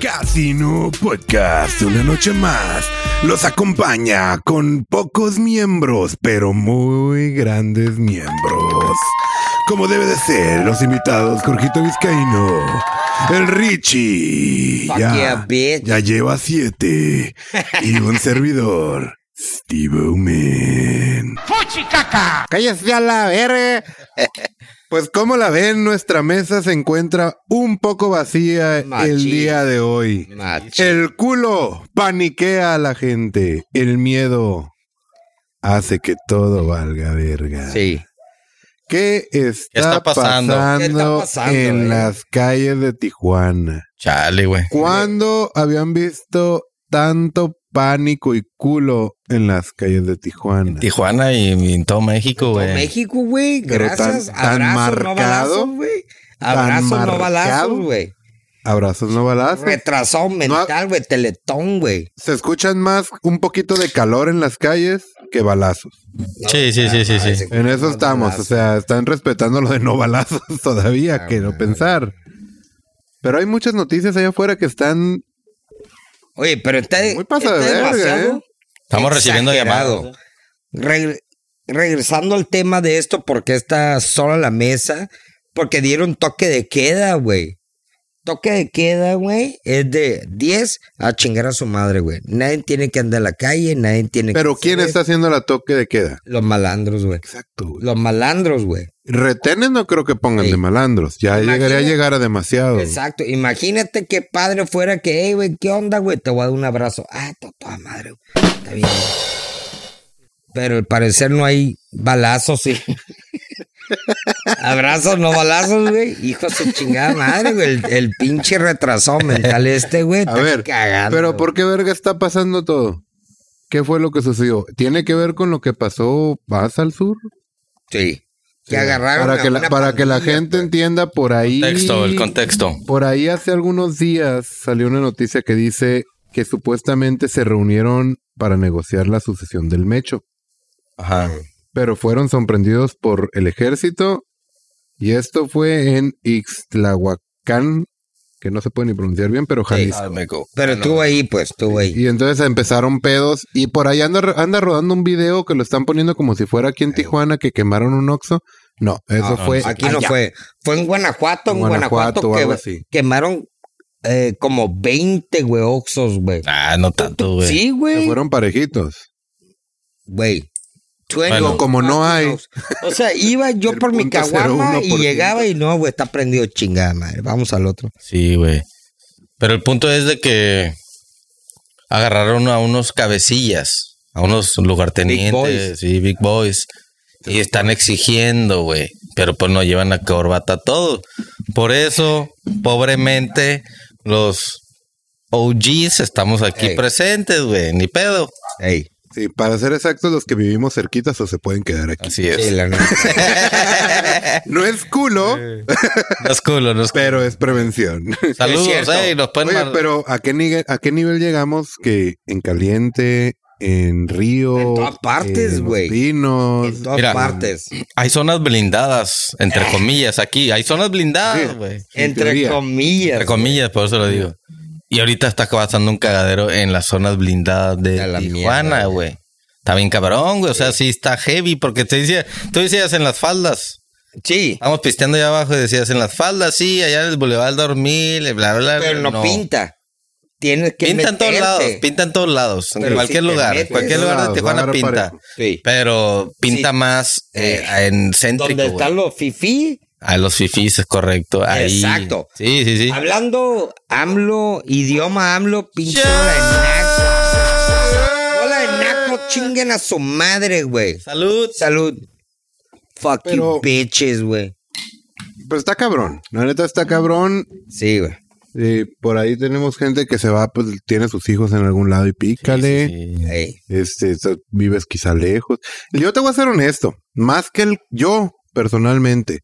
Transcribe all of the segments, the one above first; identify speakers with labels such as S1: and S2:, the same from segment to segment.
S1: Casino Podcast, una noche más, los acompaña con pocos miembros, pero muy grandes miembros. Como debe de ser, los invitados, Jorgito Vizcaíno, el Richie,
S2: Fuck yeah,
S1: ya,
S2: bitch.
S1: ya lleva siete, y un servidor, Steve Omen. ¡Cállese a la verga! Pues como la ven, nuestra mesa se encuentra un poco vacía el
S2: Machín.
S1: día de hoy.
S2: Machín.
S1: El culo paniquea a la gente. El miedo hace que todo valga verga.
S2: Sí.
S1: ¿Qué, está
S3: está pasando?
S1: pasando
S2: ¿Qué está pasando,
S1: en
S2: eh?
S1: las calles de Tijuana?
S3: Chale, güey.
S1: ¿Cuándo habían visto tanto pánico y culo en las calles de Tijuana?
S3: Tijuana y en todo México,
S2: Todo
S3: güey.
S2: México, güey.
S1: Pero tan-
S2: Gracias.
S1: tan
S2: Abrazos, no
S1: marcado,
S2: balazos, güey.
S1: tan
S2: Abrazos, no
S1: marcado.
S2: balazos, güey.
S1: Abrazos no balazos.
S2: Retrasado mental, güey. Teletón, güey.
S1: Se escuchan más un poquito de calor en las calles que balazos.
S3: Sí, sí, sí,
S2: Ah,
S3: sí, sí.
S1: En eso estamos. O sea, están respetando lo de no balazos todavía,
S2: Ah,
S1: quiero
S2: madre.
S1: pensar. Pero hay muchas noticias allá afuera que están.
S2: Oye, pero está,
S1: Muy pasa de
S2: está
S1: verga,
S2: demasiado
S1: ¿eh?
S3: Estamos recibiendo
S2: exagerado.
S3: llamadas.
S2: Regre- regresando al tema de esto, porque está sola la mesa, porque dieron toque de queda, güey. Toque de queda, güey, es de 10 a chingar a su madre, güey. Nadie tiene que andar a la calle, nadie tiene que...
S1: Pero
S2: hacer,
S1: ¿quién
S2: güey.
S1: está haciendo la toque de queda?
S2: Los malandros, güey.
S1: Exacto. güey.
S2: Los malandros, güey.
S1: Retenes no creo que pongan
S2: Sí.
S1: de malandros. Ya
S2: Imagina-
S1: llegaría a llegar a demasiado.
S2: Exacto. Imagínate qué padre fuera que, hey, güey, ¿qué onda, güey? Te voy a dar un abrazo. Ah, to- toda madre, güey. Está bien. güey. Pero al parecer no hay balazos, sí. Abrazos, no balazos, güey. Hijo de su chingada madre, güey. El, el pinche retrasado mental este, güey.
S1: A
S2: está
S1: ver,
S2: cagando,
S1: Pero
S2: güey.
S1: ¿por qué verga está pasando todo? ¿Qué fue lo que sucedió? ¿Tiene que ver con lo que pasó más al sur?
S2: Sí.
S1: Sí.
S2: Que agarraron.
S1: Para
S2: a
S1: que la,
S2: una
S1: para que la
S2: pandilla,
S1: gente
S2: güey.
S1: entienda por ahí.
S3: Contexto, el contexto.
S1: Por ahí hace algunos días salió una noticia que dice que supuestamente se reunieron para negociar la sucesión del Mecho,
S3: Ajá.
S1: pero fueron sorprendidos por el ejército y esto fue en Ixtlahuacán, que no se puede ni pronunciar bien, pero Jalisco.
S3: Ah, me co-
S2: Pero estuvo ahí, pues, estuvo ahí.
S1: Y entonces empezaron pedos y por ahí anda, anda rodando un video que lo están poniendo como si fuera aquí en Tijuana que quemaron un Oxxo. No, eso
S3: Ah,
S1: fue
S2: Aquí no
S1: allá.
S2: fue. Fue en Guanajuato, en Guanajuato,
S1: Guanajuato o
S2: que-
S1: algo así.
S2: quemaron eh, como 20, güey, Oxos, güey.
S3: Ah, no tanto, güey.
S2: Sí,
S1: Se
S2: güey.
S1: fueron parejitos.
S2: Güey.
S3: Bueno.
S1: Como no hay.
S2: O sea, iba yo
S1: El
S2: por mi
S1: punto
S2: caguama y
S1: 0.1%.
S2: llegaba y no, güey, está prendido chingada madre. Vamos al otro.
S3: Sí, güey. Pero el punto es de que agarraron a unos cabecillas, a unos lugartenientes
S2: boys.
S3: y big boys. Y están exigiendo, güey. Pero pues no llevan la corbata todo. Por eso, pobremente, los OGs estamos aquí
S2: Ey.
S3: presentes, güey. Ni pedo.
S2: Ey.
S1: Sí, para ser exactos, los que vivimos cerquitas o se pueden quedar aquí.
S3: Así es.
S2: Sí, la neta.
S1: No es culo,
S3: No es culo, no es culo.
S1: pero es prevención.
S2: Es
S3: Saludos,
S2: cierto.
S3: ey, nos pueden
S1: Oye,
S3: mar-
S1: pero ¿a qué, nivel, ¿a qué nivel llegamos que en Caliente, en Río,
S2: En todas partes,
S1: en Los
S2: güey.
S1: Pinos,
S2: En todas
S3: Mira.
S2: partes.
S3: hay zonas blindadas,
S2: Eh.
S3: entre comillas, aquí. Hay zonas blindadas, güey.
S2: Entre
S1: teoría.
S2: comillas.
S3: Entre comillas, por eso lo digo. Y ahorita está pasando un cagadero en las zonas blindadas de
S2: A la mierda,
S3: Tijuana, güey. Está bien cabrón, güey. O sea, sí está heavy, porque te decía, tú decías en las faldas.
S2: Sí.
S3: Estamos pisteando allá abajo y decías en las faldas, sí, allá en el Boulevard Dormil, bla, bla, bla.
S2: Pero no, pinta. Tienes que
S3: Pinta en todos
S2: meterte.
S3: lados, pinta en todos lados.
S2: Pero
S3: en cualquier
S2: si te
S3: lugar,
S2: metes.
S3: en cualquier
S1: En
S3: lugar de
S1: todos lados,
S3: Tijuana
S1: va a agarrar
S3: pinta.
S1: parejo.
S2: Sí.
S3: Pero pinta más eh, en céntrico.
S2: Donde
S3: güey.
S2: están los fifí,
S3: A los fifís, es correcto. Ahí.
S2: Exacto.
S3: Sí, sí, sí.
S2: Hablando AMLO, idioma AMLO, pinche
S3: Ya.
S2: bola de naco. Bola de naco, chinguen a su madre, güey.
S3: Salud.
S2: Salud. Fuck
S1: Pero-
S2: you bitches, güey.
S1: Pero está cabrón. La neta está cabrón.
S2: Sí, güey.
S1: Eh, por ahí tenemos gente que se va, pues tiene sus hijos en algún lado y pícale.
S2: Ey.
S1: Este, so- vives quizá lejos. Yo te voy a ser honesto, más que el, yo personalmente,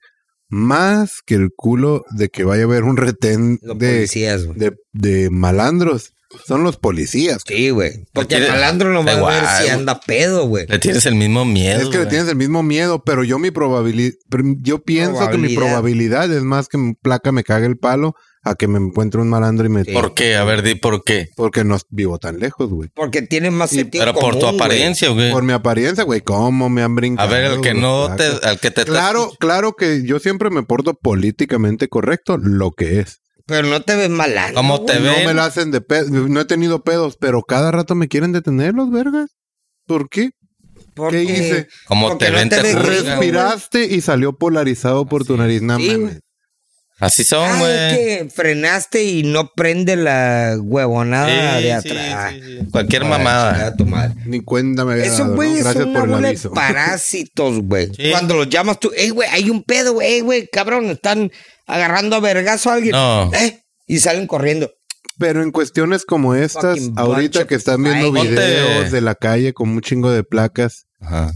S1: más que el culo de que vaya a haber un retén
S2: Los
S1: de,
S2: policías, güey.
S1: de, de malandros, son los policías.
S2: Sí, güey. Porque el
S3: Tiene-
S2: malandro no va
S3: Da
S2: a ver
S3: igual,
S2: si
S3: güey.
S2: anda pedo, güey.
S3: Le tienes el mismo miedo.
S1: Es que le
S3: güey.
S1: tienes el mismo miedo, pero yo mi probabilidad, yo pienso que mi
S2: Probabilidad.
S1: probabilidad es más que mi placa me cague el palo a que me encuentre un malandro y me...
S2: Sí.
S3: ¿Por qué? A ver, di por qué.
S1: Porque no vivo tan lejos, güey.
S2: Porque tiene más sentido
S3: Pero por tu
S2: común, güey.
S3: apariencia, güey.
S1: Por mi apariencia, güey, cómo me han brincado.
S3: A ver, al que
S1: güey,
S3: no te,
S1: tacos.
S3: al que te
S1: Claro, claro que yo siempre me porto políticamente correcto, lo que es.
S2: Pero no te ves mal.
S3: ¿Cómo te
S1: No
S3: ven?
S1: me la hacen de pedo, no he tenido pedos, pero cada rato me quieren detener los vergas. ¿Por qué? ¿Qué hice?
S3: Como
S2: Porque
S3: te
S2: no
S3: ven,
S2: te
S3: te
S2: dejan
S3: juzgan, güey.
S1: Respiraste y salió polarizado por tu nariz. No
S2: Sí, güey.
S1: mames.
S3: Así
S2: Ah,
S3: son,
S2: es
S3: güey.
S2: que frenaste y no prende la huevonada
S3: Sí,
S2: de
S3: sí,
S2: atrás.
S3: sí, sí. Cualquier
S2: Para
S3: mamada.
S2: chingar a tu madre.
S1: Ni cuenta me había
S2: Esos
S1: dado, ¿no?
S2: güeyes
S1: Gracias
S2: son una
S1: por el
S2: bola de
S1: aviso.
S2: parásitos, güey.
S3: Sí.
S2: Cuando los llamas tú, ey, güey, hay un pedo, güey, ey, güey, cabrón, están agarrando a vergazo a alguien.
S3: No.
S2: Eh, Y salen corriendo.
S1: Pero en cuestiones como estas,
S2: Fucking bunch
S1: ahorita
S2: of
S1: que están viendo
S3: psychos.
S1: videos
S3: Ponte-
S1: de la calle con un chingo de placas,
S3: Ajá.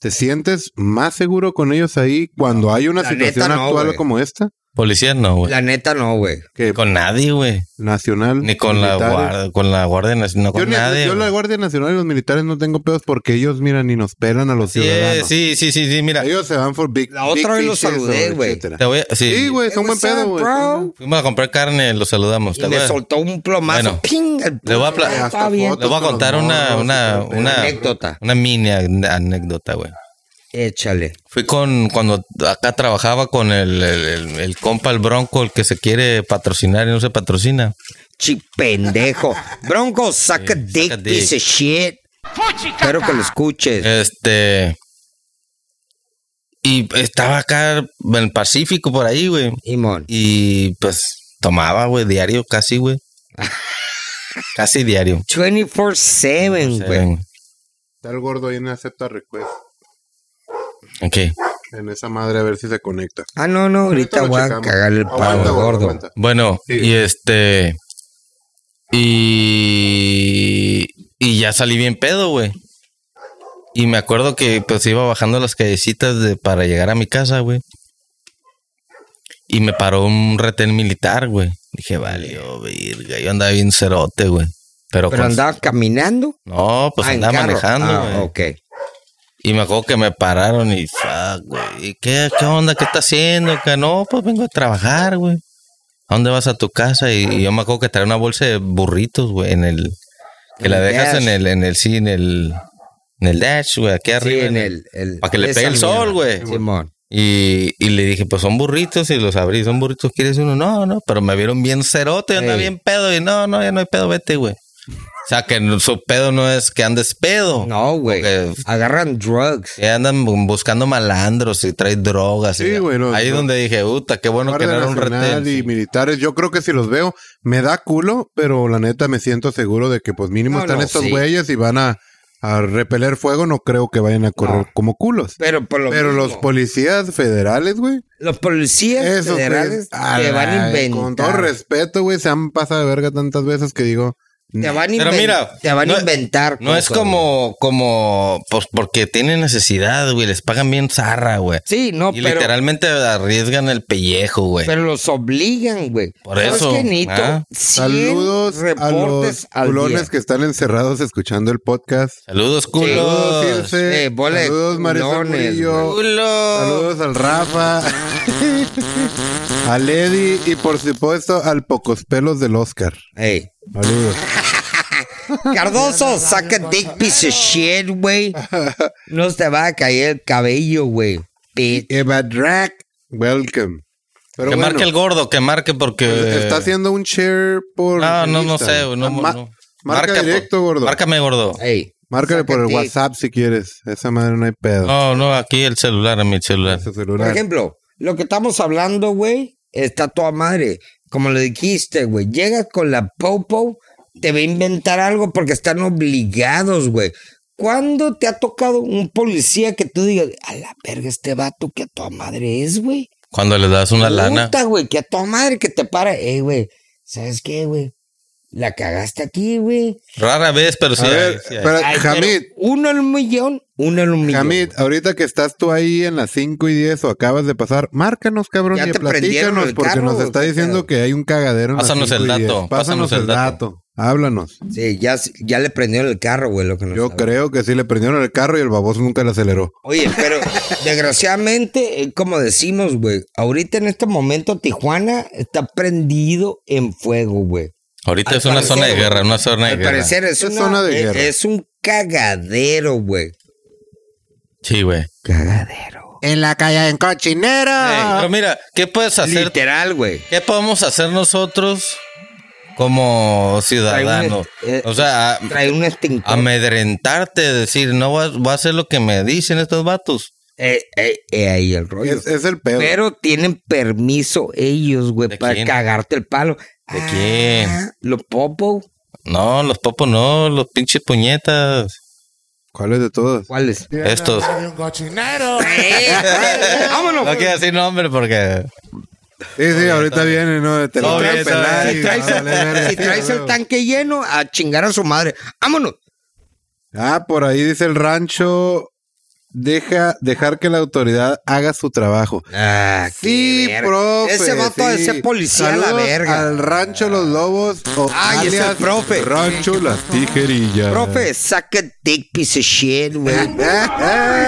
S1: ¿te sientes más seguro con ellos ahí cuando hay una
S2: la
S1: situación
S2: neta no,
S1: actual
S2: güey.
S1: como esta?
S3: Policías no, güey.
S2: La neta no, güey.
S1: Que
S3: Con nadie, güey.
S1: nacional.
S3: Ni con la,
S1: militares.
S3: guardia, con la Guardia Nacional, no
S1: Yo,
S3: con
S1: ni-
S3: nadie.
S1: yo la
S3: güey.
S1: Guardia Nacional y los militares no tengo pedos porque ellos miran y nos pelan a los
S3: Sí,
S1: ciudadanos.
S3: sí, sí, sí, sí, mira.
S1: Ellos se van por big.
S2: La otra
S1: big
S2: vez los
S1: fishes
S2: saludé,
S1: o
S2: güey.
S1: etcétera.
S3: Te voy a- sí.
S1: Sí, güey, son buen
S2: Hey, what's
S1: pedo,
S2: up,
S1: güey.
S2: bro?
S3: Fuimos a comprar carne, los saludamos.
S2: Y
S3: ¿te
S2: me
S3: acuerdas?
S2: soltó un plomazo.
S3: Bueno,
S2: ¡Ping! El
S3: le voy a pla-
S1: Hasta
S2: Ah, está bien.
S1: fotos
S3: Les voy a
S1: con los
S3: contar una,
S1: morros,
S3: una,
S1: etcétera.
S3: una,
S2: Anécdota.
S3: una mini an- anécdota, güey.
S2: Échale.
S3: Fui con, cuando acá trabajaba con el, el, el- el compa, el bronco, el que se quiere patrocinar y no se patrocina.
S2: Chi pendejo. Bronco, saca dick,
S3: dick.
S2: piece of shit. Espero que lo escuches.
S3: Este. Y estaba acá en el Pacífico por ahí, güey.
S2: Imón.
S3: Y pues tomaba, güey, diario, casi, güey. casi diario.
S2: 24-7, güey.
S1: Está el gordo ahí en acepta request.
S3: Ok.
S1: En esa madre a ver si se conecta.
S2: Ah, no, no, ahorita
S1: lo
S2: voy a
S1: checamos.
S2: cagar el
S1: Aguanta,
S2: palo gordo.
S1: aguanta.
S3: Bueno,
S1: Sí.
S3: y este. Y. Y ya salí bien pedo, güey. Y me acuerdo que pues iba bajando las callecitas de, para llegar a mi casa, güey. Y me paró un retén militar, güey. Dije, vale, virga. Yo andaba bien cerote, güey. Pero,
S2: Pero
S3: con-
S2: andaba caminando.
S3: No, pues
S2: Ah, en
S3: andaba
S2: carro.
S3: manejando, güey.
S2: Ah, ok.
S3: Y me acuerdo que me pararon y, fuck, güey. ¿y ¿Qué, ¿Qué onda? ¿Qué está haciendo? acá? no, pues vengo a trabajar, güey. ¿A dónde vas a tu casa? Y, y yo me acuerdo que traía una bolsa de burritos, güey, en el. Que
S2: En
S3: la
S2: el
S3: dejas
S2: dash.
S3: en el, en el, sí, en el. En el dash, güey, aquí
S2: Sí,
S3: arriba.
S2: en el, el-
S3: Pa' que le
S2: esa
S3: pegue el sol,
S2: mierda.
S3: güey.
S2: Simón.
S3: Y, y le dije, pues son burritos y los abrí, son burritos, ¿quieres uno? No, no, pero me vieron bien cerote, yo andaba
S2: Ey.
S3: bien pedo y no, no, ya no hay pedo, vete, güey. O sea, que no- su pedo no es que andes pedo.
S2: No, güey.
S3: Porque-
S2: Agarran drugs.
S3: Que andan bu- buscando malandros y traen drogas. y
S1: Sí,
S3: ya.
S1: güey, los-
S3: Ahí
S1: los-
S3: donde dije, puta, qué bueno que
S1: Guardia
S3: no era un
S1: Nacional
S3: retén.
S1: y militares, yo creo que si los veo, me da culo, pero la neta me siento seguro de que pues mínimo
S2: No,
S1: están
S2: no,
S1: estos
S2: sí.
S1: güeyes y van a, a repeler fuego, no creo que vayan a correr como culos.
S2: Pero por lo
S1: Pero
S2: mismo,
S1: los policías federales, güey,
S2: los policías
S1: esos
S2: federales
S1: güeyes, a
S2: te van a
S1: la-
S2: inventar.
S1: Con todo respeto, güey, se han pasado de verga tantas veces que digo,
S2: Te van a,
S3: Pero
S2: inven-
S3: mira,
S2: te van a
S3: no-
S2: inventar.
S3: No es
S2: cosas, güey.
S3: como, como, pues porque tienen necesidad, güey, les pagan bien zarra, güey.
S2: Sí, no,
S3: y
S2: pero,
S3: literalmente arriesgan el pellejo, güey.
S2: pero los obligan, güey.
S3: Por
S2: ¿Sabes
S3: eso,
S2: qué, Nito?
S3: ah.
S2: 100
S1: saludos a los
S2: reportes al
S1: culones
S2: día.
S1: que están encerrados escuchando el podcast.
S3: Saludos,
S1: Saludos,
S3: culos.
S1: Circe.
S2: Eh, bola de
S1: Saludos, Marisa
S2: culones,
S1: Murillo.
S3: Culos.
S1: Saludos al Rafa, a Lady y por supuesto al Pocos Pelos del Oscar.
S2: Ey.
S1: Saludos.
S2: Cardoso, saca dick piece of shit, güey. No se te va a caer el cabello, güey. Bitch.
S1: Eva Drac, welcome. Pero bueno,
S3: que
S1: Pues,
S3: marque el gordo, que marque porque.
S1: está haciendo un share por.
S3: No, no, no
S1: Instagram.
S3: sé, güey, no,
S1: Ah, ma-
S3: no.
S1: Marca
S3: por-
S1: directo, gordo.
S3: Márcame, gordo.
S2: Ey.
S1: Márcale por el
S2: Sácate.
S1: WhatsApp si quieres. Esa madre no hay pedo.
S3: No, no, aquí el celular, a mi celular.
S1: Ese
S2: Por
S1: celular.
S2: ejemplo, lo que estamos hablando, güey, está toda madre. Como lo dijiste, güey, llegas con la Popo, te va a inventar algo porque están obligados, güey. ¿Cuándo te ha tocado un policía que tú digas, a la verga, este vato que a toda madre es, güey?
S3: Cuando le das una lana.
S2: Puta, güey, que a toda madre que te para. Ey, güey, ¿sabes qué, güey? La cagaste aquí, güey.
S3: Rara vez, pero
S1: a
S3: sí. hay,
S1: ver,
S3: sí hay.
S1: espera,
S2: Ay, pero
S1: Hamid,
S2: Uno en un millón, uno en un millón.
S1: Hamid, ahorita que estás tú ahí en las 5 y 10 o acabas de pasar, márcanos, cabrón,
S2: ¿Ya
S1: y
S2: te prendieron
S1: platícanos
S2: el
S1: porque
S2: carro
S1: nos
S2: o
S1: está
S2: qué
S1: diciendo
S2: pedo?
S1: que hay un cagadero. en las
S3: Pásanos
S1: cinco
S3: el
S1: y diez.
S3: dato,
S1: Pásanos el dato. Háblanos.
S2: Sí, ya, ya le prendieron el carro, güey, lo que nos
S1: Yo
S2: habla.
S1: creo que sí le prendieron el carro y el baboso nunca le aceleró.
S2: Oye, pero desgraciadamente, eh, como decimos, güey, ahorita en este momento Tijuana está prendido en fuego, güey.
S3: Ahorita
S2: Al
S3: es una
S2: parecer,
S3: zona de
S2: güey.
S3: guerra, una zona de
S2: Al
S3: guerra.
S2: parecer es
S1: Es
S2: una-
S1: zona de
S2: eh,
S1: guerra.
S2: es un cagadero, güey.
S3: Sí, güey.
S2: Cagadero.
S1: En la calle en
S3: Ey,
S1: cochinera.
S3: pero mira, ¿qué puedes hacer?
S2: Literal, güey.
S3: ¿Qué podemos hacer nosotros como ciudadanos?
S2: Trae un- eh,
S3: O sea, a-
S2: Trae un extintor.
S3: amedrentarte, decir, no va, va a hacer lo que me dicen estos vatos.
S2: Eh, eh, eh, ahí el rollo.
S1: Es, es el pedo.
S2: Pero tienen permiso ellos, güey,
S3: ¿De
S2: para
S3: quién?
S2: cagarte el palo. Ah,
S3: ¿De quién?
S2: Lo popo.
S3: No, los popos no, los pinches puñetas.
S1: ¿Cuál es de todos?
S2: ¿Cuáles?
S3: Estos.
S2: Eh, Vámonos.
S3: No quiero decir nombre porque.
S1: Sí, sí, ahorita viene, ¿no? Te lo
S3: Todo
S1: van a
S3: bien, todo
S1: pelar
S3: bien.
S1: y
S2: Si traes,
S1: vale, verga.
S2: si traes el tanque lleno, a chingar a su madre. Vámonos.
S1: Ah, por ahí dice el rancho. Deja, dejar que la autoridad haga su trabajo.
S2: Ah,
S1: Sí,
S2: qué verga.
S1: profe.
S2: Ese vato de
S1: sí.
S2: ser policía a la
S1: Saludos
S2: verga.
S1: Al rancho Los Lobos. o
S2: Ay, es el
S1: alias
S2: profe.
S1: Rancho Las Tijerillas.
S2: Profe, saca dick piece of shit, güey.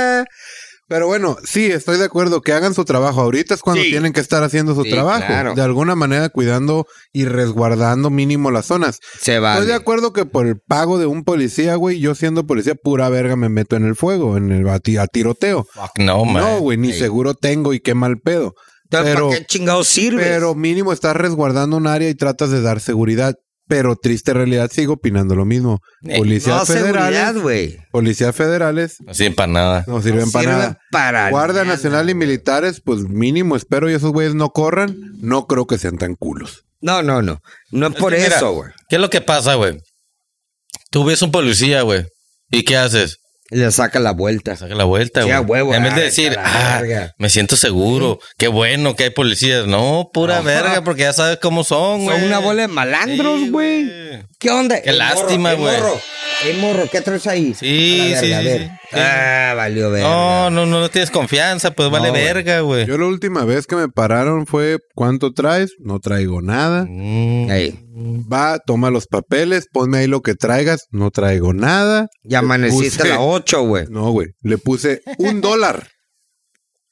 S1: Pero bueno, sí, estoy de acuerdo que hagan su trabajo. Ahorita es cuando
S2: Sí.
S1: tienen que estar haciendo su
S2: Sí,
S1: trabajo.
S2: claro.
S1: De alguna manera cuidando y resguardando mínimo las zonas.
S2: Se va.
S1: Estoy de acuerdo que por el pago de un policía, güey, yo siendo policía pura verga me meto en el fuego, en el a, ti- a tiroteo.
S3: Fuck no, man.
S1: No, güey, ni
S2: Ey.
S1: seguro tengo y qué mal pedo.
S2: Entonces,
S1: Pero-
S2: ¿para qué chingados sirve?
S1: Pero mínimo estás resguardando un área y tratas de dar seguridad. Pero triste realidad, sigo opinando lo mismo.
S3: Eh,
S1: Policías
S2: no, seguridad,
S1: federales,
S2: güey.
S1: policías federales
S3: No sirve para nada.
S1: no sirven
S2: No
S1: para
S2: sirven
S1: nada.
S2: para
S1: Guardia
S2: nada,
S1: Nacional y militares, pues mínimo espero y esos güeyes no corran. No creo que sean tan culos.
S2: No, no, no. No es
S3: Es
S2: por
S3: que mira,
S2: eso, güey.
S3: ¿Qué es lo que pasa, güey? Tú ves un policía, güey. ¿Y qué haces?
S2: Le saca la vuelta.
S3: Saca la vuelta,
S2: Sí,
S3: güey.
S2: a huevo.
S3: en vez de
S2: Ah,
S3: decir,
S2: vete a la
S3: ah,
S2: verga".
S3: me siento seguro, qué bueno que hay policías. No, pura verga, porque ya sabes cómo son, güey.
S2: Son una bola de malandros,
S3: Sí,
S2: güey.
S3: güey.
S2: ¿Qué onda?
S3: Qué
S2: Ey,
S3: lástima,
S2: morro, ey,
S3: güey.
S2: morro, ey, morro, ¿qué traes ahí?
S3: Sí,
S2: A la
S3: sí,
S2: verga,
S3: sí,
S2: a ver.
S3: sí, sí.
S2: Ah, valió verga.
S3: No, no, no, no tienes confianza, pues vale
S2: güey.
S3: verga,
S2: Eh.
S3: güey.
S1: Yo la última vez que me pararon fue, ¿cuánto traes? No traigo nada.
S3: Mm.
S2: Ey,
S1: Va, toma los papeles, ponme ahí lo que traigas. No traigo nada.
S2: ya amaneciste a
S1: puse-
S2: las 8, güey.
S1: No, güey. Le puse un dólar.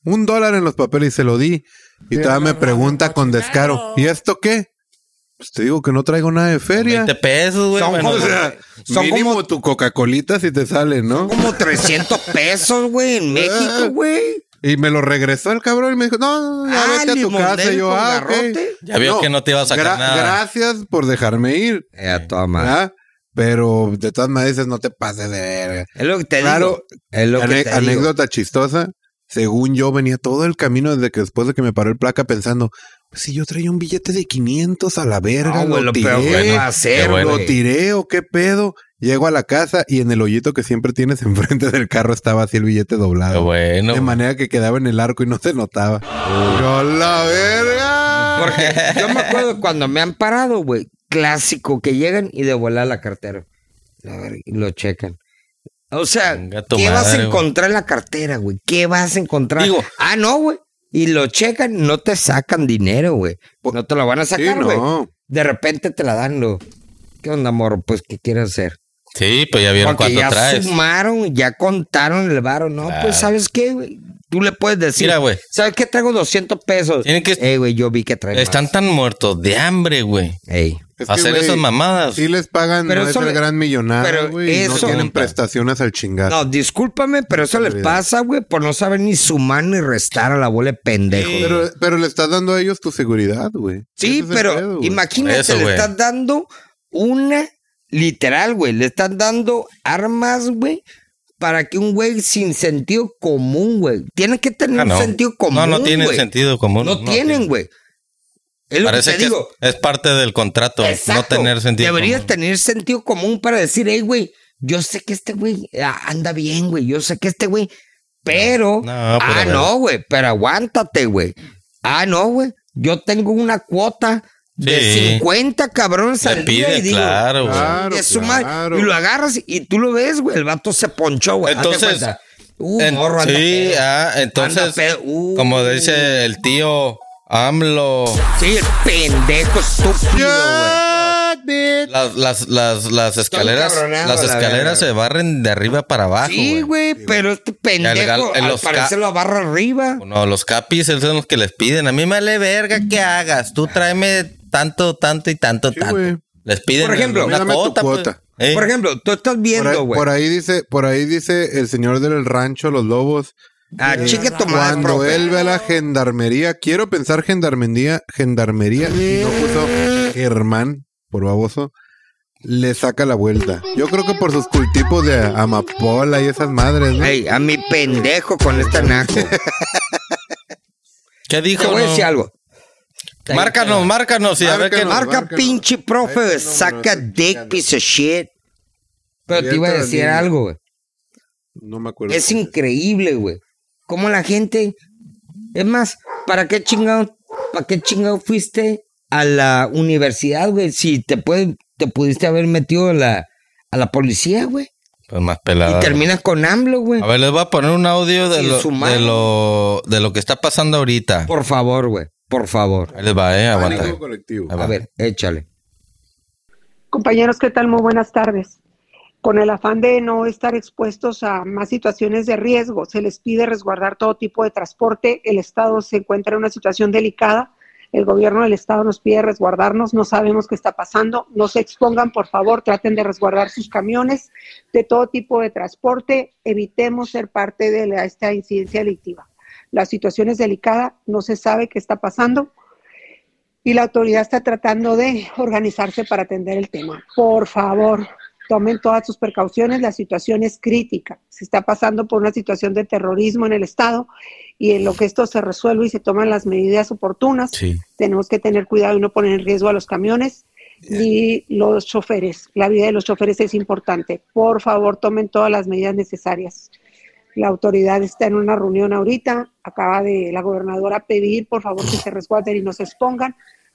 S1: Un dólar en los papeles y se lo di. Y todavía me pregunta con descaro, ¿y esto qué? Pues te digo que no traigo nada de feria.
S3: 20 pesos, güey.
S2: Son
S3: bueno.
S1: O sea,
S2: Son
S1: mínimo tu Coca-Colita si te sale, ¿no?
S2: Como 300 pesos, güey, en México, güey.
S1: Y me lo regresó el cabrón y me dijo, no, ya
S2: Ah,
S1: vete a tu
S2: limonel
S1: casa. Y yo,
S2: con
S1: ah, ok".
S2: garrote.
S3: Ya vio que no te iba a sacar nada.
S1: Gracias por dejarme ir,
S2: Eh, a toda madre.
S1: ¿verdad? Pero de todas maneras dices, no te pases de verga.
S2: Es lo que te
S1: Claro,
S2: digo. Es lo que
S1: Ane-
S2: te digo.
S1: anécdota chistosa. Según yo venía todo el camino desde que después de que me paró el placa pensando, "Pues si yo traía un billete de 500 a la verga,
S2: No, güey,
S1: lo,
S2: lo
S1: tiré,
S2: peor que no hacer,
S3: qué bueno.
S1: lo
S2: güey.
S1: tiré o qué pedo. Llego a la casa y en el hoyito que siempre tienes enfrente del carro estaba así el billete
S3: Qué
S1: doblado.
S3: bueno.
S1: De manera que quedaba en el arco y no se notaba. ¡Yo a la verga!
S2: Porque yo me acuerdo cuando me han parado, güey. Clásico, que llegan y de volar la cartera. La verga, y lo checan. O sea,
S3: Chinga tu
S2: ¿qué vas
S3: madre,
S2: a
S3: güey.
S2: encontrar en la cartera, güey? ¿Qué vas a encontrar?
S3: Digo-
S2: ah, no, güey. Y lo checan, no te sacan dinero, güey. No te lo van a
S1: Sí,
S2: sacar, güey.
S1: no.
S2: De repente te la dan, lo. ¿Qué onda, morro? Pues, ¿qué quieres hacer?
S3: Sí, pues ya vieron
S2: Porque
S3: cuánto
S2: ya
S3: traes.
S2: sumaron, ya contaron el varo. No,
S3: Claro.
S2: pues, ¿sabes qué, güey? Tú le puedes decir.
S3: Mira, güey.
S2: ¿Sabes qué? Traigo 200 pesos.
S3: Tienen que-
S2: Ey, güey, yo vi que traigo.
S3: Están tan muertos de hambre, güey.
S2: Ey.
S1: Es que,
S3: Hacer
S1: güey,
S3: esas mamadas.
S1: Sí les pagan,
S2: Pero
S1: no
S2: eso
S1: es
S2: le-
S1: el gran millonario,
S2: pero
S1: güey. y No
S2: eso-
S1: tienen prestaciones al chingar.
S2: No, discúlpame, pero eso les pasa, güey, por no saber ni sumar ni restar a la bola de pendejo.
S3: Sí,
S2: güey.
S1: Pero, pero le estás dando a ellos tu seguridad, güey.
S2: Eh, Sí,
S1: Ese es el
S2: pero
S1: pedo, güey.
S2: imagínate,
S3: Eso,
S2: le
S3: güey.
S2: estás dando una, literal, güey, le estás dando armas, güey, para que un güey sin sentido común, güey. Tiene que tener
S3: Ah,
S2: un sentido común.
S3: no, no tienen
S2: güey.
S3: sentido común.
S2: No, tienen, güey. Es lo
S3: Parece
S2: que
S3: que,
S2: te digo.
S3: es, es parte del contrato no
S2: Exacto.
S3: tener sentido
S2: Deberías
S3: común.
S2: tener sentido común para decir, hey, güey, yo sé que este güey ah, anda bien, güey, yo sé que este güey, pero,
S3: No, no,
S2: ah,
S3: pero bueno.
S2: no, güey, pero aguántate, güey. Ah, no, güey, yo tengo una cuota de
S3: Sí.
S2: 50 cabrones
S3: Le
S2: al día
S3: pide,
S2: y digo,
S3: claro, güey.
S1: Claro,
S2: "Chingue su madre",
S1: claro.
S2: y lo agarras y tú lo ves, güey, el vato se ponchó, güey. hazte
S3: Entonces,
S2: cuenta. uh,
S3: En-
S2: morro, anda
S3: sí,
S2: pedo.
S3: ah, entonces,
S2: Anda pedo, uh.
S3: como dice el tío AMLO,
S2: Sí, el pendejo estúpido, güey.
S1: ¡Ah,
S2: bitch.
S3: Las, las, las, las escaleras,
S2: cabronado,
S3: las
S2: la verga.
S3: escaleras se barren de arriba para abajo.
S2: Sí,
S3: güey.
S2: güey, pero este
S3: gal-
S2: pendejo
S3: en
S2: al
S3: los ca-
S2: parecer lo abarra arriba.
S3: No, los capis esos son los que les piden. A mí me vale verga que hagas. Tú tráeme tanto, tanto y tanto,
S1: Sí,
S3: tanto.
S1: güey.
S3: Les piden
S2: Por ejemplo,
S3: una
S1: dame tu
S3: cuota. pues.
S1: cuota.
S3: Eh,
S2: Por ejemplo, tú estás
S1: Por ahí,
S2: viendo,
S1: por
S2: güey.
S1: ahí dice, por ahí dice el señor del rancho, los lobos.
S2: Ah,
S1: eh,
S2: chinga tu madre,
S1: Cuando
S2: profe.
S1: él ve a la gendarmería, quiero pensar gendarmería, gendarmería, y no puso Germán, por baboso, le saca la vuelta. Yo creo que por sus cultivos de amapola y esas madres, ¿no?
S2: Ey, a mi pendejo con esta naco.
S3: ¿Qué dijo?
S2: Te voy a
S3: no?
S2: decir algo.
S3: Márcanos, márcanos y a ver qué.
S1: Márcanos.
S2: Marca
S1: Marca,
S2: pinche profe,
S1: Ahí está el
S2: saca
S1: número,
S2: dick
S1: chingando.
S2: piece of shit. Pero te
S1: Abierta
S2: iba a
S1: la
S2: decir
S1: línea.
S2: algo, güey.
S1: No me acuerdo.
S2: Es increíble, güey. Cómo la gente. Es más, ¿para qué chingado, para qué chingado fuiste a la universidad, güey? Si te puede, te pudiste haber metido a la, a la policía, güey.
S3: Pues más
S2: Y
S3: pelada.
S2: terminas con AMLO, güey.
S3: A ver, les voy a poner un audio de
S2: Sin
S3: lo,
S2: su madre.
S3: de lo, de lo que está pasando ahorita.
S2: Por favor, güey. Por favor.
S3: Ahí les va, eh, aguanta.
S1: Pánico colectivo.
S3: Ahí
S2: A
S3: va.
S2: ver, échale.
S4: Compañeros, ¿qué tal? Muy buenas tardes. Con el afán de no estar expuestos a más situaciones de riesgo, se les pide resguardar todo tipo de transporte. El Estado se encuentra en una situación delicada. El gobierno del Estado nos pide resguardarnos. No sabemos qué está pasando. No se expongan, por favor. Traten de resguardar sus camiones de todo tipo de transporte. Evitemos ser parte de la- esta incidencia delictiva. La situación es delicada. No se sabe qué está pasando y la autoridad está tratando de organizarse para atender el tema. Por favor, tomen todas sus precauciones, la situación es crítica. Se está pasando por una situación de terrorismo en el Estado y en lo que esto se resuelve y se toman las medidas oportunas,
S3: Sí.
S4: tenemos que tener cuidado y no poner en riesgo a los camiones ni los choferes. La vida de los choferes es importante. Por favor, tomen todas las medidas necesarias. La autoridad está en una reunión ahorita, acaba de la gobernadora pedir, por favor, que se resguarden y no se expongan.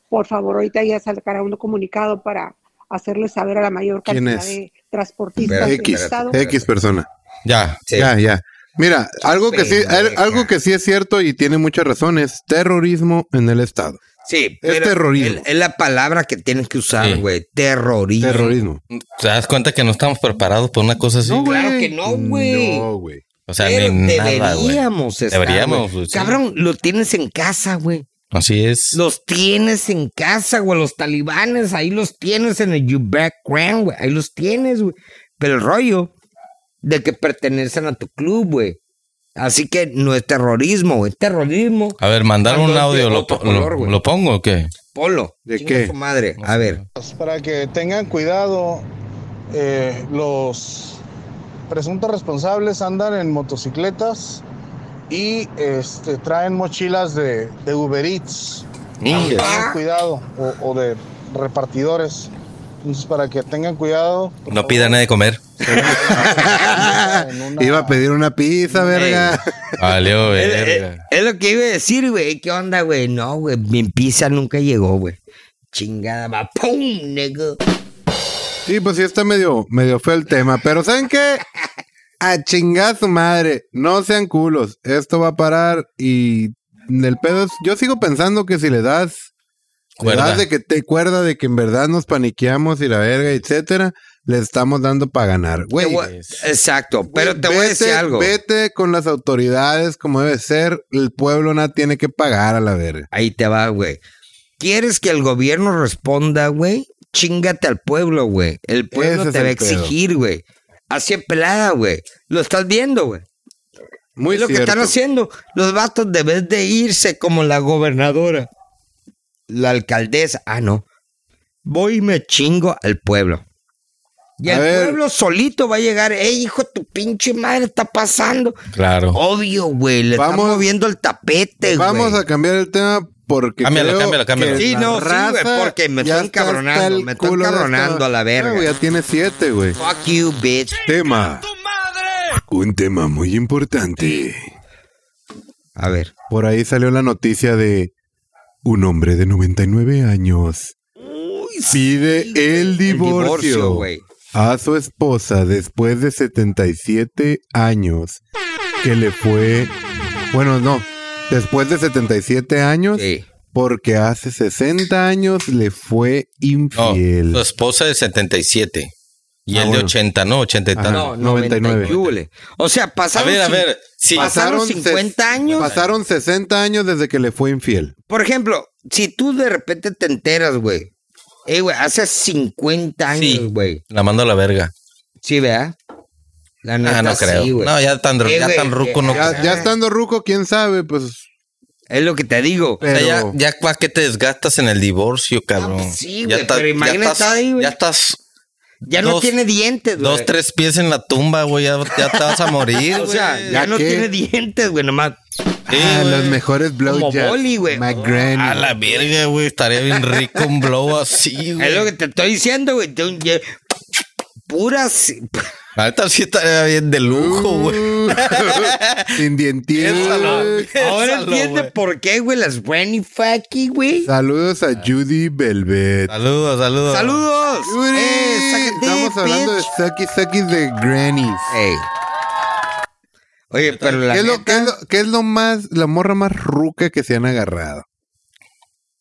S4: Por favor, ahorita ya sacará un comunicado para hacerles saber a la mayor
S1: ¿Quién
S4: cantidad
S1: es?
S4: de transportistas del
S1: X,
S4: Estado.
S1: X persona.
S3: Ya.
S2: Sí.
S1: Ya, ya. Mira, algo que sí,
S2: Pendeja.
S1: algo que sí es cierto y tiene muchas razones, terrorismo en el estado.
S2: Sí,
S1: Es
S2: pero
S1: terrorismo.
S2: Es, es la palabra que tienes que usar,
S3: Sí.
S2: güey. Terrorismo.
S1: Terrorismo.
S3: ¿Te das cuenta que no estamos preparados por una cosa así?
S2: No, Claro que no, güey.
S1: No, güey.
S3: o sea,
S2: Pero
S3: ni nada, güey.
S2: deberíamos estar,
S3: Deberíamos,
S2: güey.
S3: sí.
S2: Cabrón, lo tienes en casa, güey.
S3: Así es.
S2: Los tienes en casa, güey. Los talibanes, ahí los tienes en el your background, güey. Ahí los tienes, güey. Pero el rollo de que pertenecen a tu club, güey. Así que no es terrorismo, güey. Es terrorismo.
S3: A ver, mandar
S2: Cuando
S3: un
S2: es de
S3: audio. ¿Lo,
S2: otro
S3: po-
S2: color,
S3: lo-
S2: güey.
S3: lo pongo o qué?
S2: Polo.
S1: ¿De
S2: chinga
S1: qué?
S2: su madre. A ver.
S5: Pues, Para que tengan cuidado, eh, los presuntos responsables andan en motocicletas y este, traen mochilas de, de Uber Eats.
S2: Ah.
S5: Tengan cuidado, o, o de repartidores. Entonces, para que tengan cuidado. por
S3: No
S5: favor,
S3: pida nada de comer.
S5: en una-
S1: Iba a pedir una pizza, verga.
S3: Valió,
S2: Es, es-
S3: verga.
S2: es lo que iba a decir, güey. ¿Qué onda, güey? No, güey. Mi pizza nunca llegó, güey. Chingada, va. ¡Pum, nego!
S1: Sí, pues sí está medio, medio feo el tema, pero ¿saben qué? A chingar su madre, no sean culos, esto va a parar y el pedo es, yo sigo pensando que si le das, le
S3: Cuerda.
S1: das de que te cuerda de que en verdad nos paniqueamos y la verga, etcétera, le estamos dando para ganar,
S2: Te
S1: güey.
S2: voy- Exacto, pero te voy a
S1: Vete-
S2: decir algo.
S1: Vete con las autoridades como debe ser. El pueblo nada tiene que pagar a la verga.
S2: Ahí te va, güey. ¿Quieres que el gobierno responda, güey? Chingate al pueblo, güey. El pueblo
S1: Ese es
S2: te va a
S1: el pedo.
S2: exigir, güey. Así es pelada, güey. Lo estás viendo, güey.
S1: Muy
S2: es lo que
S1: cierto.
S2: están haciendo. Los vatos deben de irse como la gobernadora. La alcaldesa. Ah, no. Voy y me chingo al pueblo. Y
S1: A
S2: el
S1: ver.
S2: pueblo solito va a llegar. Ey, hijo, tu pinche madre está pasando.
S3: Claro.
S2: Obvio, güey. Le están
S1: Vamos-
S2: moviendo el tapete, güey.
S1: Vamos a cambiar el tema porque.
S3: Cámbialo,
S1: creo
S3: cámbialo, cámbialo.
S1: que
S2: Sí,
S1: la
S2: no, sí, güey,
S1: raza
S2: porque me
S1: ya
S2: están
S1: está hasta
S2: cabronando,
S1: el
S2: me están
S1: culo de esta-
S2: cabronando a la verga.
S1: Ah, güey, ya tiene siete, güey.
S2: Fuck you, bitch.
S1: Tema. Un tema muy importante.
S2: A ver.
S1: Por ahí salió la noticia de un hombre de 99 años pide el divorcio,
S2: güey.
S1: a su esposa después de 77 años que le fue bueno no después de 77 años
S2: Sí.
S1: porque hace 60 años le fue
S3: No, pues,
S1: infiel.
S3: su esposa de 77 y
S1: Ah,
S3: el de
S1: bueno.
S3: 80, no, 80 y
S1: Ajá.
S3: tal.
S1: No, 99.
S2: y hule. O sea,
S3: a
S2: pasaron,
S3: ver, a
S2: cin-
S3: ver, sí,
S2: pasaron
S1: Pasaron ses-
S2: 50 años.
S1: Pasaron 60 años desde que le fue infiel.
S2: Por ejemplo, si tú de repente te enteras, güey. Ey, güey, hace 50
S3: Sí.
S2: años, güey.
S3: la mando a la verga.
S2: Sí, ¿verdad? La neta,
S3: Ah, no creo.
S2: sí, güey.
S3: no, ya tan,
S2: Eh,
S3: ya
S2: güey,
S3: tan ruco
S2: eh,
S3: no.
S1: Ya, ya estando ruco, quién sabe, pues.
S2: Es lo que te digo.
S3: O sea, ya,
S1: pero-
S3: ya pa' que te desgastas en el divorcio, cabrón.
S2: pues sí,
S3: Ya
S2: güey,
S3: estás-
S2: pero
S3: ya
S2: imagínate
S3: estás-
S2: ahí, güey.
S3: Ya estás
S2: Ya no
S3: dos-
S2: tiene dientes, güey.
S3: dos, tres pies en la tumba, güey. Ya, ya te vas a morir,
S2: O sea,
S3: güey.
S2: ya,
S1: ¿Ya
S2: no
S1: qué?
S2: tiene dientes, güey, nomás.
S1: Ah,
S3: güey.
S1: los mejores
S2: Como
S1: blowjobs.
S2: boli, güey.
S1: My granny.
S3: A la verga, güey. Estaría bien rico un blow así,
S2: Es lo que
S3: güey.
S2: te estoy diciendo, güey. Tú- ye- Puras.
S3: Ahorita sí estaría bien de lujo, güey.
S1: Uh, Sin
S3: Piénsalo.
S1: dientitos.
S2: Ahora
S3: Piénsalo,
S2: entiende
S3: güey.
S2: por qué, güey, las Brandy Fucky, güey.
S1: Saludos
S3: Ah.
S1: a Judy Velvet.
S3: Saludos, saludos.
S2: ¡Saludos!
S1: Judy,
S2: Eh, sácate,
S1: estamos hablando de
S2: bitch.
S1: sucky sucky de grannies.
S2: Ey. Oye, pero la
S1: ¿Qué es, lo,
S2: neta-
S1: qué es lo- qué es lo más, la morra más ruca que se han agarrado?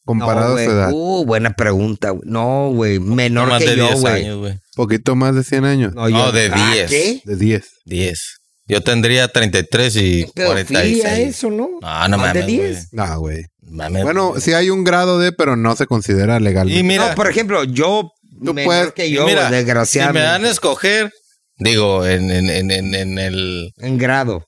S1: Comparado
S2: No,
S1: a
S2: güey.
S1: su edad.
S2: Uh, buena pregunta. güey. No, güey. Menor
S3: más
S2: que
S3: de
S2: yo,
S3: 10
S2: güey.
S3: años, güey.
S1: Poquito más de 100 años.
S2: No,
S3: No, de
S2: Ah,
S3: 10.
S2: ¿Qué?
S1: De 10.
S3: 10. Yo tendría 33 y
S2: Pedofilia
S3: 46.
S2: eso, ¿no?
S3: No, no
S2: Más de
S3: mames, güey.
S2: 10.
S1: Ah, güey.
S2: Eh,
S3: Mames,
S1: Bueno,
S3: güey.
S1: sí hay un grado de, pero no se considera legal.
S3: Y mira,
S2: no, por ejemplo, yo
S1: Tú
S2: menor
S1: puedes-
S2: que yo,
S3: mira,
S2: güey,
S3: si me
S2: desgraciadamente.
S3: dan a escoger, digo, en, en, en, en, en el...
S2: En grado.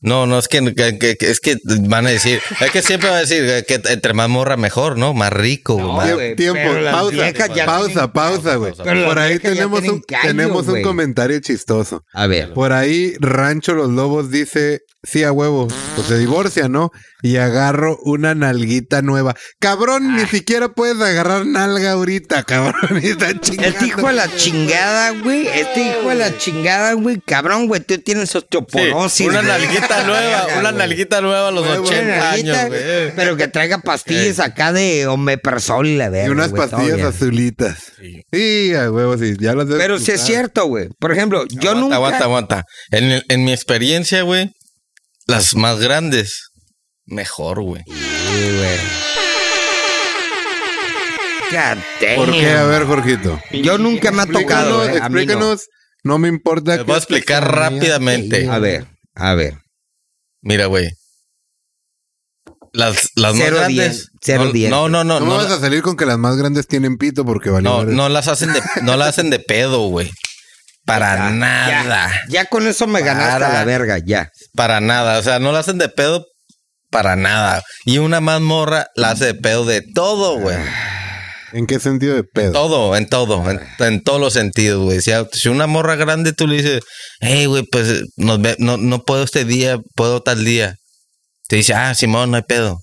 S3: No, no, es que, que- que- que- es que van a decir, es que siempre van a decir eh, que entre más morra mejor, ¿no? Más rico, güey,
S2: No,
S3: más-
S2: güey,
S1: tiempo,
S2: pero las
S1: pausa,
S2: viejas ya tienen-
S1: pausa, pausa, güey.
S3: Pero
S2: las
S1: Por ahí
S2: viejas ya
S1: tenemos
S2: tienen
S1: un,
S2: callos,
S1: tenemos un
S2: güey.
S1: comentario chistoso.
S2: A ver.
S1: Por ahí Rancho Los Lobos dice, sí a huevo, pues se divorcia, ¿no? Y agarro una nalguita nueva. Cabrón, ni siquiera puedes agarrar nalga ahorita, cabrón. y está chingando.
S2: Este hijo de la chingada, güey. Este hijo de la chingada, güey. Cabrón, güey. Tú tienes
S3: Sí,
S2: osteoporosis.
S3: una
S2: güey.
S3: nalguita nueva, una
S2: güey.
S3: nalguita nueva a los
S1: Nueva
S3: 80
S2: nalguita,
S3: años, güey. Eh.
S2: Pero que traiga pastillas acá de omeprazol, la verga.
S1: Y unas
S2: güey, todo
S1: pastillas
S2: bien.
S1: azulitas.
S3: Sí.
S1: Sí, a huevo, sí. Ya las debes
S2: Pero si es
S1: usar.
S2: cierto, güey. Por ejemplo, yo
S3: aguanta,
S2: nunca.
S3: aguanta, aguanta. En, el- en mi experiencia, güey, las más grandes, mejor, güey.
S2: Sí, güey. God damn.
S1: ¿Por qué? A ver, Jorgito.
S2: Yo nunca me ha tocado.
S1: Explícanos,
S2: eh, a mí no.
S1: explícanos. No. me importa.
S3: Te voy a explicar rápidamente.
S2: A ver, a ver.
S3: Mira, güey. Las, las
S2: Cero
S3: más
S2: dien-
S3: grandes.
S2: cero
S3: no,
S2: dientes.
S3: no, no, no.
S1: No,
S3: No,
S1: vas a salir con que las más grandes tienen pito porque vale.
S3: no,
S1: madre.
S3: no las hacen de, no la hacen de pedo, güey. Para
S2: Ya,
S3: nada.
S2: Ya con eso me ganaste
S3: Para.
S2: la verga, ya.
S3: Para nada. O sea, no la hacen de pedo para nada. Y una mazmorra la hace de pedo de todo, güey.
S1: ¿En qué sentido de pedo?
S3: Todo, en todo, en, en todos los sentidos, güey. Si, a- si una morra grande tú le dices, hey, güey, pues eh, nos ve- no, no puedo este día, puedo tal día. Te dice, ah, Simón, no hay pedo.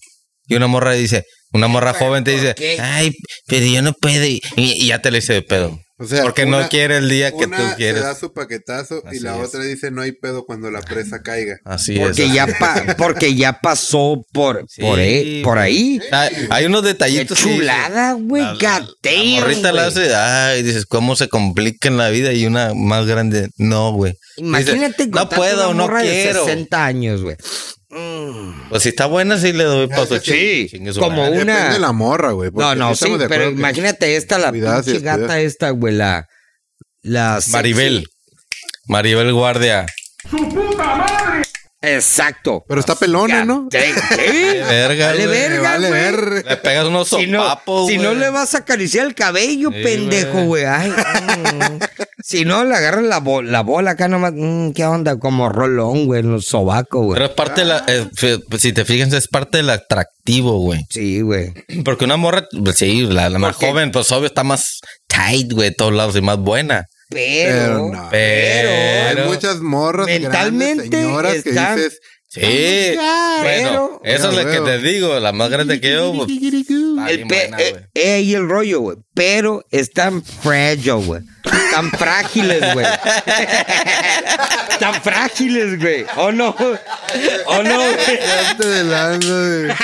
S3: Y una morra dice, una morra joven te dice,
S2: qué?
S3: ay, pero yo no puedo. Y, y ya te le dice de pedo.
S1: O sea,
S3: porque
S1: una-
S3: no quiere el día que tú
S1: Una
S3: quieres.
S1: se da su paquetazo y
S3: Así
S1: la
S3: es.
S1: otra dice no hay pedo cuando la presa caiga.
S2: Ah.
S3: Así
S2: Porque
S3: es.
S2: ya, pa- porque ya pasó por,
S3: Sí,
S2: por, ahí- por ahí.
S3: Hay, hay unos
S2: Qué
S3: detallitos. que dices,
S2: chulada, güey.
S3: la-
S2: God
S3: La
S2: damn,
S3: morrita la
S2: güey.
S3: hace, ay, dices, cómo se complica en la vida y una más grande, no, güey.
S2: Imagínate
S3: Dices, no
S2: encontrarte
S3: puedo,
S2: una
S3: no
S2: morra de
S3: quiero.
S2: 60 años, güey. Mm.
S3: Pues si está buena, sí le doy paso.
S1: Sí,
S2: como
S3: un...
S2: Una-
S1: Depende de la morra, güey. porque
S2: No, no, sí,
S1: estamos de
S2: pero
S1: acuerdo que-
S2: imagínate esta, la
S1: Cuidado,
S2: pinche
S1: sí, cuidado.
S2: gata esta, güey, la... la sexy.
S3: Maribel. Maribel Guardia.
S2: Exacto.
S1: Pero está pelona, ¿no?
S2: Sí, sí.
S3: Verga,
S2: Dale
S3: güey.
S2: verga,
S1: vale
S2: güey.
S1: ver.
S3: Le pegas unos
S2: Si no,
S3: sopapos,
S2: si no
S3: güey.
S2: le vas a acariciar el cabello,
S3: Sí,
S2: pendejo, güey. Ay, mm. Si no, le agarras la, bo- la bola acá nomás. Mm, ¿Qué onda? Como rolón, güey, en los sobacos, güey.
S3: Pero es parte de la... eh, fe- si te fijas, es parte del atractivo, güey.
S2: Sí, güey.
S3: Porque una morra, pues, sí, la, la más
S2: Porque-
S3: joven, pues obvio está más tight, güey, de todos lados y más buena.
S2: Pero,
S1: Pero
S2: Ah,
S1: no.
S3: Pero...
S1: Hay muchas morras
S2: Mentalmente
S1: grandes, señoras
S2: están-
S1: que dices
S3: Sí. Bueno,
S2: Ah, Pero-
S3: esa es
S1: Ya
S3: la que
S1: veo.
S3: te digo, la más grande que yo. pues, está
S2: el
S3: bien
S2: pe-
S3: buena, güey.
S2: eh, eh, ahí el rollo, güey. Pero están fragile, güey. Tan frágiles, güey. Tan frágiles, güey. ¿O no? ¿O no? güey?
S1: "Ponte de lado, güey".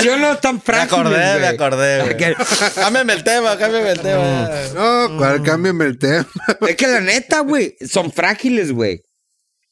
S2: ¿Sí o no? Tan
S3: Me
S2: frágiles,
S3: acordé, me
S2: güey. Ah,
S3: acordé. güey.
S2: Porque-
S3: Cámbiame el tema, cámbiame el tema.
S2: Mm.
S1: No, cuál cámbiame el tema.
S2: Es que la neta, güey, son frágiles, güey.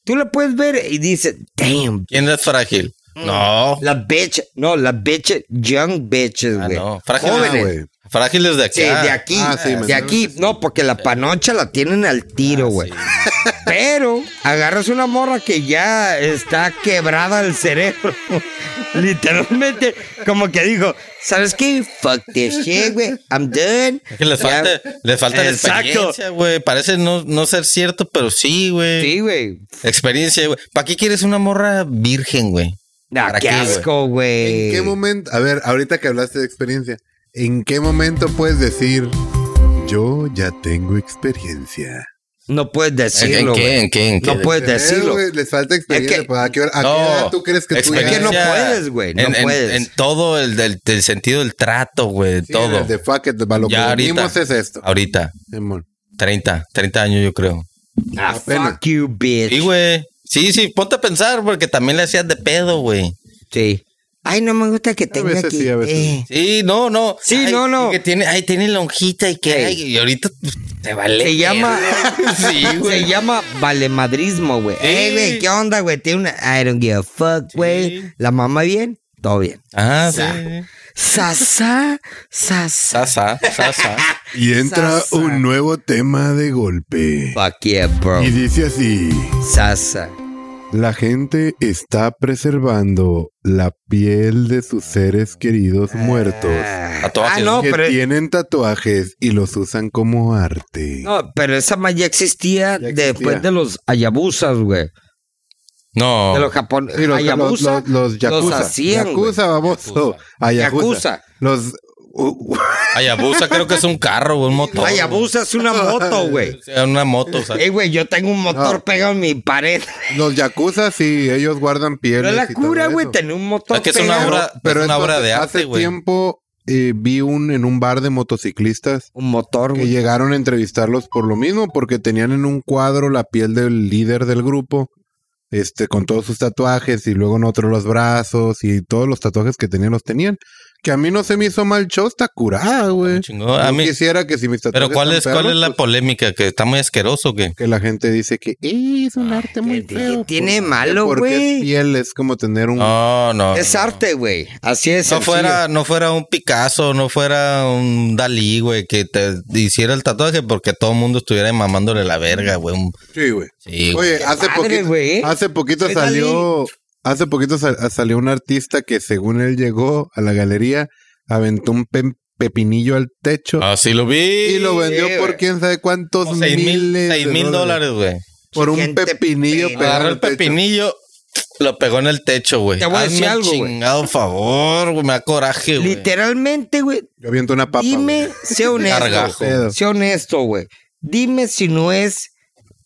S2: Tú la puedes ver y dices, damn,
S3: ¿Quién es frágil?
S2: Mm.
S3: No.
S2: Las bitch, no, las bitches, young bitches,
S3: Ah,
S2: güey.
S3: no. Frágiles,
S2: Jóvenes.
S1: güey.
S3: Frágiles de aquí.
S2: Sí, de aquí.
S1: Ah, sí, me
S2: de aquí, no, porque la panocha la tienen al
S3: Ah,
S2: tiro, güey. Pero agarras una morra que ya está quebrada el cerebro. Literalmente, como que dijo, ¿sabes qué? Fuck this shit, güey. I'm done.
S3: Que les falta,
S2: Ya-
S3: les falta la
S2: Exacto.
S3: experiencia, güey. Parece no, no ser cierto, pero sí, güey.
S2: Sí, güey.
S3: Experiencia, güey. ¿Para qué quieres una morra virgen, güey?
S2: Nah,
S3: ¿Para
S2: qué
S3: qué, güey?
S2: asco, güey.
S1: ¿En qué momento? A ver, ahorita que hablaste de experiencia, ¿en qué momento puedes decir yo ya tengo experiencia?
S2: No puedes
S3: ¿En,
S2: decirlo,
S3: en qué?
S2: güey.
S3: ¿En qué? ¿En qué?
S2: No puedes
S1: Eh,
S2: decirlo.
S1: güey, les falta experiencia.
S2: Es que-
S1: pues, ¿A qué hora, a qué
S3: No,
S1: edad tú crees que tú ya
S2: Es que no
S3: experiencia
S2: puedes, güey, no
S3: en- en-
S2: puedes.
S3: En, todo el del, del sentido del trato, güey. de
S1: Sí,
S3: todo.
S1: desde fuck it, para lo que
S3: Ya ahorita. Ah.
S1: venimos es esto.
S3: Ahorita.
S1: Simón.
S3: 30, 30 años, yo creo.
S2: Ah,
S1: Apenas.
S2: fuck you, bitch.
S3: Sí, güey. Sí, sí, ponte a pensar, porque también le hacías de pedo, güey.
S2: Sí. Ay, no me gusta que tenga
S1: veces
S2: aquí.
S1: sí, a veces
S2: Eh.
S3: Sí, no, no.
S2: Sí,
S3: Ay,
S2: no, no.
S3: y Que tiene, ay, tiene lonjita y que.
S2: Ey.
S3: ay, y ahorita te vale.
S2: Se llama-
S3: verga. sí,
S2: Se
S3: güey.
S2: llama valemadrismo, güey.
S3: Sí.
S2: Ey, güey, ¿qué onda, güey? Tiene una. I don't give a fuck, güey.
S3: Sí.
S2: La mamá bien, todo bien.
S3: Ah, sí.
S2: Sasa, sasa.
S3: Sasa, sasa.
S1: Y entra
S2: Sasa.
S1: un nuevo tema de golpe.
S2: Fuck yeah, bro.
S1: Y dice así:
S2: Sasa.
S1: La gente está preservando la piel de sus seres queridos muertos
S3: Tatuajes,
S2: Ah, no,
S1: que
S2: pero.
S1: tienen tatuajes y los usan como arte.
S2: No, pero esa más ya existía,
S1: Ya existía.
S2: después de los ayabusas, güey.
S3: No. Oh.
S2: De los japoneses.
S1: Sí, los, los,
S2: Ayabusa.
S1: los, los yakuza.
S2: los hacían, güey.
S1: yakuza, baboso. Ah, yakuza.
S2: Yakuza.
S1: Los. uh, uh,
S3: Hayabusa creo que es un carro, güey, un motor.
S2: Ayabusa es una moto, güey.
S3: O sea, Una moto, o sea.
S2: Ey, güey, yo tengo un motor
S1: No.
S2: pegado en mi pared.
S1: los yakuza, sí, ellos guardan
S2: No
S1: pieles.
S2: es la
S1: y todo
S2: cura, güey,
S1: eso.
S2: tener un motor
S3: Es que es una
S2: pegado.
S3: obra- es una
S1: esto
S3: obra de
S1: hace
S3: arte, güey.
S1: tiempo eh, vi un en un bar de motociclistas
S2: Un motor,
S1: que
S2: güey.
S1: llegaron a entrevistarlos por lo mismo, porque tenían en un cuadro la piel del líder del grupo, este, con todos sus tatuajes y luego en otro los brazos y todos los tatuajes que tenían los tenían. Que a mí no se me hizo mal show, está curada, güey.
S3: Chingón, a
S1: Yo
S3: mí-
S1: quisiera que si mis tatuajes
S3: Pero ¿cuál
S1: están
S3: es, cuál
S1: perros,
S3: es la
S1: pues, Mm.
S3: polémica? ¿Que está muy asqueroso que
S1: que la gente dice que "Eh, es un arte muy
S2: ¿qué
S1: feo.
S2: tiene
S1: Pues,
S2: malo,
S1: porque
S2: güey?
S1: es piel, es como tener un
S3: No, no.
S2: Es
S3: no.
S2: arte, güey. Así es.
S3: No
S2: sencillo.
S3: fuera, no fuera un Picasso, no fuera un Dalí, güey, que te hiciera el tatuaje porque todo el mundo estuviera mamándole la verga, güey. Un-
S1: Sí, güey.
S3: Sí, güey.
S1: Oye, hace
S2: padre,
S1: poquito,
S2: güey.
S1: hace poquito
S2: Soy
S1: salió, hace poquito sal- salió un artista que según él llegó a la galería, aventó un pe- pepinillo al techo
S3: Así lo vi.
S1: y lo vendió
S2: sí,
S1: por
S2: güey.
S1: quién sabe cuántos
S3: Ah. Como seis mil,
S1: miles
S3: seis
S1: de
S3: mil dólares, güey.
S1: por un
S2: Gente
S1: pepinillo.
S2: pena.
S1: pegado
S3: Agarró
S1: al
S3: el
S1: techo.
S3: pepinillo, lo pegó en el techo, güey.
S2: Te voy a
S3: Hazme
S2: decir
S3: el
S2: algo, güey.
S3: Chingado favor, güey. Me da coraje, güey.
S2: Literalmente, güey.
S1: Yo aviento una papa.
S2: Dime, sé honesto.
S3: Cargajo.
S1: güey.
S2: Sé honesto, güey. Dime si no es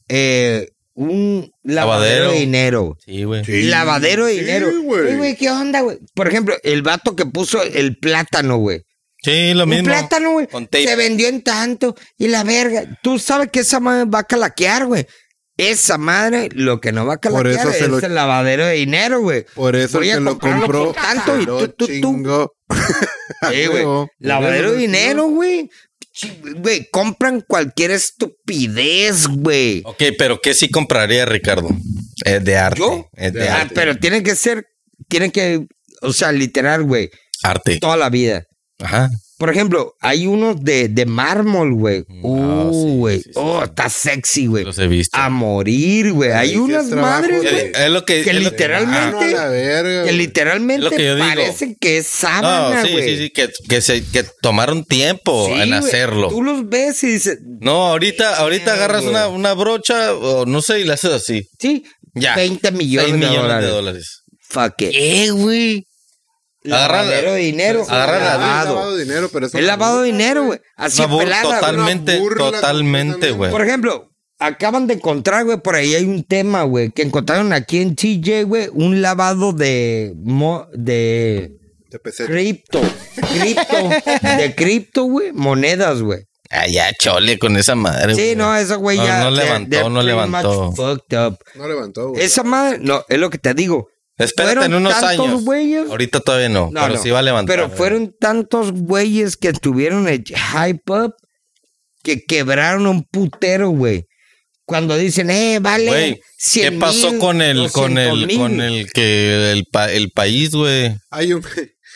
S2: eh, un
S3: Lavadero.
S2: lavadero de dinero.
S3: Sí, güey.
S1: Sí,
S2: lavadero de
S1: sí,
S2: dinero.
S1: güey.
S2: Ey, güey, ¿qué onda, güey? Por ejemplo, el vato que puso el plátano, güey.
S3: Sí, lo
S2: Un
S3: mismo.
S2: plátano, güey.
S3: Con tape.
S2: Se vendió en tanto. Y la verga. Tú sabes que esa madre va a calaquear, güey. Esa madre, lo que no va a
S1: Por eso
S2: calaquear
S1: se
S2: es
S1: lo-
S2: el lavadero de dinero, güey.
S1: Por eso
S2: Voy
S1: el
S2: a
S1: que lo
S2: comprarlo
S1: compró
S2: por tanto y
S1: se lo
S2: tú, tú, tú.
S1: chingó.
S2: Sí, güey.
S1: Huevo.
S2: Lavadero de dinero, güey. Chi- Güey, compran cualquier estupidez, güey.
S3: Ok, pero ¿qué sí compraría, Ricardo? Eh, de arte.
S2: ¿Yo?
S3: Eh, de
S2: Ah,
S3: arte.
S2: pero tiene que ser, tiene que, o sea, literal, güey,
S3: Arte.
S2: toda la vida.
S3: Ajá.
S2: Por ejemplo, hay unos de, de mármol, güey.
S3: Ah, sí,
S2: Uh, güey.
S3: sí, sí,
S2: oh,
S3: sí.
S2: está sexy, güey.
S3: Los he visto.
S2: A morir, güey.
S1: Ahí
S2: Hay
S1: sí es
S2: unas
S1: trabajo
S2: madres,
S1: de-
S2: güey,
S3: Eh, es lo que.
S2: Ah, que
S3: es
S1: Ah,
S3: lo-
S1: no, a
S2: literalmente,
S1: la verga,
S2: que
S1: güey.
S2: literalmente
S3: Es lo que yo digo.
S2: parecen que es
S3: No,
S2: sábana,
S3: sí,
S2: güey.
S3: sí, sí, que, que, se, que tomaron tiempo
S2: Sí,
S3: en
S2: güey.
S3: hacerlo.
S2: Tú los ves y dices,
S3: No, ahorita, ahorita agarras
S2: güey.
S3: una, una brocha o no sé y la haces así.
S2: sí,
S3: Ya.
S2: 20 millones,
S3: Seis
S2: de,
S3: millones
S2: dólares.
S3: de dólares.
S2: Fuck it.
S3: Eh, güey. Agarra-
S2: Lavadero de dinero.
S3: agarra la-
S1: lavado.
S2: lavado.
S1: de dinero, pero eso
S2: Es
S1: no-
S2: lavado de dinero, güey. Así
S3: Una burla
S2: pelada, güey.
S3: totalmente,
S1: una burla
S3: totalmente, güey.
S2: Por ejemplo, acaban de encontrar, güey, por ahí hay un tema, güey, que encontraron aquí en TJ, güey, un lavado de mo- de
S1: Te pesé.
S2: cripto, cripto, de cripto, güey, monedas, güey.
S3: Ah, ya, chole con esa madre.
S2: Sí,
S3: güey.
S2: no, esa güey
S3: No,
S2: ya
S3: no
S2: they're-
S3: levantó,
S2: they're
S3: no
S2: pretty much
S3: levantó.
S2: fucked up.
S1: No levantó, güey.
S2: Esa madre, no, es lo que te digo.
S3: Espérate
S2: fueron
S3: en unos
S2: tantos
S3: años.
S2: güeyes.
S3: Ahorita todavía no,
S2: No,
S3: pero
S2: no.
S3: sí va a levantar.
S2: Pero
S3: güey.
S2: fueron tantos güeyes que tuvieron el hype up que quebraron un putero, güey. Cuando dicen, eh, vale.
S3: Güey, ¿qué
S2: 100,000,
S3: pasó con el, con el,
S2: 200,000?
S3: con el que el, pa- el país, güey?
S1: Hay un-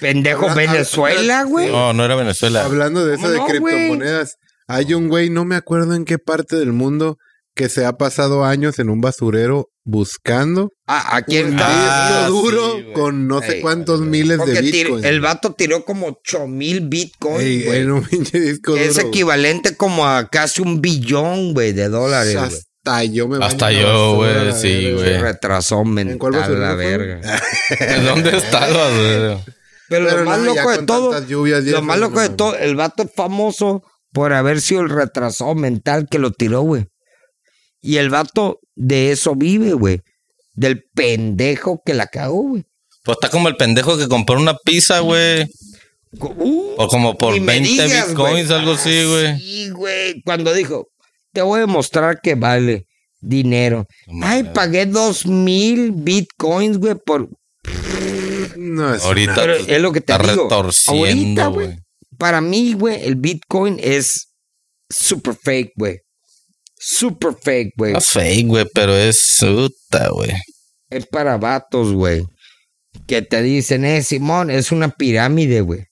S2: Pendejo
S1: Habla-
S2: Venezuela,
S1: habla-
S2: güey.
S3: No, no era Venezuela.
S1: hablando de eso
S2: ¿Cómo
S1: de
S2: no, güey?
S1: criptomonedas, hay un güey, no me acuerdo en qué parte del mundo, que se ha pasado años en un basurero buscando
S2: Ah, aquí en
S1: un
S3: Ah,
S1: disco duro
S3: sí, güey.
S1: con no sé
S2: Ey,
S1: cuántos
S3: vale,
S1: miles de
S2: Porque tir-
S1: bitcoins.
S2: el vato tiró como 8 mil
S1: Ey,
S2: bitcoins, güey.
S1: en un pinche disco
S2: Que es
S1: duro. güey.
S2: equivalente como a casi un billón, güey, de dólares, güey.
S1: Hasta yo me baño
S3: Hasta
S1: en la
S3: yo, güey,
S1: basura,
S3: sí,
S1: verga.
S3: güey.
S2: Retrasó mental,
S1: cuál basurero
S2: la
S1: fue?
S2: verga.
S3: ¿Dónde estabas, güey?
S2: Pero,
S1: Pero
S2: lo más
S1: no, ya
S2: loco de
S1: con
S2: todo,
S1: tantas lluvias y
S2: lo
S1: eso,
S2: más
S1: no
S2: loco de
S1: mames.
S2: todo, el vato es famoso por haber sido el retrasado mental que lo tiró, güey. Y el vato de eso vive, güey. Del pendejo que la cagó, güey.
S3: Pues está como el pendejo que compró una pizza, güey.
S2: Uh,
S3: O como por
S2: ni me
S3: 20
S2: digas,
S3: bitcoins,
S2: güey.
S3: algo así,
S2: Ah,
S3: güey.
S2: Sí, güey. Cuando dijo, te voy a demostrar que vale dinero.
S3: No
S2: Ay,
S3: mames.
S2: pagué dos mil bitcoins, güey, por.
S1: No, es
S3: Ahorita
S2: Pero
S3: te-
S2: es lo que te
S3: está
S2: digo. Ahorita,
S3: retorciendo,
S2: güey.
S3: güey.
S2: Para mí, güey, el bitcoin es super fake, güey. Super fake, güey.
S3: Está fake, güey, pero es puta, güey.
S2: Es para vatos, güey. Que te dicen, eh, Simón, es una pirámide, güey.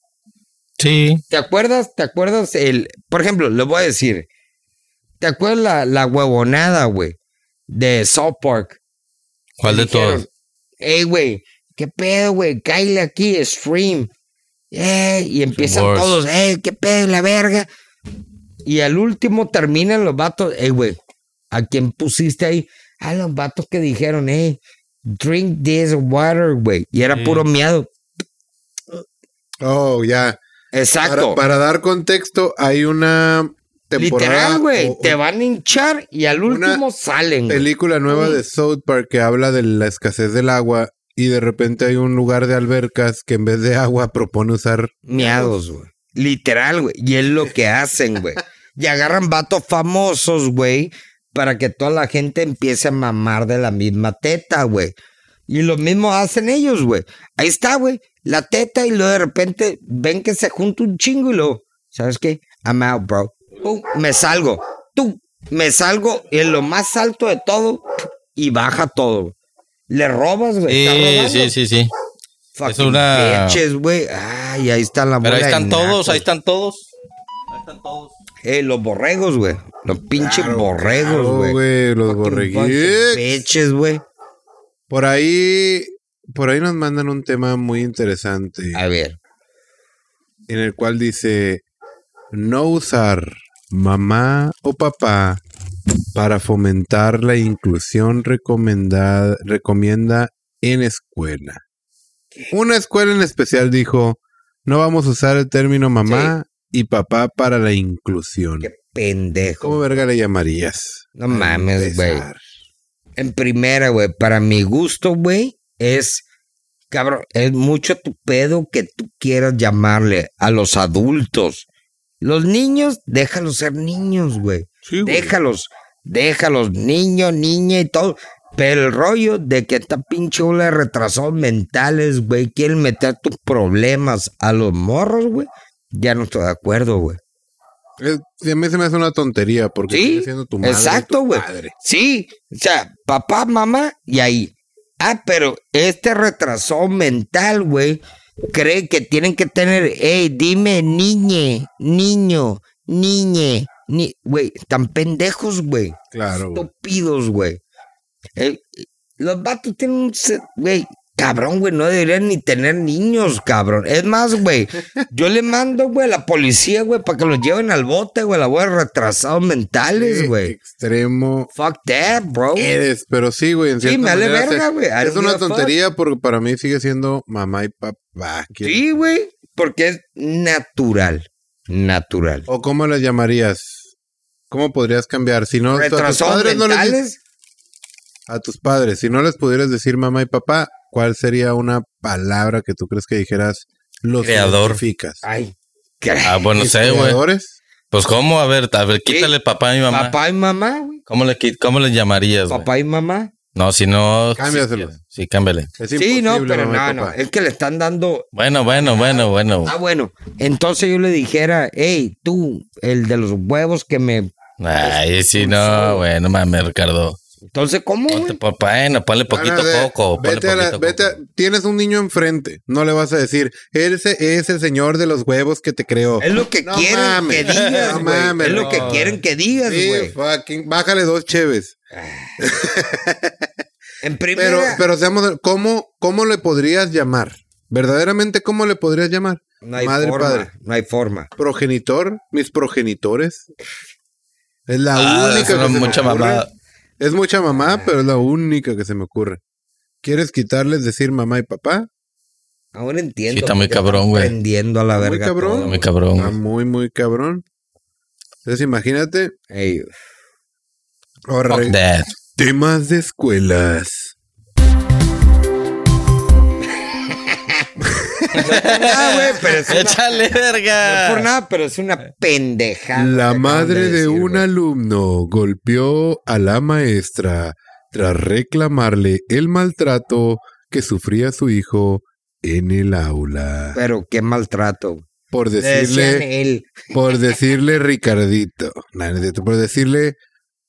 S3: Sí.
S2: ¿Te acuerdas? ¿Te acuerdas el. Por ejemplo, le voy a decir. ¿Te acuerdas la, la huevonada, güey? De South Park.
S3: ¿Cuál de todos?
S2: pues, Ey, güey, ¿qué pedo, güey? Cáile aquí, stream. Eh, y empiezan
S3: Worst.
S2: todos, eh, ¿qué pedo, la verga? Y al último terminan los vatos, ey, güey, ¿a quién pusiste ahí? A los vatos que dijeron, eh, drink this water, güey. Y era
S3: Sí.
S2: puro miedo.
S1: Oh, ya.
S2: Exacto.
S1: Para, para dar contexto, hay una temporada
S2: Literal, güey.
S1: o- o
S2: Te van a hinchar y al
S1: Una
S2: último salen. güey.
S1: película nueva de South Park que habla de la escasez del agua y de repente hay un lugar de albercas que en vez de agua propone usar
S2: Miados, güey. Literal, güey. Y es lo que hacen, güey. Y agarran vatos famosos, güey, para que toda la gente empiece a mamar de la misma teta, güey. Y lo mismo hacen ellos, güey. Ahí está, güey. La teta y luego de repente ven que se junta un chingo y luego, ¿sabes qué? I'm out, bro. Pum, me salgo. Tú, me salgo en lo más alto de todo y baja todo. Le robas, güey. Está
S3: Sí,
S2: robando.
S3: sí, sí, sí.
S2: Fucking
S3: Es una-
S2: bitches, güey. Ay, ahí está la
S3: Pero ahí
S2: bola de
S3: están todos,
S2: nacos.
S3: ahí están todos. Ahí están todos.
S2: Eh, los borregos, güey. Los pinches borregos,
S1: Claro,
S2: güey.
S1: güey, los
S2: Fucking
S1: borreguitos.
S2: bitches, güey.
S1: Por ahí, por ahí nos mandan un tema muy interesante
S2: A ver.
S1: en el cual dice no usar mamá o papá para fomentar la inclusión recomendada recomienda en escuela. Una escuela en especial dijo no vamos a usar el término mamá y papá para la inclusión.
S2: Qué pendejo.
S1: ¿Cómo verga le llamarías?
S2: No
S1: Para
S2: mames, güey.
S1: empezar.
S2: En primera, güey, para mi gusto, güey, es, cabrón, es mucho tu pedo que tú quieras llamarle a los adultos. Los niños, déjalos ser niños, güey. déjalos, déjalos, niño, niña y todo. Pero el rollo de que esta pinche ola de retrasados mentales, güey, quieren meter tus problemas a los morros, güey, ya no estoy de acuerdo, güey.
S1: Es- a mí se me hace una tontería porque
S2: Sí,
S1: sigue siendo tu madre. y tu
S2: exacto, güey.
S1: padre.
S2: Sí, o sea, papá, mamá y ahí. Ah, pero este retraso mental, güey, cree que tienen que tener, hey, dime niñe, niño, niñe, ni, güey, tan pendejos, güey,
S1: Claro. güey.
S2: estúpidos, güey. Eh, los vatos tienen un, se- güey, cabrón, güey, no deberían ni tener niños, cabrón. Es más, güey, yo le mando, güey, a la policía, güey, para que los lleven al bote, güey, la voy a retrasados mentales,
S1: Qué
S2: güey.
S1: Extremo
S2: Fuck that, bro.
S1: eres, pero sí, güey. en
S2: Oh. Sí,
S1: cierta
S2: me vale
S1: manera
S2: verga,
S1: se-
S2: güey. I
S1: Es
S2: don't
S1: una
S2: give a fuck.
S1: tontería porque para mí sigue siendo mamá y papá. ¿Quién-
S2: Sí, güey. Porque es natural. Natural.
S1: ¿O cómo les llamarías? ¿Cómo podrías cambiar? Si no, a tus
S2: Retrasados
S1: padres no les dices-
S2: mentales.
S1: a tus padres, si no les pudieras decir mamá y papá, ¿cuál sería una palabra que tú crees que dijeras los
S3: Creador.
S1: identificas?
S2: Ay. qué-
S3: Ah, bueno, sé, güey.
S1: ¿Creadores?
S3: Pues cómo, a ver, a ver,
S2: ¿Qué?
S3: quítale papá a mi mamá.
S2: Papá y mamá, güey.
S3: ¿Cómo le, qui- cómo le
S1: Pues,
S3: llamarías, güey?
S2: Papá y mamá.
S3: No, si no...
S1: Cámbiaselo.
S3: Sí, sí, cámbiale.
S1: Es
S2: Sí, no,
S1: imposible,
S2: pero
S1: mamá
S2: no,
S1: y
S2: no.
S1: papá.
S2: Es que le están dando.
S3: Bueno, bueno, bueno, bueno.
S2: Ah, bueno. Entonces yo le dijera, hey, tú, el de los huevos que me
S3: Ay, sí, no, güey, no mames, Ricardo.
S2: Entonces, ¿cómo?
S3: Ponte,
S2: güey?
S3: po- bueno, ponle poquito
S1: Van a ser-
S3: coco. Ponle
S1: Vete a la-
S3: poquito
S1: vete a-
S3: coco.
S1: tienes un niño enfrente. No le vas a decir, ese es el señor de los huevos que te creó.
S2: Es lo que
S1: No
S2: quieren
S1: mames,
S2: que digas,
S1: no
S2: güey.
S1: mames,
S2: es lo
S1: no.
S2: que quieren que digas,
S1: Sí,
S2: güey.
S1: fucking, bájale dos cheves.
S2: en primera,
S1: Pero, pero seamos, ¿cómo, ¿cómo le podrías llamar? Verdaderamente, ¿cómo le podrías llamar?
S2: no hay
S1: Madre,
S2: forma,
S1: padre.
S2: no hay forma.
S1: ¿Progenitor? ¿Mis progenitores? Es la
S3: Ah,
S1: única
S3: suena
S1: que se
S3: mucha
S1: me ocurre.
S3: mamada. Ah.
S1: Es mucha mamá, pero es la única que se me ocurre. ¿Quieres quitarles decir mamá y papá?
S2: Ahora entiendo.
S3: Sí, está muy
S2: ya
S3: cabrón, güey.
S2: Aprendiendo a la
S1: Muy
S2: verga.
S1: cabrón.
S2: todo,
S3: Muy
S2: güey.
S3: cabrón.
S1: Está
S3: güey.
S1: muy, muy cabrón. Entonces imagínate,
S2: Ey,
S1: ahora
S3: Fuck
S1: re-
S3: that.
S1: temas de escuelas.
S2: Ah, güey, pero es una-
S3: Échale,
S2: no es por
S3: verga.
S2: nada, pero es una pendejada.
S1: La
S2: que acaban
S1: madre de,
S2: decir,
S1: un
S2: güey.
S1: alumno golpeó a la maestra tras reclamarle el maltrato que sufría su hijo en el aula.
S2: Pero qué maltrato.
S1: Por
S2: Le decían
S1: decirle,
S2: él.
S1: por decirle Ricardito, Nah, no es cierto, por decirle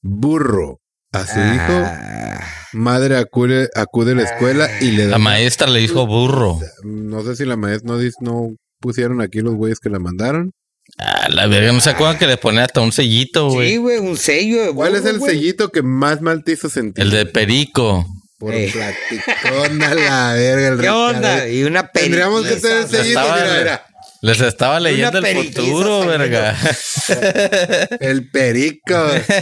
S1: burro a su hijo,
S2: Ah,
S1: madre acude, acude a la escuela y le da...
S3: Ah. La maestra le dijo burro.
S1: No sé si la maestra no, dis- no pusieron aquí los güeyes que la mandaron.
S3: Ah, la verga, no se acuerdan que le ponía hasta un sellito,
S2: Sí,
S3: güey.
S2: güey, un sello. de
S1: ¿Cuál es
S2: burro,
S1: el
S2: güey.
S1: sellito que más mal te hizo sentir?
S3: El de perico.
S1: Por
S2: Ey.
S1: platicón a la verga el
S2: Eh. ¿Qué onda?
S1: Ricardo.
S2: Y una
S1: Tendríamos que
S2: periquisa,
S1: tener el
S2: güey.
S1: sellito,
S3: Estaba-
S1: mira, mira.
S3: Les estaba leyendo el
S2: periquiza
S3: futuro,
S2: saliendo.
S3: verga.
S1: El perico.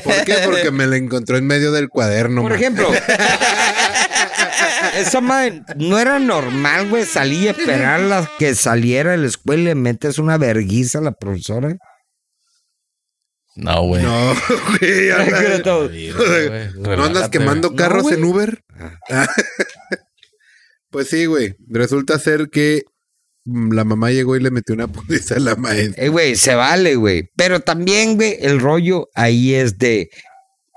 S1: ¿Por qué? Porque me lo encontró en medio del cuaderno.
S2: Por
S1: man.
S2: ejemplo, esa madre no era normal, güey, salir y esperar a que saliera de la escuela y le metes una verguiza a la profesora.
S3: No, güey. No,
S1: No, güey. anda- ¿No andas quemando carros en Uber? Ah. pues sí, güey. Resulta ser que mm, la mamá llegó y le metió una putiza a la maestra.
S2: Eh, güey, se vale, güey. Pero también, güey, el rollo ahí es de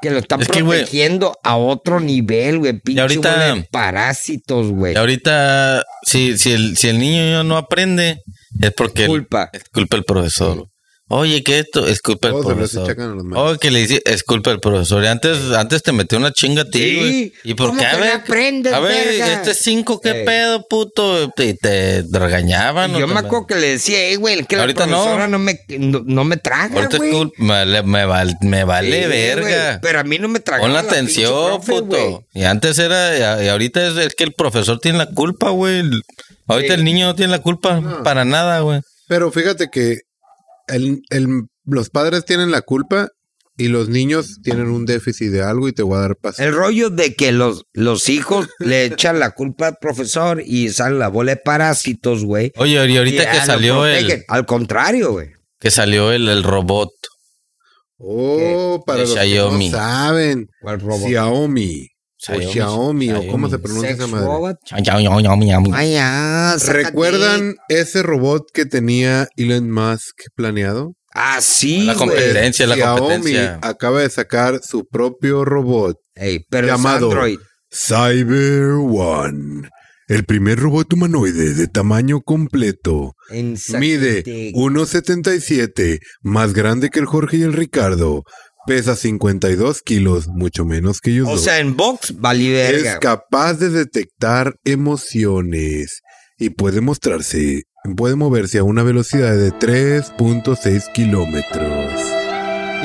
S2: que lo están
S3: Es que, güey,
S2: protegiendo a otro nivel, güey. Pinche
S3: ahorita-
S2: bola de parásitos, güey.
S3: Y ahorita, si, si, el, si el niño no aprende, es porque el-
S2: Culpa.
S3: es culpa del profesor. Oye, que esto es culpa del
S1: Todos se lo
S3: profesor.
S1: achacan a los maestros.
S3: Oye, que le dice, es culpa del profesor. Y antes, antes te metió una chinga a ti,
S2: Sí.
S3: güey. ¿Y por
S2: ¿Cómo
S3: qué? A
S2: que no
S3: ver,
S2: aprendes,
S3: a ver
S2: verga?
S3: este cinco, ¿qué
S2: Ey.
S3: pedo, puto? Y te regañaban.
S2: Y
S3: ¿no?
S2: yo me
S3: Te-
S2: acuerdo que le decía, "Ey, güey, el que
S3: Ahorita
S2: la
S3: no.
S2: profesora no, me, no, no me traga,
S3: Ahorita es
S2: güey".
S3: culpa, me, le- me val- me
S2: Sí,
S3: vale
S2: güey,
S3: verga.
S2: Pero a mí no me tragaba.
S3: Pon
S2: la
S3: atención,
S2: pinche profe,
S3: puto.
S2: güey.
S3: Y antes era, y a- y ahorita es, es que el profesor tiene la culpa, güey. El- Ahorita
S2: Sí.
S3: el niño no tiene la culpa para nada, güey.
S1: Pero fíjate que el- el- los padres tienen la culpa y los niños tienen un déficit de algo y te voy a dar paso.
S2: El rollo de que los, los hijos le echan la culpa al profesor y sale la bola de parásitos, güey.
S3: Oye, y ahorita
S2: Y, ah,
S3: que
S2: lo
S3: salió
S2: protegen.
S3: el
S2: Al contrario, güey.
S3: que salió el, el robot.
S1: Oh, para
S3: De
S1: los
S3: Xiaomi.
S1: que no saben,
S2: ¿Cuál robot?
S1: Xiaomi o
S3: Xiaomi.
S1: Xiaomi o cómo
S3: Xiaomi.
S1: se pronuncia
S2: Sex
S1: esa madre.
S2: robot.
S3: Ay, ay, ay, ay, ay.
S2: Ay, ah, sácate.
S1: ¿Recuerdan ese robot que tenía Elon Musk planeado? Pues
S2: Ah, sí,
S3: La
S2: güey.
S3: competencia. la competencia.
S1: acaba de sacar su propio robot
S2: Ey, pero es
S1: Llamado.
S2: Android.
S1: Cyber One, el primer robot humanoide de tamaño completo.
S2: En
S1: Mide
S2: Zacatec-
S1: 1,77, más grande que el Jorge y el Ricardo. Pesa 52 kilos, mucho menos que ellos
S2: O
S1: dos.
S2: sea, en box, vale
S1: es
S2: verga.
S1: capaz de detectar emociones y puede mostrarse, puede moverse a una velocidad de 3.6 kilómetros.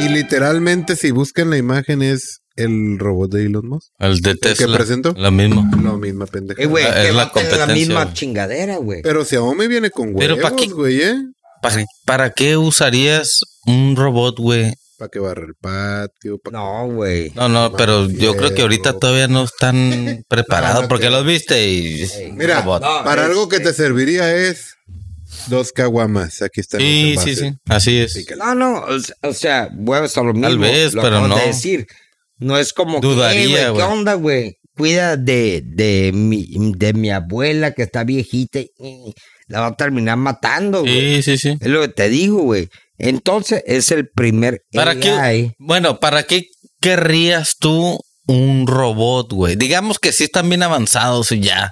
S1: Y literalmente, si buscan la imagen, es el robot de Elon Musk.
S3: El de Tesla.
S1: presentó?
S3: Lo mismo.
S1: La misma pendeja.
S2: Ey, Eh, güey,
S3: Ah, Es
S2: que
S3: la
S2: va a tener la
S3: competencia,
S2: misma
S3: güey.
S2: chingadera, güey.
S1: Pero Xiaomi viene con
S3: Pero
S1: huevos,
S3: ¿pa' qué?
S1: güey, ¿eh?
S3: ¿Para, para qué usarías un robot, güey?
S1: Para que barra el patio, pa'
S2: No, güey.
S3: No, no, pero yo creo que ahorita todavía no están preparados porque los viste y
S1: Mira,
S3: robot.
S2: No,
S1: para
S2: es-
S1: algo que te serviría es dos caguamas. Aquí están
S3: sí,
S1: los
S3: sí,
S1: envases.
S3: sí. Así es.
S2: No, no, o s- o sea, vuelves a lo mismo.
S3: vez,
S2: lo
S3: pero
S2: acabas de
S3: no.
S2: decir. No es como que,
S3: Dudaría,
S2: "Ey, güey, ¿qué
S3: güey.
S2: onda, güey? Cuida de, de, mi, de mi abuela que está viejita y y la va a terminar matando, güey.
S3: Sí, sí, sí.
S2: Es lo que te digo, güey. Entonces es el primer
S3: ¿Para
S2: AI.
S3: qué? Bueno, ¿para qué querrías tú un robot, güey? Digamos que sí están bien avanzados y ya.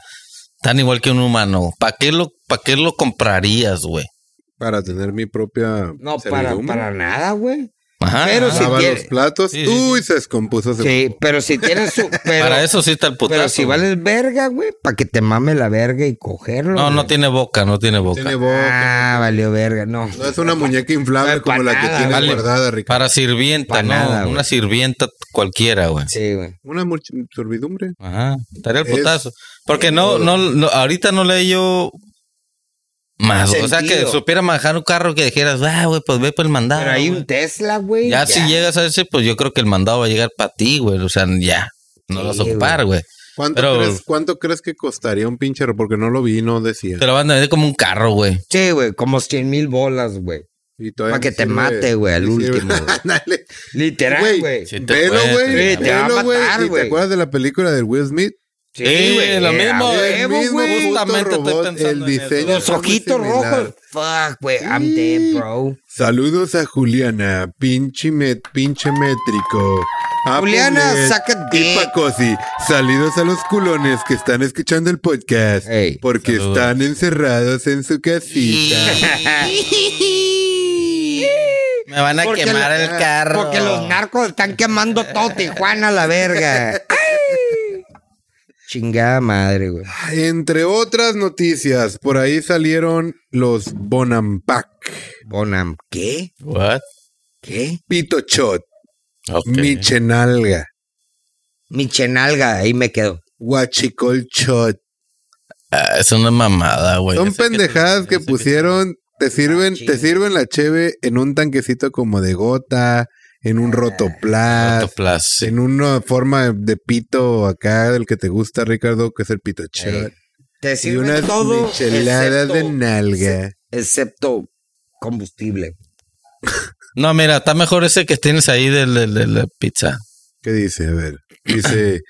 S3: Tan igual que un humano. ¿Para qué lo, para qué lo comprarías, güey?
S1: Para tener mi propia
S2: No, para,
S1: servidumbre.
S2: para nada, güey.
S3: Ajá.
S2: Pero
S3: ajá.
S2: si
S1: Lava
S2: tiene-
S1: los platos.
S3: Sí, sí,
S1: Uy, se descompuso. ese-
S2: Sí, pero si tienes su. Pero,
S3: Para eso sí está el putazo.
S2: pero si
S3: güey.
S2: vales verga, güey, para que te mame la verga y cogerlo.
S3: No, no
S2: güey.
S3: tiene boca, no tiene boca.
S1: Tiene boca.
S2: Ah, valió verga, no.
S1: No es una muñeca inflable
S2: No,
S1: como
S2: pa'
S1: la que
S2: nada,
S1: tiene
S3: vale.
S1: guardada, Ricardo.
S3: Para sirvienta,
S2: Pa'
S3: no,
S2: nada, güey.
S3: una sirvienta cualquiera, güey.
S2: Sí, güey.
S1: Una murch- servidumbre.
S3: Ajá, estaría el
S1: Es-
S3: putazo. Porque no, no, no, ahorita no le yo más, güey. o sea, que
S2: Sentido.
S3: supiera manejar un carro que dijeras, ah, güey, pues ve por el mandado.
S2: Pero hay
S3: güey".
S2: un Tesla, güey.
S3: ya, si llegas a ese, pues yo creo que el mandado va a llegar para ti, güey. O sea, ya, no lo vas a
S2: Sí,
S3: ocupar, güey.
S1: ¿Cuánto,
S3: Pero-
S1: crees, ¿Cuánto crees que costaría un pinche ro- Porque no lo vi, no decía.
S3: Te lo van a vender como un carro, güey.
S2: Sí, güey, como 100 mil bolas, güey.
S1: Y
S2: Pa'
S1: todavía
S2: que
S1: no
S2: te
S1: sirve.
S2: mate, güey, al
S1: Sí,
S2: último,
S1: güey.
S2: güey.
S1: Dale.
S2: Literal, güey. Sí,
S3: Sí, te
S1: Velo,
S3: puede,
S1: güey.
S2: sí, te va a
S1: Velo, güey.
S2: matar,
S1: ¿Y ¿Te
S2: güey.
S1: acuerdas de la película del Will Smith?
S3: Sí, lo
S2: eh,
S3: mismo,
S2: a
S1: el
S2: huevo,
S1: mismo
S2: güey.
S1: puto
S3: Justamente estoy
S1: robot,
S3: pensando
S1: el
S3: en eso,
S1: diseño
S3: güey.
S2: Los
S1: está muy
S2: ojitos
S1: similar.
S2: rojos. Fuck, güey. I'm dead, bro.
S1: Saludos a Juliana, pinche, met- pinche métrico. A
S2: Juliana,
S1: Pulet
S2: saca
S1: Y
S2: dick.
S1: Pacosi, salidos a los culones que están escuchando el podcast.
S2: Ey.
S1: porque
S3: Saludos.
S1: están encerrados en su casita.
S3: Me van a
S2: Porque
S3: quemar
S2: la-
S3: el carro.
S2: Porque los narcos están quemando todo Tijuana a la verga. Ay. Chingada madre, güey.
S1: Entre otras noticias, por ahí salieron los Bonampac,
S2: Bonam, ¿qué?
S3: What?
S2: ¿Qué?
S1: Pitochot,
S3: Ok.
S1: Michenalga,
S2: Michenalga, ahí me quedo.
S1: Huachicolchot.
S3: Ah, es una mamada, güey.
S1: Son
S3: Yo sé que-
S1: pendejadas que,
S3: yo sé
S1: pusieron,
S2: Ah,
S1: te sirven,
S2: chinga.
S1: te sirven la cheve en un tanquecito como de gota, en
S2: Ah,
S1: un rotoplas,
S3: Rotoplas, sí.
S1: en una forma de- de pito acá del que te gusta, Ricardo, que es el pito
S2: Ey.
S1: chot.
S2: Te
S1: Y
S2: sirven
S1: unas
S2: todo
S1: micheladas
S2: excepto-
S1: de nalga.
S2: excepto combustible.
S3: No, mira, está mejor ese que tienes ahí del- del- de la pizza.
S1: ¿Qué dice? A ver. Dice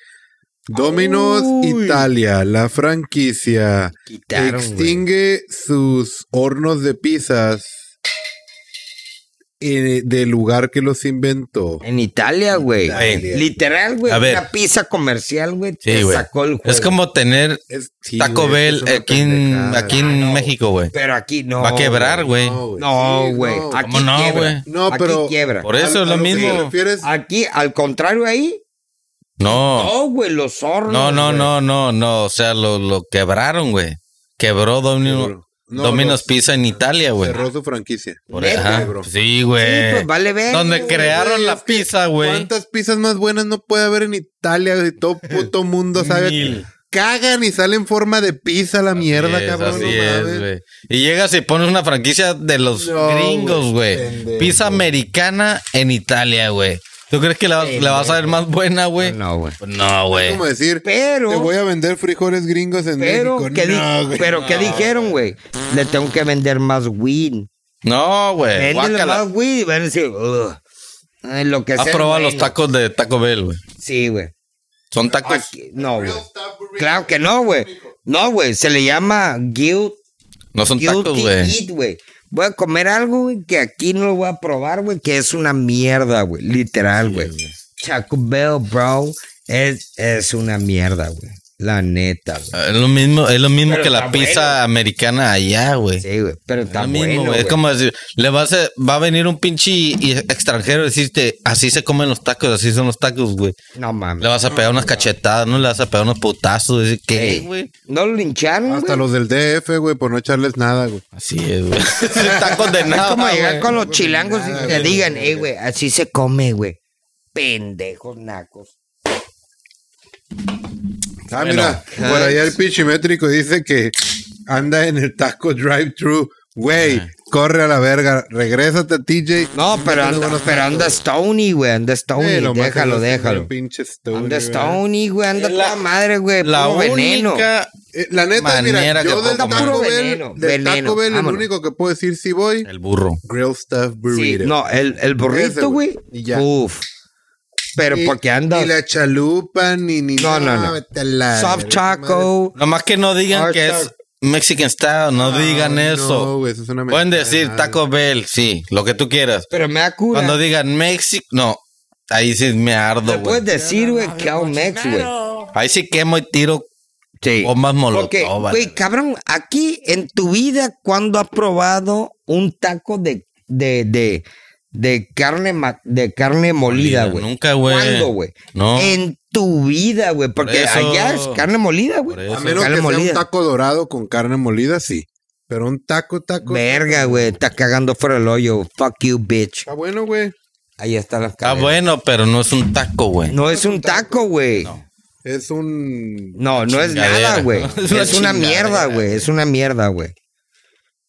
S1: Domino's
S2: Uy.
S1: Italia, la franquicia
S2: Quitaron, güey.
S1: extingue sus hornos de pizzas eh, del lugar que los inventó.
S2: En Italia, güey.
S1: Italia.
S2: Literal, güey.
S3: A ver.
S2: Una pizza comercial, güey.
S3: Sí,
S2: te
S3: güey.
S2: sacó el juego.
S3: Es como tener
S1: Es- sí,
S3: Taco
S1: güey, es
S3: Bell eh,
S1: una
S3: aquí en,
S1: pendejada. Ah,
S3: aquí en México, güey.
S2: Pero aquí no.
S3: Va a quebrar, güey.
S1: güey.
S2: No,
S1: Sí,
S2: güey.
S1: no.
S2: Aquí
S3: ¿Cómo no,
S2: quiebra.
S3: güey?
S1: No, pero-
S2: Aquí quiebra.
S3: Por eso
S1: A-
S3: es
S1: a
S3: lo
S1: que te
S3: mismo.
S1: refieres-
S2: Aquí, al contrario, ahí.
S3: No,
S2: No, güey, los hornos.
S3: no, no,
S2: güey.
S3: no, no, no. O sea, lo, lo quebraron, güey. Quebró Domino,
S1: No,
S3: Domino's
S1: no,
S3: Pizza en Italia, güey.
S1: Cerró su franquicia.
S3: Por-
S2: Neta,
S3: ajá.
S1: bro.
S3: Sí,
S2: Sí,
S3: güey.
S2: pues vale ver.
S3: Donde
S2: güey.
S3: crearon
S1: güey,
S3: la
S1: es que
S3: pizza, güey.
S1: ¿Cuántas pizzas más buenas no puede haber en Italia? güey? Todo puto mundo sabe.
S3: Mil.
S1: Cagan y salen en forma de pizza la mierda,
S3: Así es,
S1: cabrón.
S3: así
S1: no
S3: es,
S1: mames.
S3: güey. Y llegas y pones una franquicia de los
S1: No,
S3: gringos,
S1: güey,
S3: güey.
S1: pendejo.
S3: Pizza americana en Italia, güey. ¿Tú crees que la, la vas a ver más buena, güey?
S2: No, güey.
S3: Pues No, güey.
S1: como decir,
S2: Pero-
S1: te voy a vender frijoles gringos en
S2: Pero,
S1: México.
S2: ¿qué, di-
S1: No, güey.
S2: pero ¿qué dijeron, güey? Le tengo que vender más win.
S3: No, güey.
S2: Véndele
S3: Eh, guácala.
S2: más, güey. Y van a decir, "Ugh". Ay, lo que
S3: Has
S2: sea,
S3: probado
S2: bueno.
S3: los tacos de Taco Bell, güey.
S2: Sí, güey.
S3: Son tacos.
S2: Aquí- No, güey. Claro que no, güey. No, güey. Se le llama guilt,
S3: No son tacos,
S2: guilty
S3: güey.
S2: eat, güey. Voy a comer algo, güey, que aquí no lo voy a probar, güey, que es una mierda, güey. Literal, güey. Taco Bell, bro, es, es una mierda, güey. La neta, güey.
S3: Es lo mismo, es lo mismo
S2: Pero
S3: que la
S2: está
S3: pizza
S2: bueno.
S3: americana allá, güey.
S2: Sí, güey. Pero
S3: Es lo
S2: está
S3: mismo,
S2: bueno,
S3: güey.
S2: güey.
S3: Es como decir, le vas a- va a venir un pinche y- y extranjero a decirte, así se comen los tacos, así son los tacos, güey.
S2: No
S3: Le
S2: mames.
S3: vas a pegar unas cachetadas, no le vas a pegar unos putazos, decir, ¿qué,
S2: Ey,
S3: güey?
S2: No lo lincharon,
S1: Hasta
S2: güey.
S1: los del DF, güey, por no echarles nada, güey.
S3: Así es, güey. tacos de
S2: Es
S3: nada,
S2: como llegar
S3: güey.
S2: con los chilangos y te digan, eh, güey, así se come, güey. Pendejos nacos.
S1: Ah,
S3: Bueno.
S1: mira, por allá el pichimétrico dice que anda en el taco drive-thru. Güey, corre a la verga. Regrésate, TJ.
S2: Eh. No, pero anda, pero anda Stony, güey, anda Stony.
S1: Eh, lo más
S2: déjalo,
S1: seguro es que
S2: déjalo.
S1: el pinche Stony,
S2: Anda
S1: güey.
S2: Stony, güey, anda
S3: La-
S2: la madre, güey.
S3: La
S2: puro veneno.
S3: única...
S1: Eh, la neta,
S3: Manera
S1: mira,
S3: que
S1: yo del
S3: poco más.
S1: Taco
S2: Puro
S1: Bell,
S2: veneno,
S1: del
S2: veneno,
S1: Taco Bell, el
S2: vámonos.
S1: único que puedo decir si voy,
S3: El burro.
S1: Grill Stuff
S2: Sí,
S1: Burrito.
S2: no, el, el
S1: Ese,
S2: burrito,
S1: güey.
S2: güey.
S1: Y ya.
S2: Uf. Pero
S1: Ni-
S2: porque anda
S1: Ni la chalupa, ni... ni
S2: No, no, no.
S1: vete a la
S2: soft
S1: verga,
S2: taco.
S3: Nomás que no digan
S2: Hard
S3: que es
S2: taco.
S3: Mexican style, no
S1: madre.
S3: digan
S1: Ay,
S3: eso.
S1: No, güey, eso es una
S3: Pueden
S1: mentada de
S3: decir
S1: madre.
S3: Taco Bell, sí, lo que tú quieras.
S2: Pero me da cura.
S3: Cuando digan México, no, ahí sí me
S2: Te
S3: ardo, güey.
S2: puedes decir, güey, que Mex, güey.
S3: Ahí sí quemo y tiro
S2: Sí.
S3: bombas molotov.
S2: Porque,
S3: vale.
S2: güey, cabrón, aquí en tu vida, ¿cuándo has probado un taco de, de, de, de carne, ma- de carne molida, güey.
S3: Nunca, güey.
S2: ¿Cuándo, güey?
S3: No.
S2: En tu vida, güey. Porque
S3: eso-
S2: allá es carne molida, güey.
S3: Por
S1: A
S3: eso.
S1: menos
S2: Carne
S1: que sea
S2: molida.
S1: un taco dorado con carne molida, sí. Pero un taco, taco.
S2: Verga, güey. Está cagando fuera el hoyo. Fuck you, bitch.
S1: Está bueno, güey.
S2: Ahí están las
S3: Está
S2: caderas.
S3: Ah, bueno, pero no es un taco, güey.
S2: No es un taco, güey. No,
S1: Es un.
S2: no, es
S3: Chingadera.
S2: nada, güey.
S3: Es
S2: Es,
S3: una
S2: una
S3: chingadera.
S2: mierda, güey. Es una mierda, güey.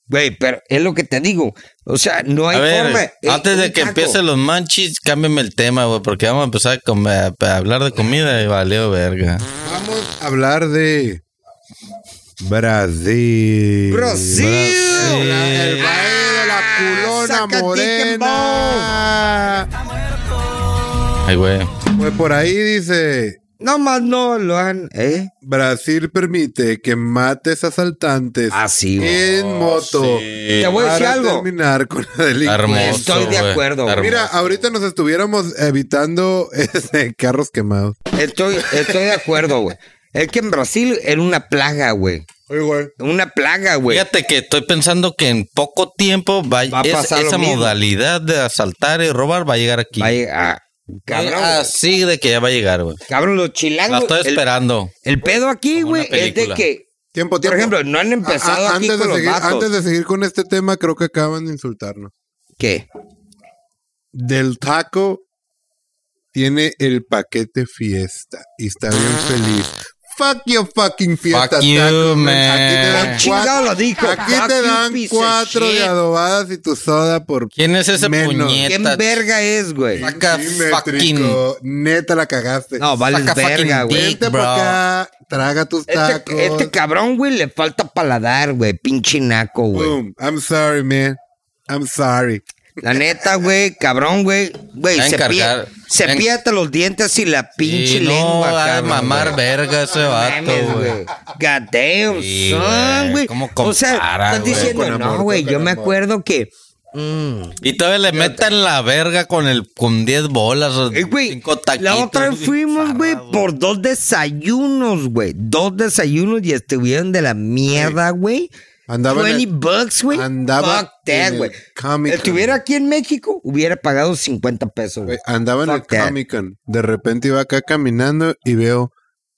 S2: Güey, pero es lo que te digo. O sea, no hay
S3: a ver,
S2: forma. Es
S3: antes de
S2: un
S3: que
S2: taco.
S3: empiecen los manchis, cámbiame el tema, güey, porque vamos a empezar a, comer- a hablar de comida y valeo verga.
S1: Vamos a hablar de. Brasil.
S2: Brasil.
S1: La- el baile de la
S2: Ah,
S1: culona
S2: saca
S1: morena.
S3: Ay, güey.
S1: Pues por ahí dice.
S2: No más no lo han. ¿Eh?
S1: Brasil permite que mates asaltantes
S2: Así, güey.
S1: en moto.
S2: Te voy a decir
S1: para
S2: algo.
S1: terminar con la
S3: Está
S1: delincuencia.
S3: hermoso,
S2: Estoy de
S3: güey.
S2: acuerdo,
S3: Está
S2: güey.
S1: Mira,
S3: hermoso.
S1: ahorita nos estuviéramos evitando este, carros quemados.
S2: Estoy, estoy de acuerdo, güey. Es que en Brasil era una plaga, güey.
S1: Oye, güey.
S2: Una plaga, güey.
S3: Fíjate que estoy pensando que en poco tiempo va,
S2: Va a
S3: es-
S2: pasar lo
S3: esa
S2: mismo.
S3: modalidad de asaltar y robar va a llegar aquí. Eh,
S2: Ay, ah, cabrón, güey.
S3: Así de que ya va a llegar, güey.
S2: cabrón, los
S3: La
S2: chilangos.
S3: estoy
S2: el-
S3: esperando.
S2: El, pedo aquí,
S3: Como una
S2: güey, es de
S3: película.
S2: que,
S1: Tiempo, tiempo.
S2: por ejemplo, no han empezado
S1: A- a-
S2: aquí
S1: antes,
S2: con
S1: de
S2: los
S1: seguir,
S2: vatos.
S1: antes de seguir con este tema, creo que acaban de insultarnos.
S2: ¿Qué?
S1: Del taco tiene el paquete fiesta y está bien
S2: Ah.
S1: feliz. Fuck your fucking fiesta.
S3: Fuck you,
S1: taco, man. Aquí te
S3: man.
S1: dan
S2: Chingado
S1: cuatro,
S2: lo dijo.
S1: aquí
S2: Fuck
S1: te
S2: you,
S1: dan
S2: piece of
S1: cuatro
S2: shit.
S1: de adobadas y tu soda por
S3: ¿Quién es ese
S1: Menos.
S3: puñeta?
S2: ¿Quién verga es, güey?
S3: Saca fucking.
S1: Simétrico. Neta la cagaste.
S2: No, vales
S3: saca fucking
S2: verga, güey.
S3: dick.
S1: Vente
S3: bro.
S1: para acá, traga tus tacos.
S2: Este, este cabrón, güey, le falta paladar, güey. Pinche naco, güey.
S1: Boom. I'm sorry, man. I'm sorry.
S2: La neta, güey, cabrón, güey. Güey,
S3: Va a encargar-
S2: se
S3: en-
S2: cepíllate los dientes y la pinche
S3: Sí, no,
S2: lengua,
S3: va a
S2: cabrón,
S3: mamar
S2: güey.
S3: verga ese vato,
S2: Mames,
S3: güey.
S2: güey. God damn,
S3: Sí,
S2: son,
S3: güey.
S2: güey.
S3: ¿Cómo
S2: o sea,
S3: compara,
S2: estás
S3: güey?
S2: diciendo,
S1: Con amor,
S2: no, güey,
S1: con
S2: yo me
S1: amor.
S2: acuerdo que. mm,
S3: Y todavía le metan la verga con el con 10 bolas, o
S2: Eh, güey,
S3: cinco taquitos.
S2: la otra vez fuimos, güey, por dos desayunos, güey. Dos desayunos y estuvieron de la mierda, güey.
S1: Andaba en
S2: 20
S1: el-
S2: bucks, güey.
S1: andaba
S2: Fuck that,
S1: en el
S2: güey.
S1: Comic-Con.
S2: Estuviera aquí en México, hubiera pagado 50 pesos, güey.
S1: Güey, Andaba en el
S2: Fuck that.
S1: Comic Con. De repente iba acá caminando y veo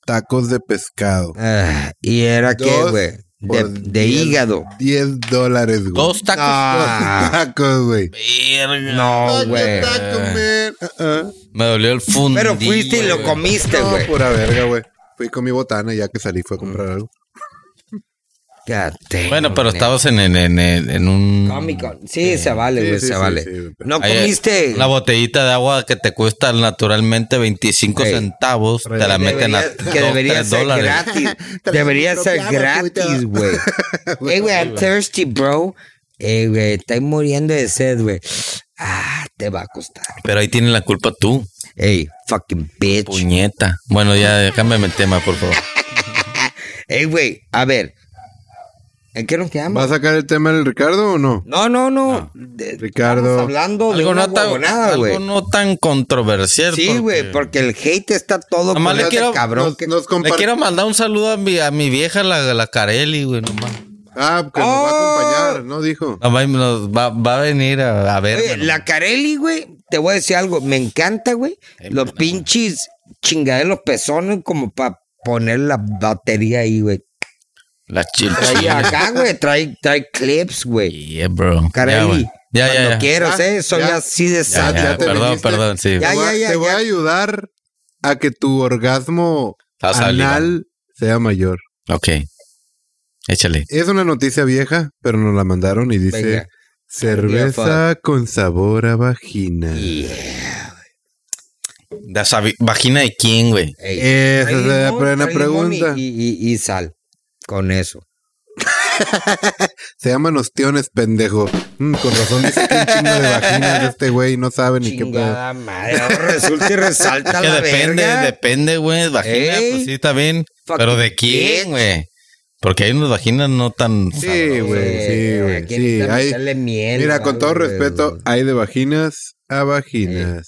S1: tacos de pescado.
S2: Ah, y era que,
S1: Dos
S2: güey, de,
S1: por
S2: de
S1: diez-
S2: hígado.
S1: 10 dólares, güey.
S3: Dos tacos.
S1: Dos
S2: Ah,
S1: tacos, güey.
S3: Verga.
S2: no, güey.
S1: Tacos, man. Uh-uh.
S3: Me dolió el fundillo.
S2: Pero fuiste y lo
S3: güey.
S2: comiste,
S1: No, pues.
S2: güey.
S1: pura verga, güey. Fui con mi botana y ya que salí fue a
S3: Mm.
S1: comprar algo.
S2: God damn,
S3: Bueno, pero
S2: neta.
S3: estabas en, en, en, en un.
S2: Comic Con. Sí, se vale,
S1: Sí,
S2: güey,
S1: sí,
S2: se
S1: sí,
S2: vale.
S1: sí, güey.
S2: no
S3: Ahí,
S2: comiste.
S3: Una botellita de agua que te cuesta naturalmente 25
S2: Ey.
S3: centavos. Te la meten a
S2: Debería- que
S3: dos,
S2: debería
S3: tres
S2: ser
S3: dólares.
S2: gratis. debería
S1: Traes tu
S2: ser
S1: propia agua,
S2: gratis,
S1: tú,
S2: güey. Ey, güey, I'm thirsty, bro. Ey, güey, estoy muriendo de sed, güey. Ah, te va a costar.
S3: Pero ahí tienes la culpa tú,
S2: Ey, fucking bitch.
S3: puñeta. Bueno, ya cámbiame el tema, por favor.
S2: Ey, güey, a ver. ¿En qué nos
S1: ¿Va
S2: quedamos?
S1: a sacar el tema del Ricardo o no?
S2: No, no, no. De-
S1: Ricardo.
S2: Estamos hablando de
S3: Ah. Algo
S2: una
S3: no, tan,
S2: huevonada,
S3: algo
S2: güey.
S3: no tan controversial.
S2: Sí, güey, porque el hate está todo
S3: Nomás
S2: con
S3: le
S2: este
S3: quiero-
S2: cabrón
S1: Nos,
S2: que-
S1: nos
S3: Le
S1: compar-
S3: quiero mandar un saludo a mi, a mi vieja, la, la Carelli, güey, nomás.
S1: Ah, que nos
S3: Oh.
S1: va a acompañar, ¿no? Dijo.
S3: Nos Va, nos va- va a venir a, a ver.
S2: Oye, la Carelli, güey, te voy a decir algo. Me encanta, güey. Los pinches chingaderos los pezones como para poner la batería ahí, güey.
S3: La
S2: Trae
S3: chilchilla.
S2: acá, güey. Trae, trae clips, güey.
S3: Yeah, bro. Ya,
S2: Carelli.
S3: güey. Ya, ya,
S2: cuando
S3: ya.
S2: quieras,
S1: Ya,
S2: eh. Soy
S1: ya.
S2: así de
S3: Ya,
S2: sad.
S3: ya,
S1: ya te
S3: perdón,
S1: viniste.
S3: perdón, sí.
S2: Ya,
S1: te voy, a-
S2: ya,
S1: te voy
S2: ya.
S1: a ayudar a que tu orgasmo
S3: Está salida.
S1: anal sea mayor.
S3: Ok. Échale.
S1: Es una noticia vieja, pero nos la mandaron y dice
S2: Venga.
S1: cerveza con sabor a vagina.
S3: ¿La sabi- vagina de quién, güey?
S2: Ey,
S1: eh, Esa
S2: trae
S1: es la
S2: limón,
S1: buena
S2: trae limón y-
S1: pregunta.
S2: Y, y- y sal. Con eso.
S1: Se llaman ostiones, pendejo. Mm, con razón dice que un chingo de vagina de este güey no sabe ni qué pedo.
S2: Chingada madre. ahora Resulta y resalta
S3: que
S2: la
S3: depende,
S2: verga.
S3: depende, güey. Vagina,
S2: Ey.
S3: pues sí, está bien.
S2: Fucking
S3: Pero ¿de quién,
S2: bitch.
S3: güey? Porque hay unas vaginas no tan...
S1: Sí, güey, sí, güey.
S2: Quiere
S1: Sí, hay-
S2: meterle miel,
S1: Mira, con
S2: algo,
S1: todo
S2: güey,
S1: respeto,
S2: güey.
S1: hay de vaginas a vaginas.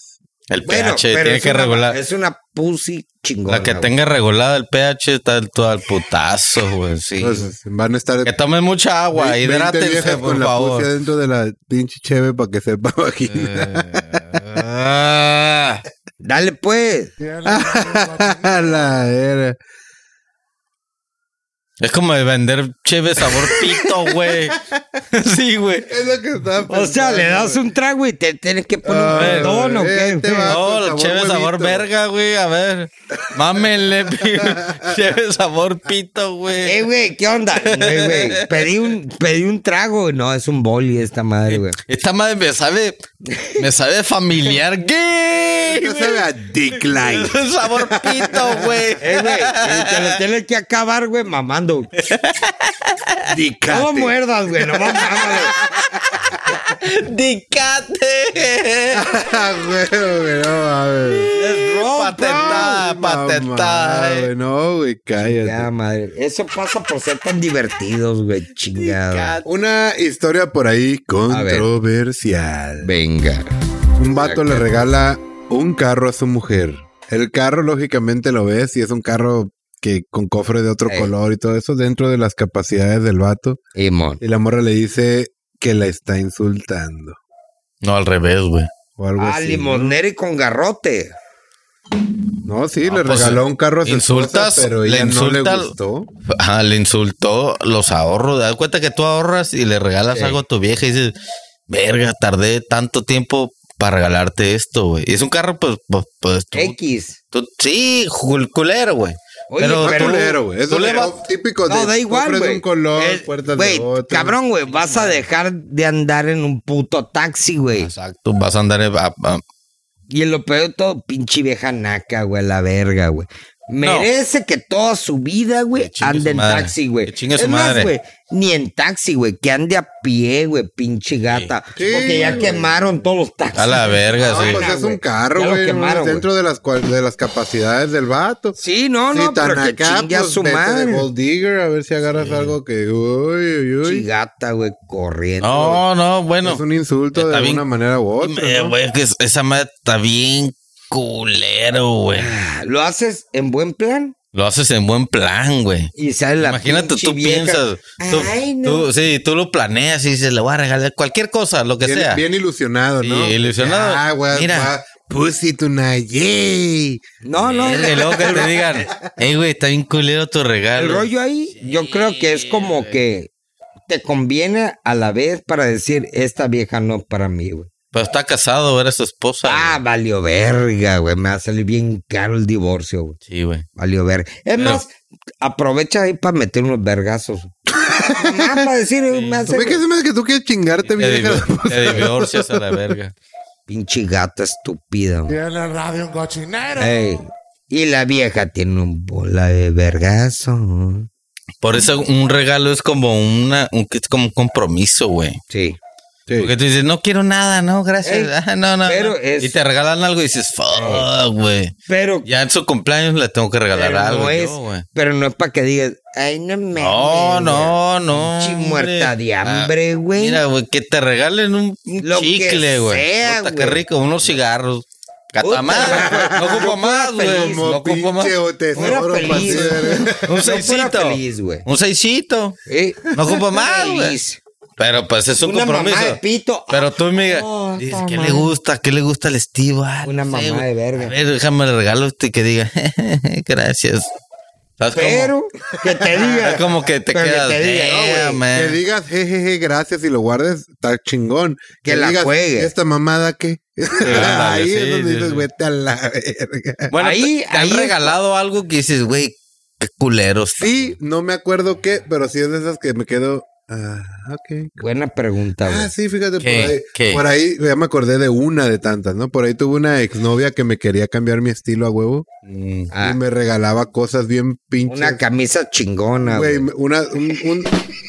S3: El
S2: Bueno,
S3: pH
S2: pero
S3: tiene
S2: es
S3: que
S2: una-
S3: regular.
S2: Es una pussy chingona.
S3: La que
S2: güey.
S3: tenga regulada el pH está el- todo al putazo, güey. Sí.
S2: Pues,
S1: Entonces, van a estar
S3: Que tomen mucha agua,
S1: 20
S3: hidrátense,
S1: viejas
S3: por
S1: con la
S3: favor.
S1: pucia dentro de la pinche cheve para que sepa vagina.
S3: Ah,
S2: Dale, pues.
S1: la era.
S3: es como de vender cheve sabor pito, güey. sí, güey.
S1: Es lo que estaba
S2: O sea, le das un trago y te tienes que poner
S1: Ah,
S2: un condón, ¿o qué?
S1: eh, te va. Ah,
S3: No,
S1: con
S3: la
S1: sabor
S3: cheve sabor
S1: huevito.
S3: verga, güey. A ver, mámenle, pi- cheve sabor pito,
S2: Eh,
S3: güey.
S2: güey, ¿qué onda? Eh, güey, pedí un, pedí un trago. No, es un boli esta madre, güey.
S3: Esta madre me sabe, me sabe familiar gay.
S6: Ya sabe a Dick Line.
S3: güey. sabor pito, güey.
S2: Eh, güey, y te lo tienes que acabar, güey, mamando. No
S6: Dicate.
S2: muerdas, güey, no mames.
S3: Dicate.
S1: Ah, güey, güey, no mames.
S3: Patentada, patentada.
S1: Mamá,
S3: eh.
S1: güey, No, güey, cállate.
S2: Ya, madre. Eso pasa por ser tan divertidos, güey, chingada.
S1: Una historia por ahí
S2: A ver.
S1: controversial.
S2: Venga.
S1: Un vato le regala un carro a su mujer. El carro, lógicamente, lo ves y es un carro que con cofre de otro
S2: Ey.
S1: color y todo eso dentro de las capacidades del vato.
S2: Emon.
S1: Y la morra le dice que la está insultando
S3: No, al revés, güey.
S1: o algo
S2: Ah,
S1: así.
S2: limonero y con garrote.
S1: No, sí,
S3: No,
S1: le
S3: pues,
S1: regaló un carro a su
S3: insultas,
S1: esposa, pero
S3: le
S1: ella no le
S3: insulta-
S1: gustó.
S3: Ajá, le insultó los ahorros. Da cuenta que tú ahorras y le regalas algo a tu vieja y dices, verga, tardé tanto tiempo para regalarte esto, güey. Y es un carro, pues, pues, pues, tú,
S2: X.
S3: tú- sí, jul- culero, güey.
S2: Oye,
S3: Pero
S2: pero-
S3: tú-
S1: Ah, culero, güey. Eso
S3: tú le
S1: es
S3: vas-
S1: típico de
S2: No, da igual,
S1: cofres de
S2: güey.
S1: un color,
S2: Eh,
S1: puertas
S2: güey,
S1: de otro.
S2: cabrón, güey, vas a dejar de andar en un puto taxi, güey.
S3: Exacto, vas a andar... en- a- a-
S2: Y en lo peor de todo, pinche vieja naca, güey, la verga, güey. Merece que toda su vida, güey,
S3: Que chingue
S2: ande
S3: su
S2: en
S3: madre.
S2: taxi, güey.
S3: Que chingue su
S2: Es más,
S3: madre.
S2: güey, ni en taxi, güey, que ande a pie, güey, pinche gata.
S1: Sí,
S2: porque ya
S1: güey.
S2: quemaron todos los taxis.
S3: a la verga,
S1: No,
S3: sí.
S1: pues es un
S2: güey.
S1: carro,
S2: Ya lo
S1: güey.
S2: quemaron, güey.
S1: dentro de las, cual- de las capacidades del vato.
S2: Sí, no, no,
S1: Sí, tan
S2: pero que
S1: acá,
S2: chingue a
S1: pues,
S2: su
S1: vete de
S2: madre.
S1: Gold Digger, a ver si agarras algo que. Uy, uy, uy.
S2: Chigata, güey, corriendo.
S3: No, no, bueno.
S1: es un insulto de
S3: está bien.
S1: alguna manera u otra.
S3: Eh,
S1: ¿no?
S3: güey, es que es- esa madre está bien culero, güey.
S2: Lo haces en buen plan
S3: Lo haces en buen plan, güey.
S2: y sale la
S3: Imagínate,
S2: pinche
S3: tú
S2: vieja.
S3: piensas, tú,
S2: Ay, no.
S3: tú- sí, tú lo planeas y dices, le voy a regalar cualquier cosa, lo que
S1: Bien,
S3: sea.
S1: bien ilusionado,
S3: Sí,
S1: ¿no?
S3: ilusionado.
S1: Ah, güey.
S3: Mira.
S1: va, Pussy tonight, yay.
S2: No, no.
S3: Y luego que te digan, hey, güey, está bien culero tu regalo.
S2: El rollo ahí, yo creo que es como que te conviene a la vez para decir, esta vieja no para mí, güey.
S3: Pero está casado, era su esposa.
S2: Ah,
S3: güey.
S2: valió verga, güey. Me va a salir bien caro el divorcio, güey.
S3: Sí, güey.
S2: Valió verga. Es más, aprovecha ahí para meter unos vergazos. Nada para decir, eh,
S1: Se
S2: me hace
S1: ve que se me hace que tú quieres chingarte,
S3: Te
S1: vieja.
S3: divor- te divorcias a la verga.
S2: pinche gata estúpida. güey.
S7: Tiene el radio un cochinero.
S2: Ey, Y la vieja tiene un bola de vergazo.
S3: Por eso un regalo es como una, un, es como un compromiso, güey.
S2: Sí.
S1: Sí.
S3: Porque tú dices, no quiero nada, no, gracias.
S2: Ey,
S3: Ah, no, no.
S2: pero
S3: no.
S2: es-
S3: Y te regalan algo y dices, fuck, güey.
S2: Pero
S3: Ya en su cumpleaños le tengo que regalar
S2: Pero
S3: algo.
S2: no
S3: yo,
S2: es,
S3: güey.
S2: pero no es para que digas, ay, no me.
S3: No, no, no.
S2: Pinche
S3: hombre.
S2: muerta de hambre,
S3: Ah,
S2: güey.
S3: Mira, güey, que te regalen un, un
S2: Lo que
S3: chicle, güey.
S2: sea,
S3: Puta,
S2: güey.
S3: qué rico, unos cigarros.
S2: Puta,
S3: Catamada. No ocupo más, güey.
S2: feliz,
S3: No
S1: Como
S3: ocupo más.
S1: pinche o
S2: Fuera
S1: tesoro,
S2: feliz.
S1: así de-
S3: Un
S2: Yo fuera
S3: seisito.
S2: feliz, güey.
S3: Un seisito.
S2: Eh,
S3: No ocupo más, güey.
S2: feliz.
S3: Pero pues es un
S2: Una mamá
S3: compromiso.
S2: de pito.
S3: Pero tú, mira,
S2: Oh,
S3: dices,
S2: esta
S3: ¿qué
S2: madre.
S3: le gusta? ¿Qué le gusta al Steve? Ah, no
S2: Una
S3: sé,
S2: mamá
S3: güey.
S2: de verga.
S3: A ver, déjame el regalo este que diga, gracias. ¿Sabes cómo?
S2: Pero que te diga.
S3: Es como que te
S2: Pero que
S3: quedas.
S2: te diga,
S3: "Damn,
S2: no, güey,
S3: man".
S1: Que digas jejeje, gracias y lo guardes, está chingón.
S2: Que la
S1: digas,
S2: juegue.
S1: Esta mamada que.
S3: ándale,
S1: Ahí
S3: sí,
S1: es donde
S3: sí,
S1: dices,
S3: sí.
S1: vete a la verga.
S3: Bueno,
S2: Ahí-
S3: te, te
S2: ahí
S3: han
S2: es-
S3: regalado algo que dices, güey, qué culeros.
S1: Sí, no me acuerdo qué, pero sí es de esas que me quedo. Ah, ok.
S2: Buena pregunta, güey.
S1: Ah, sí, fíjate,
S3: ¿Qué?
S1: por ahí.
S3: ¿Qué?
S1: Por ahí ya me acordé de una de tantas, ¿no? Por ahí tuve una exnovia que me quería cambiar mi estilo a huevo
S2: Ah,
S1: y me regalaba cosas bien pinches.
S2: una camisa chingona,
S1: Güey,
S2: güey.
S1: me- una, un, un-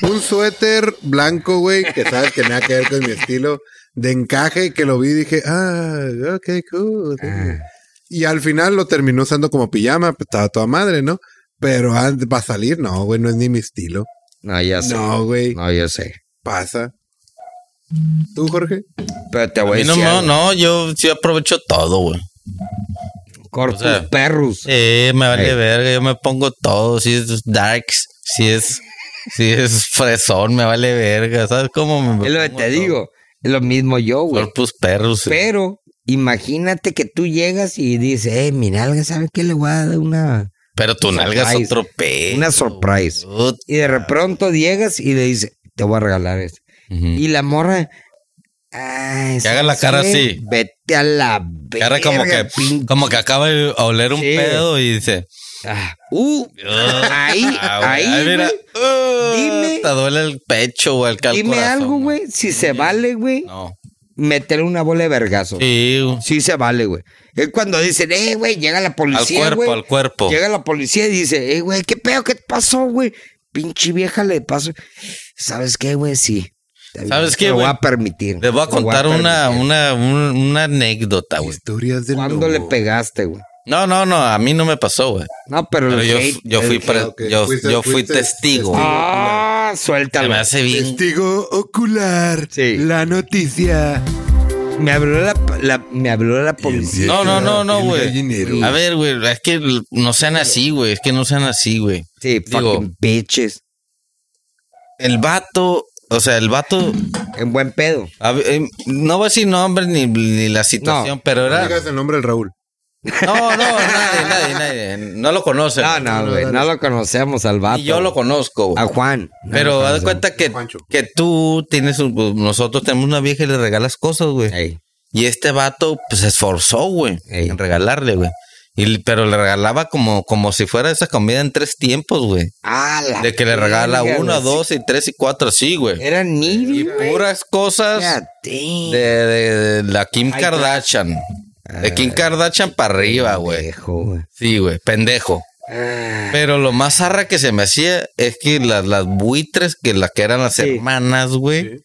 S1: un suéter blanco, güey, que sabes que nada que ver con mi estilo de encaje, que lo vi y dije, ah, ok, cool.
S2: Ah.
S1: thank you". Y al final lo terminó usando como pijama, pues, estaba toda madre, ¿no? Pero antes, para salir, no, güey, no es ni mi estilo.
S2: No, ya sé.
S1: No, güey,
S2: No, yo sé.
S1: pasa. ¿Tú, Jorge?
S2: Pero te
S3: A
S2: voy a
S3: mí no,
S2: decir.
S3: no,
S2: algo.
S3: no, yo sí aprovecho todo, güey.
S2: Corpus
S3: O sea,
S2: perrus.
S3: Eh, me vale
S2: Ey.
S3: verga, yo me pongo todo, si es darks, si es, si es fresón, me vale verga, ¿sabes cómo me
S2: es lo que
S3: pongo
S2: te
S3: todo?
S2: digo. Es lo mismo yo, güey.
S3: Corpus perros.
S2: Pero imagínate que tú llegas y dices, eh, mi nalga, ¿sabes qué? Le voy a dar una...
S3: Pero tu nalga es
S2: Surprise.
S3: otro pedo.
S2: Una surprise.
S3: Ut-
S2: Y de repronto llegas y le dices, te voy a regalar esto.
S3: Ujú.
S2: Y la morra... Ay,
S3: Mm. Que haga la
S2: ¿sabes
S3: cara
S2: qué?
S3: así.
S2: Vete a la verga.
S3: Cara como que,
S2: pin-
S3: como que acaba de oler un
S2: Sí.
S3: pedo y dice.
S2: Ah, uh, ahí,
S3: ah, güey,
S2: ahí,
S3: ay, mira,
S2: güey.
S3: uh,
S2: Dime-
S3: Te duele el pecho o el cal
S2: Dime
S3: corazón,
S2: algo, güey. Si se vale, güey,
S3: No.
S2: meterle una bola de vergazo. Sí.
S3: Sí, güey.
S2: se vale, güey. Es cuando dicen, eh, güey, llega la
S3: al
S2: policía.
S3: cuerpo,
S2: güey.
S3: al cuerpo.
S2: Llega la policía y dice, eh, güey, ¿qué pedo? ¿Qué te pasó, güey? Pinche vieja le pasó. ¿Sabes qué, güey? Sí. Está bien,
S3: ¿Sabes
S2: te
S3: qué,
S2: Lo voy
S3: güey?
S2: a permitir.
S3: Les voy a
S2: te lo
S3: contar una,
S2: permitir.
S3: una, un- una anécdota, güey.
S1: Historias del lobo.
S2: ¿Cuándo le pegaste, güey?
S3: No, no, no, a mí no me pasó, güey.
S2: No, pero,
S3: Pero
S2: el
S3: yo,
S2: hate-
S3: yo
S2: el
S3: fui,
S2: hate-
S3: pre-
S1: ok.
S3: yo,
S1: Fuiste-
S3: yo fui
S1: fuiste testigo.
S3: testigo.
S2: Ah,
S3: Se
S2: suéltalo.
S3: me hace bien.
S1: Testigo ocular.
S2: Sí.
S1: La noticia.
S2: Me habló la, la- me habló la policía.
S3: No, no, no, no,
S1: El
S3: güey.
S1: gallinero.
S3: A ver, güey, es que no sean así, güey. Es que no sean así, güey.
S2: Sí,
S3: Digo-
S2: fucking bitches.
S3: El vato, o sea, el vato,
S2: En buen pedo.
S3: a ver, eh, no voy a decir nombres ni, ni la situación, pero
S1: No
S3: era.
S1: digas el nombre del Raúl.
S3: No, no, nadie, nadie, nadie. No lo conoce.
S2: No,
S1: Ah,
S3: güey.
S2: no, güey. No lo conocemos al vato.
S3: Ni yo lo conozco, güey.
S2: A Juan.
S1: Ah,
S2: No
S3: Pero
S2: lo
S3: haz de
S2: conocemos.
S3: cuenta que,
S1: Juancho.
S3: que tú tienes, un- pues, nosotros tenemos una vieja y le regalas cosas, güey.
S2: Ey,
S3: Y este vato pues, se esforzó, güey,
S2: Ey.
S3: en regalarle, güey. Y, le- pero le regalaba como, como si fuera esa comida en tres tiempos, güey.
S2: Ah, la
S3: De que le regala
S2: verga,
S3: uno,
S2: güey.
S3: dos y tres y cuatro, así, güey.
S2: Era needy,
S3: Y
S2: güey.
S3: puras cosas
S2: God damn.
S3: de, de- de la Kim
S2: Ay,
S3: Kardashian. De
S2: Ah.
S3: Kim Kardashian para arriba, güey.
S2: Pendejo, güey.
S3: Sí, güey, pendejo.
S2: Ah,
S3: Pero lo más zarra que se me hacía es que las, las buitres, que las que eran las
S2: Sí.
S3: hermanas, güey,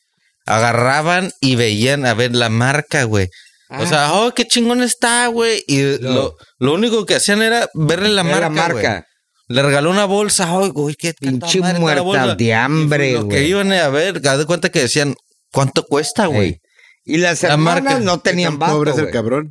S3: agarraban y veían a ver la marca, güey. O
S2: Ah.
S3: sea, oh, qué chingón está, güey. Y lo, lo único que hacían era verle la
S2: Ah, era la
S3: marca.
S2: marca.
S3: güey. Le regaló una bolsa, ay, güey, qué tanta
S2: Pinche
S3: madre está la
S2: muertas
S3: bolsa.
S2: de hambre,
S3: Y Lo que
S2: güey.
S3: iban eh, a ver, haz de cuenta que decían, ¿cuánto cuesta, güey?
S2: Ey. Y las
S3: La
S2: hermanas
S3: marca.
S2: no
S1: Qué
S2: tenían
S1: tan
S2: vato,
S1: Pobre es el
S2: güey.
S1: cabrón.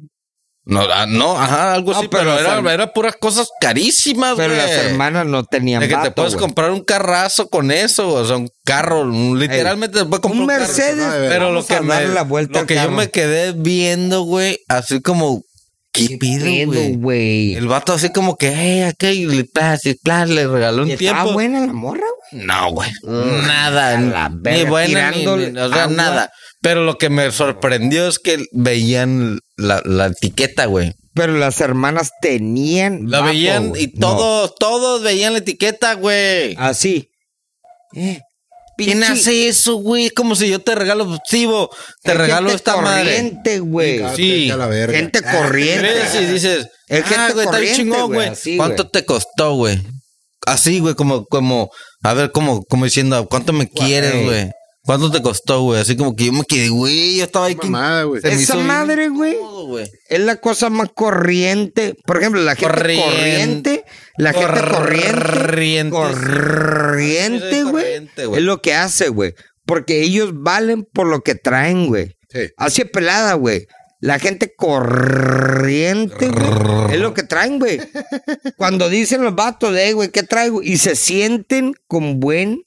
S3: No, ah, no, ajá, algo
S2: No,
S3: así,
S2: pero
S3: pero,
S2: las herm-
S3: era, era puras cosas carísimas, güey.
S2: Pero las hermanas no tenían
S3: De que te
S2: vato,
S3: puedes
S2: güey.
S3: comprar un carrazo con eso, o sea, un carro, un- literalmente te puedes comprar
S2: Un
S3: carro.
S2: Mercedes.
S1: Ay,
S3: Pero
S2: Vamos
S3: lo que,
S2: a
S3: me,
S2: darle la vuelta
S3: lo
S2: al
S3: que yo
S2: carro.
S3: me quedé viendo, güey, así como, ¿qué pedo,
S2: Pedo,
S3: güey?
S2: güey.
S3: El vato así como que, hey, acá y le, plas, y plas, le regaló un
S2: Estaba
S3: tiempo.
S2: buena la morra, güey.
S3: No, güey. Nada.
S2: a la
S3: Ni
S2: verga,
S3: buena, ni,
S2: tirándole
S3: ni- o sea,
S2: agua.
S3: nada. Pero lo que me sorprendió es que veían la, la etiqueta, güey.
S2: Pero las hermanas tenían
S3: La
S2: vato,
S3: veían
S2: güey.
S3: y todos, todos veían la etiqueta, güey.
S2: No. Así.
S3: ¿Quién
S2: pinche-
S3: hace eso, güey? Es como si yo te regalo, Sibo, te
S2: Es
S3: regalo
S2: gente
S3: esta madre.
S2: corriente, güey.
S1: Ah,
S3: Sí.
S1: vete a la verga.
S2: Gente
S1: Ah,
S2: corriente.
S3: Ves y dices,
S2: Es gente
S3: ah, güey, está bien
S2: corriente,
S3: chingón,
S2: güey,
S3: güey.
S2: así,
S3: ¿Cuánto te costó, güey? Así, güey, como, como, a ver, como, como diciendo, ¿cuánto me quieres,
S2: ey.
S3: güey? ¿Cuánto te costó, güey? Así como que yo me quedé, güey, yo estaba ahí. que-
S1: Mamada, güey.
S3: se me
S2: Esa
S3: hizo bien
S2: madre, güey.
S3: incómodo, güey.
S2: Es la cosa más corriente. Por ejemplo, la gente
S3: Corriente.
S2: corriente. la gente corriente.
S3: Corriente.
S2: Corriente,
S3: Sí, soy
S2: güey.
S3: corriente, güey.
S2: Es lo que hace, güey. Porque ellos valen por lo que traen, güey.
S1: Sí.
S2: Así es pelada, güey. La gente corriente, güey. Es lo que traen, güey. Cuando dicen los vatos de, "Ey, güey, ¿qué traigo? Y se sienten con buen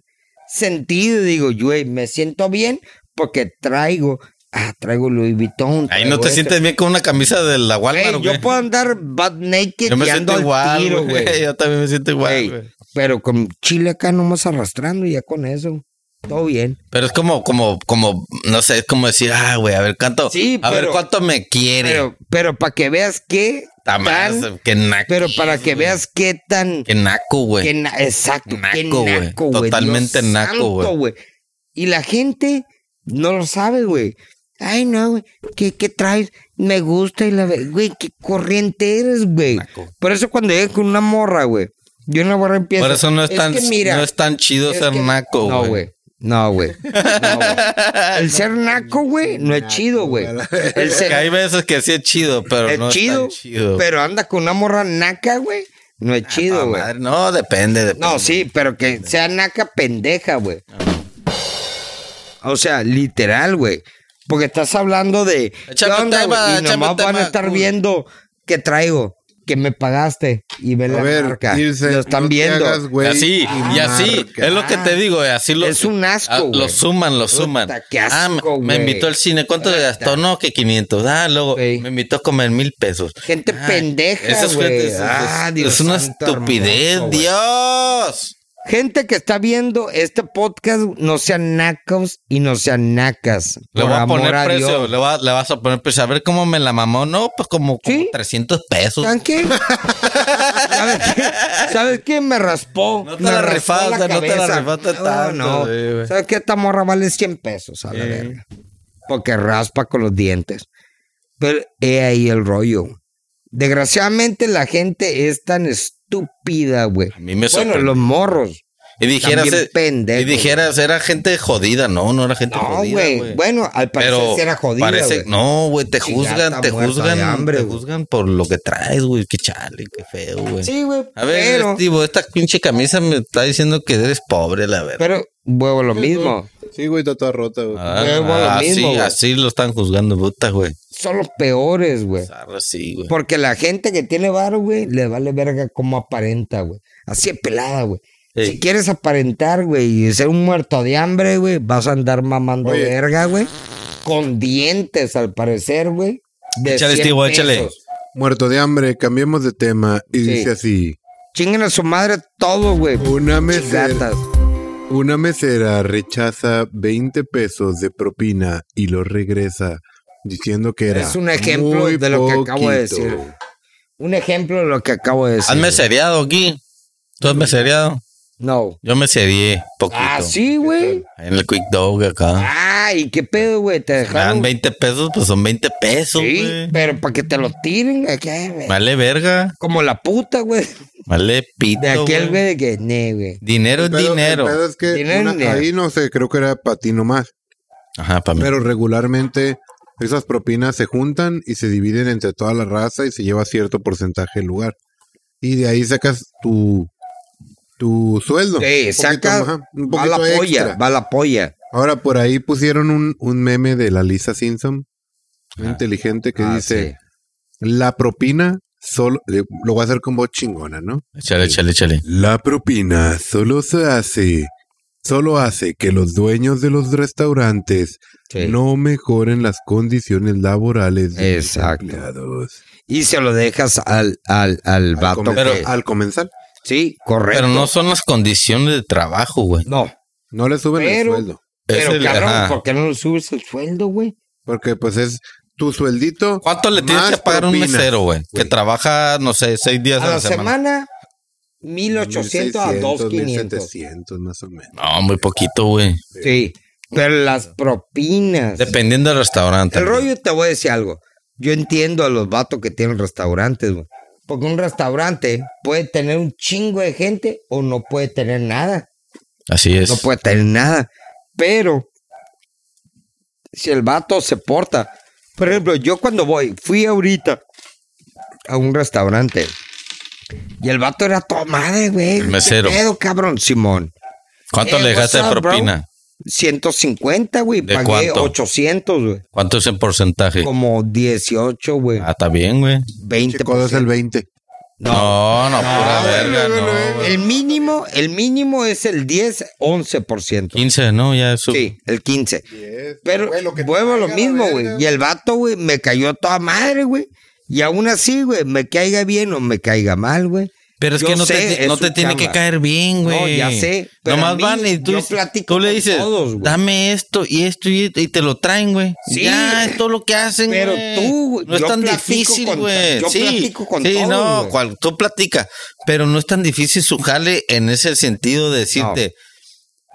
S2: sentido. Digo, güey, me siento bien porque traigo. Ah, traigo Louis Vuitton.
S3: Ahí
S2: traigo
S3: no te
S2: esto".
S3: sientes bien con una camisa de la
S2: Güey,
S3: Walmart,
S2: yo
S3: güey.
S2: puedo andar butt naked
S3: Yo me
S2: y ando
S3: siento
S2: al tiro,
S3: igual,
S2: güey.
S3: güey. Yo también me siento igual,
S2: Güey,
S3: güey.
S2: pero con chile acá nomás arrastrando y ya con eso. Todo bien.
S3: Pero es como, como, como, no sé, es como decir, ah, güey, a ver cuánto,
S2: Sí,
S3: a ver
S2: pero-
S3: cuánto me quiere.
S2: Pero, pero para que veas qué
S3: Ta madre,
S2: tan-
S3: qué naco.
S2: pero para que
S3: güey.
S2: veas qué tan...
S3: Qué naco,
S2: qué
S3: güey.
S2: na- exacto, qué
S3: Naco, güey.
S2: naco, güey.
S3: Totalmente
S2: Dios
S3: naco,
S2: santo,
S3: güey.
S2: Y la gente no lo sabe, güey. Ay, no, güey. ¿Qué, qué traes? Me gusta y la... ve- Güey, qué corriente eres, güey.
S3: Naco.
S2: Por eso cuando llegues con una morra, güey. Yo en la morra empiezo...
S3: Por eso no es, tan,
S2: que mira,
S3: no es tan chido
S2: Es
S3: ser
S2: que-
S3: naco,
S2: No,
S3: güey.
S2: güey. No, güey. No, güey. El ser naco, güey, no es chido, güey. El
S3: Porque
S2: ser
S3: hay veces que sí es chido, pero
S2: es
S3: no
S2: chido,
S3: es tan chido.
S2: pero anda con una morra naca, güey. No es
S3: Ah,
S2: chido, güey.
S3: madre, no, depende, depende.
S2: No, sí, pero que sea naca pendeja, güey. O sea, literal, güey. Porque estás hablando de.
S3: Échame
S2: ¿Qué onda,
S3: tema,
S2: güey? Y
S3: échame
S2: nomás van a
S3: tema, uh.
S2: estar
S3: cool.
S2: viendo que traigo, que me pagaste y ve
S1: A
S2: la
S1: ver,
S2: marca.
S1: Ilse,
S2: Lo
S1: no
S2: están
S1: te
S2: viendo.
S1: hagas, güey,
S3: así,
S1: y
S3: y así,
S1: marca.
S3: es lo que te digo, güey, así lo,
S2: Es un asco,
S3: ah,
S2: güey.
S3: lo suman, lo
S2: Puta,
S3: suman.
S2: qué asco,
S3: ah, me- me
S2: güey.
S3: invitó al cine, ¿cuánto le gastó? No, que 500. Ah, luego
S2: Sí.
S3: me invitó a comer mil pesos.
S2: Gente
S3: Ah,
S2: pendeja,
S3: esa es-
S2: güey.
S3: es- es-
S2: Ah,
S3: es
S2: Dios
S3: una
S2: santo
S3: estupidez,
S2: hermoso, güey.
S3: Dios.
S2: Gente que está viendo este podcast, no sean nacos y no sean nacas.
S3: Le
S2: Por
S3: voy a
S2: amor
S3: poner
S2: a
S3: precio,
S2: Dios.
S3: le, va- le vas a poner precio. A ver cómo me la mamó. No, pues como, como
S2: Sí.
S3: 300 pesos.
S2: ¿Saben qué? ¿Sabes qué? ¿Sabes qué? Me raspó.
S3: No te
S2: Me
S3: la
S2: raspó
S3: rifaste, no te la
S2: cabeza.
S3: rifaste
S2: No,
S3: tanto,
S2: No,
S3: sí, güey.
S2: ¿Sabes qué? Esta morra vale 100 pesos a la verga. Porque raspa con los dientes. Pero he ahí el rollo. Desgraciadamente la gente es tan estúpida, güey.
S3: A mí me
S2: Bueno,
S3: sorprendió.
S2: los morros.
S3: Y dijeras,
S2: También
S3: eh,
S2: pendejos.
S3: y dijeras, era gente jodida. No, no era gente
S2: No,
S3: jodida.
S2: güey. Bueno, al parecer
S3: Pero
S2: sí era jodida,
S3: parece-
S2: güey.
S3: no, güey, te
S2: Sí, ya
S3: juzgan,
S2: está
S3: te
S2: muerta
S3: juzgan,
S2: de hambre,
S3: te
S2: güey.
S3: juzgan por lo que traes, güey. Qué chale, qué feo, güey.
S2: Sí, güey.
S3: a ver, este-
S2: pero,
S3: Steve, esta pinche camisa me está diciendo que eres pobre, la verdad.
S2: pero vuelvo a lo mismo.
S1: Sí, güey, está toda rota, güey.
S3: Ah,
S2: pero bueno, lo
S3: así,
S2: mismo, güey.
S3: así lo están juzgando, puta, güey.
S2: Son los peores, güey.
S3: Zarra, sí, güey.
S2: Porque la gente que tiene varo, güey, le vale verga cómo aparenta, güey. Así es pelada, güey.
S3: Ey.
S2: Si quieres aparentar, güey, y ser un muerto de hambre, güey, vas a andar mamando
S1: Oye.
S2: verga, güey. Con dientes, al parecer, güey. de
S3: Échale,
S2: 100
S3: Steve, échale.
S2: pesos.
S1: Muerto de hambre, cambiemos de tema y
S2: Sí.
S1: dice así.
S2: Chinguen a su madre todo, güey.
S1: Una mesera,
S2: Gatas.
S1: una mesera rechaza 20 pesos de propina y lo regresa diciendo que era
S2: Es un ejemplo
S1: muy
S2: de lo que acabo de
S1: poquito.
S2: decir. Un ejemplo de lo que acabo de decir.
S3: Hazme
S2: güey.
S3: seriado aquí. ¿Tú has seriado?
S2: No.
S3: Yo me serié poquito.
S2: Ah, sí, Ah, güey.
S3: En el Quick Dog acá.
S2: Ay, qué pedo, güey. Te
S3: Me dan
S2: dejaron.
S3: 20 pesos, pues son 20 pesos,
S2: Sí,
S3: güey.
S2: pero para que te lo tiren, acá, güey.
S3: Vale verga,
S2: Como la puta, güey.
S3: vale pito,
S2: De aquel,
S3: güey.
S2: güey, de que, ne, güey.
S3: Dinero es
S1: Pero el
S3: dinero.
S1: pedo es que
S2: Dinero,
S1: una-
S2: dinero.
S1: ahí no sé, creo que era para ti nomás.
S3: Ajá, para mí.
S1: Pero regularmente esas propinas se juntan y se dividen entre toda la raza y se lleva cierto porcentaje del lugar. Y de ahí sacas tu, tu sueldo.
S2: Sí,
S1: Un poquito, ajá,
S2: saca.
S1: un
S2: Va la
S1: poquito extra.
S2: polla, va la polla.
S1: Ahora por ahí pusieron un, un meme de la Lisa Simpson, muy inteligente, que
S2: Ah,
S1: dice, la propina solo, eh, lo voy a hacer con voz chingona, ¿no?
S3: Échale, échale, échale.
S1: La propina solo se hace, solo hace que los dueños de los restaurantes
S2: sí.
S1: no mejoren las condiciones laborales de los
S2: Exacto.
S1: empleados.
S2: Y se lo dejas al, al, al
S1: Al,
S2: vato.
S1: comen-
S3: pero-
S2: que-
S1: al comenzar,
S2: sí, correcto.
S3: Pero no son las condiciones de trabajo, güey.
S2: No.
S1: no le suben el
S2: Pero-
S1: sueldo.
S3: Es
S2: Pero,
S3: el-
S2: cabrón,
S3: ajá.
S2: ¿por qué no le subes el sueldo, güey?
S1: Porque pues es tu sueldito.
S3: ¿Cuánto le tienes
S1: más
S3: que pagar a un
S1: propinas,
S3: mesero, güey? Que
S1: güey.
S3: trabaja, no sé, seis días
S2: A
S3: a,
S2: la,
S3: la semana.
S2: semana, 1800 a 2500.
S1: 1700 más o menos.
S3: No, muy poquito, güey.
S2: Sí, pero las propinas.
S3: Dependiendo del restaurante.
S2: El rollo, te voy a decir algo. Yo entiendo a los vatos que tienen restaurantes, güey. Porque un restaurante puede tener un chingo de gente o no puede tener nada.
S3: Así es.
S2: No puede tener nada. Pero si el vato se porta. Por ejemplo, yo cuando voy, fui ahorita a un restaurante. Y el vato era todo madre, güey.
S3: El mesero.
S2: ¿Qué pedo, cabrón, Simón?
S3: ¿Cuánto
S2: Eh,
S3: le dejaste de
S2: what's up, bro?
S3: propina?
S2: 150, güey.
S3: ¿De
S2: Pagué
S3: cuánto?
S2: 800, güey.
S3: ¿Cuánto es el porcentaje?
S2: Como 18, güey.
S3: Ah, está bien, güey.
S2: 20
S1: Chico, es el 20.
S3: No, no, pura
S2: güey,
S3: verga, no. güey.
S2: El mínimo, el mínimo es el 10, 11%.
S3: 15, ¿no? Ya es su-
S2: Sí, el 15. Pero vuelvo a lo mismo, güey. Y el vato, güey, me cayó toda madre, güey. Y aún así, güey, me caiga bien o me caiga mal, güey.
S3: Pero es
S2: Yo
S3: que no
S2: sé,
S3: te,
S2: es
S3: no te
S2: su
S3: tiene que
S2: chamba.
S3: caer bien, güey.
S2: No, ya sé, pero a
S3: Nomás
S2: mí,
S3: van y tú,
S2: yo
S3: dices-
S2: platico
S3: tú le
S2: con
S3: dices,
S2: todos, güey.
S3: dame esto y esto y esto, y te lo traen, güey.
S2: Sí.
S3: Ya, es todo lo que hacen,
S2: Pero
S3: güey.
S2: tú, güey,
S3: No es
S2: yo
S3: tan
S2: platico
S3: difícil,
S2: con-
S3: güey.
S2: yo
S3: sí,
S2: platico con
S3: sí,
S2: todos,
S3: no,
S2: güey.
S3: cual- tú platicas. Pero no es tan difícil su jale en ese sentido de decirte,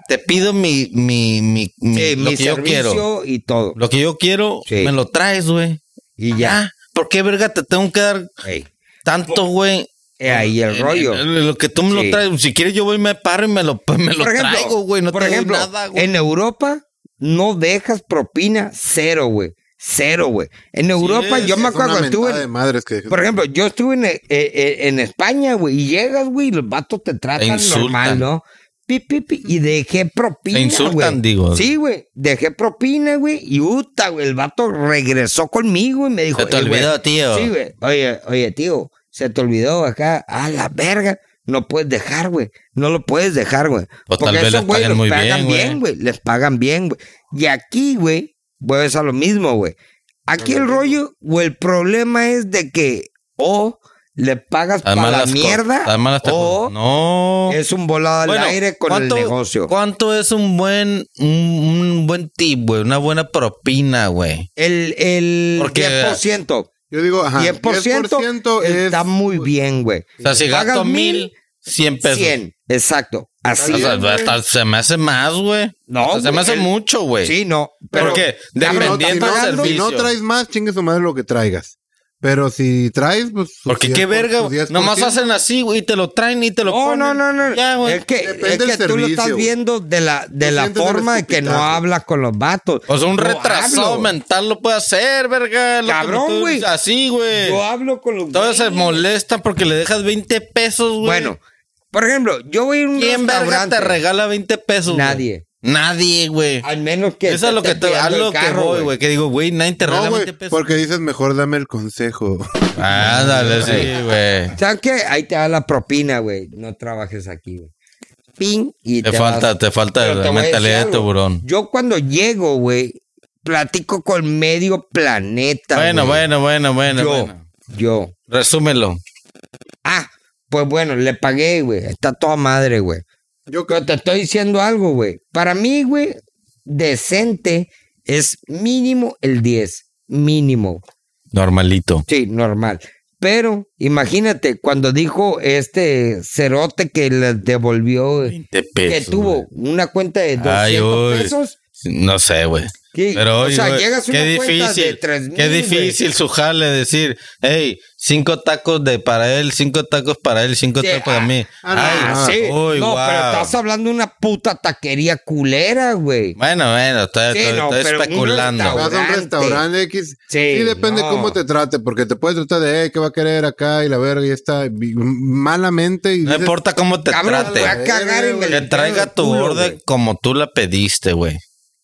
S3: te pido mi, mi, mi, mi-
S2: Sí,
S3: lo
S2: mi
S3: que yo
S2: servicio
S3: quiero.
S2: y todo.
S3: Lo que yo quiero,
S2: Sí.
S3: me lo traes, güey.
S2: Y ya.
S3: Ya. ¿Por qué, verga, te tengo que dar
S2: Ey,
S3: tanto, güey?
S2: he ahí el
S3: En-
S2: rollo.
S3: en Lo que tú me
S2: Sí.
S3: lo traes. Si quieres, yo voy y me paro y me lo, me lo traigo, güey. No
S2: por
S3: te doy
S2: ejemplo,
S3: nada, güey.
S2: En Europa no dejas propina cero, güey. Cero, güey. En Europa,
S3: es,
S2: yo
S1: Es
S2: me
S1: una
S2: acuerdo que estuve.
S1: mentada
S2: en-
S1: de madres que
S2: Por ejemplo, yo estuve en, eh, eh, en España, güey, y llegas, güey, y los vatos te tratan
S3: Te insultan.
S2: normal, ¿no? pi, pi, pi, y dejé propina.
S3: Te insultan,
S2: güey.
S3: digo.
S2: Sí, güey. Dejé propina, güey. Y puta, güey. El vato regresó conmigo y me dijo.
S3: Se te
S2: "Eh, güey".
S3: olvidó, tío.
S2: Sí, güey. Oye, oye, tío. Se te olvidó acá. A la verga. No puedes dejar, güey. No lo puedes dejar, güey.
S3: O tal vez les
S2: güey,
S3: paguen muy bien, güey.
S2: güey. Les pagan bien, güey. Y aquí, güey, vuelves a lo mismo, güey. Aquí el rollo o el problema es de que o le pagas para
S3: Además,
S2: la
S3: las co-
S2: mierda
S3: además las te-
S2: o
S3: no.
S2: es un volado al
S3: Bueno,
S2: aire con el negocio.
S3: ¿Cuánto es un buen, un, un buen tip, güey? Una buena propina, güey.
S2: El, el
S3: Porque-
S2: 10%.
S1: Yo digo, ajá,
S2: 10%,
S1: 10% es...
S2: está muy bien, güey.
S3: O sea, si
S2: Pagas
S3: gasto
S2: mil,
S3: mil, cien pesos.
S2: 100, exacto. Así.
S3: O sea,
S1: bien, güey.
S3: hasta se me hace más, güey.
S2: No,
S3: O sea, se
S2: güey,
S3: me hace
S2: el-
S3: mucho, güey.
S2: sí, no. Pero,
S3: Porque
S1: Si no- si
S3: dependiendo
S1: no,
S3: del
S1: si
S3: servicio.
S1: no traes más, chingue su madre lo que traigas. Pero si traes, pues... sus
S3: porque
S1: 10%,
S3: qué verga,
S1: sus
S3: güey.
S1: 10%.
S3: Nomás hacen así, güey, y te lo traen y te lo
S2: No,
S3: ponen.
S2: no, no, no.
S3: Ya, güey.
S2: es que,
S1: Depende
S2: es
S1: del
S2: que tú lo
S1: servicio,
S2: estás
S1: güey.
S2: viendo de la, de
S1: Tú
S2: la
S1: sientes el
S2: forma de que no
S1: escupitajo.
S2: habla con los vatos.
S3: O sea, un
S2: Yo
S3: retrasado
S2: hablo.
S3: mental lo puede hacer, verga. lo que
S2: Cabrón,
S3: tú-
S2: güey.
S3: Así, güey.
S2: Yo hablo con los
S3: Todos se molestan porque le dejas 20 pesos, güey.
S2: Bueno, por ejemplo, yo voy a un
S3: ¿quién verga
S2: restaurante.
S3: te regala 20 pesos? güey?
S2: Nadie.
S3: Nadie, güey.
S2: Al menos que.
S3: Eso es lo que
S2: esté
S3: te, a
S2: cuidando el
S3: lo que
S2: carro,
S3: voy, güey. Que digo, güey, nadie te regala
S1: No,
S3: 20
S1: güey,
S3: pesos.
S1: porque dices, mejor dame el consejo.
S3: Ándale, sí, güey.
S2: ¿Sabes qué? Ahí te da la propina, güey. No trabajes aquí, güey. Ping y
S3: Te
S2: te,
S3: falta,
S2: vas.
S3: te falta
S2: Pero te
S3: la
S2: voy a decir
S3: mentalidad de
S2: algo.
S3: tiburón.
S2: Yo cuando llego, güey, platico con medio planeta.
S3: Bueno,
S2: güey.
S3: bueno, bueno, bueno,
S2: Yo,
S3: bueno.
S2: yo.
S3: Resúmelo.
S2: Ah, pues bueno, le pagué, güey. Está toda madre, güey.
S1: Yo
S2: Pero te estoy diciendo algo, güey. Para mí, güey, decente es mínimo el 10. Mínimo.
S3: Normalito.
S2: Sí, normal. Pero imagínate, cuando dijo este cerote que le devolvió, eh,
S3: 20
S2: que
S3: pesos.
S2: tuvo una cuenta de 200
S3: Ay, uy.
S2: pesos.
S3: No sé, güey.
S2: Sí,
S3: Pero
S2: o
S3: oye,
S2: sea,
S3: güey,
S2: llegas a
S3: qué
S2: una cuenta de
S3: difícil,
S2: 3,000,
S3: qué difícil su jale decir, hey, cinco tacos de para él, cinco tacos para él, cinco
S2: Sí,
S3: tacos para
S2: ah,
S3: mí.
S2: Ah,
S3: Ay,
S2: sí.
S3: uy,
S2: no,
S3: guau.
S2: pero estás hablando de una puta taquería culera, güey.
S3: Bueno, bueno, estoy,
S2: Sí,
S3: estoy-
S2: no,
S3: estoy
S2: pero un
S3: especulando.
S2: restaurante.
S1: Vas a un restaurante X.
S2: Sí,
S1: Sí, depende
S2: no.
S1: cómo te trate, porque te puede tratar de, eh, ¿qué va a querer acá? Y la verga, y está vi- malamente. Y
S3: No
S1: dices,
S3: importa cómo te
S2: Cabrón, te voy
S3: trate.
S2: a cagar y me
S3: Que
S2: le
S3: traiga tu
S2: culo,
S3: orden
S2: güey.
S3: como tú la pediste, güey.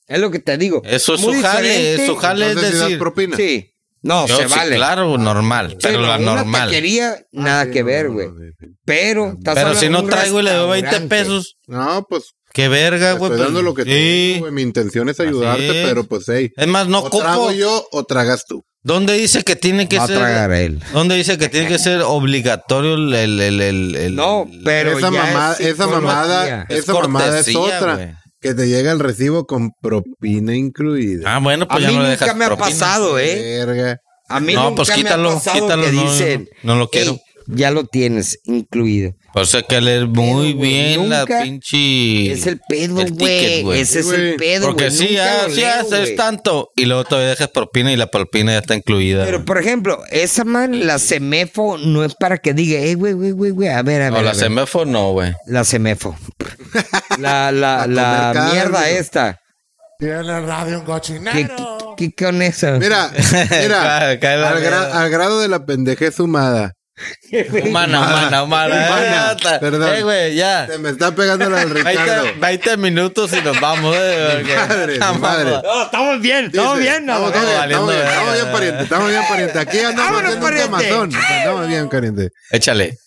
S2: Es lo que te digo.
S3: Eso es
S2: Muy
S3: su jale,
S2: diferente.
S3: es su jale es
S1: entonces, si das
S3: decir.
S1: propina.
S2: Sí. No,
S3: yo
S2: se
S3: sí,
S2: vale. Ah,
S3: Claro, normal,
S2: Sí,
S3: pero
S2: no,
S3: la
S2: una
S3: normal.
S2: taquería, nada
S1: sí,
S2: que
S1: no,
S2: ver,
S1: no,
S2: güey.
S1: no, no,
S2: Pero, estás
S3: Pero
S2: hablando
S3: si
S2: de
S3: no
S2: un
S3: traigo y le doy 20
S2: restaurante.
S3: pesos,
S1: No, pues
S3: qué verga,
S1: te
S3: Eh, güey.
S1: estoy
S3: pues,
S1: dando lo que te
S3: sí.
S1: digo, güey. Mi intención es ayudarte,
S3: es.
S1: pero pues, hey.
S3: Es más, no
S1: o
S3: ocupo.
S1: trago yo o tragas tú.
S3: ¿Dónde dice que tiene que
S2: Va a
S3: ser?
S2: tragar él.
S3: ¿Dónde dice que tiene que ser obligatorio el, el, el, el- el-
S2: No, pero
S1: esa,
S2: ya
S1: mamada,
S2: es
S1: esa mamada,
S2: psicología.
S3: Es
S1: esa mamada es
S3: cortesía,
S1: otra.
S3: güey.
S1: Que te llega el recibo con propina incluida.
S3: Ah, bueno,
S2: A
S3: pues
S2: mí
S3: ya no le
S2: nunca
S3: dejas
S2: me ha
S3: propina.
S2: pasado, ¿eh?
S1: Verga.
S2: A mí
S3: No,
S2: nunca
S3: pues
S2: me
S3: quítalo,
S2: ha pasado
S3: quítalo,
S2: que
S3: no, no,
S2: dicen,
S3: no lo
S2: "Ey,
S3: quiero".
S2: ya lo tienes incluido.
S3: O sea que leer muy
S2: Pero, güey,
S3: bien la
S2: nunca
S3: pinche.
S2: Es el pedo,
S3: el ticket,
S2: güey. Ese es
S1: Sí,
S2: el
S1: güey.
S2: pedo,
S3: Porque
S2: güey.
S3: sí,
S2: Nunca
S3: ah,
S2: lo
S3: sí,
S2: leo,
S3: haces
S2: güey.
S3: tanto. Y luego todavía dejas propina y la propina ya está incluida.
S2: Pero,
S3: güey.
S2: por ejemplo, esa madre, la semefo, no es para que diga, eh, güey, güey, güey, güey, a ver, a ver.
S3: no,
S2: a
S3: la
S2: ver".
S3: semefo no, güey.
S2: La semefo. La, la,
S1: A
S2: la
S1: comer carne.
S2: mierda esta.
S7: Tiene radio un
S2: ¿Qué,
S7: cochinero.
S2: qué, qué con eso?
S1: Mira, mira,
S3: Cae- cae la
S1: al, gra-
S3: verga.
S1: al grado de la pendejez humada.
S3: Humana, humana, humana.
S1: Humana,
S3: Eh, hasta-
S1: perdón.
S3: Eh, güey, ya.
S1: Se me está pegando la del
S3: 20,
S1: Ricardo.
S3: 20 minutos y nos vamos, eh. porque-
S1: Madre,
S3: Vamos.
S1: madre.
S2: No, estamos bien, estamos
S1: Dice,
S2: bien, no,
S1: Estamos, estamos bien, estamos
S3: valiendo
S1: bien, estamos bien,
S3: verga.
S1: pariente. Estamos bien, pariente. Aquí andamos
S2: Vámonos,
S1: en un
S2: pariente.
S1: camazón. Estamos bien, pariente.
S3: Échale.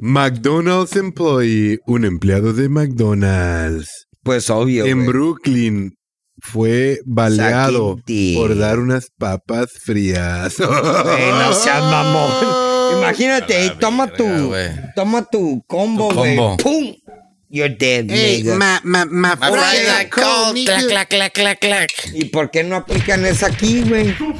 S1: McDonald's employee, un empleado de McDonald's
S2: Pues obvio.
S1: en
S2: güey.
S1: Brooklyn fue baleado
S2: Saquinti.
S1: por dar unas papas frías.
S2: Güey, no seas mamón. Imagínate,
S3: A la
S2: toma
S3: verga,
S2: tu
S3: güey.
S2: toma tu combo,
S3: Tu
S2: güey.
S3: combo.
S2: Pum. You're dead, nigga.
S7: Clac, clac, clac, clac, clac.
S2: ¿Y por qué no aplican esa aquí, güey? ¿Y por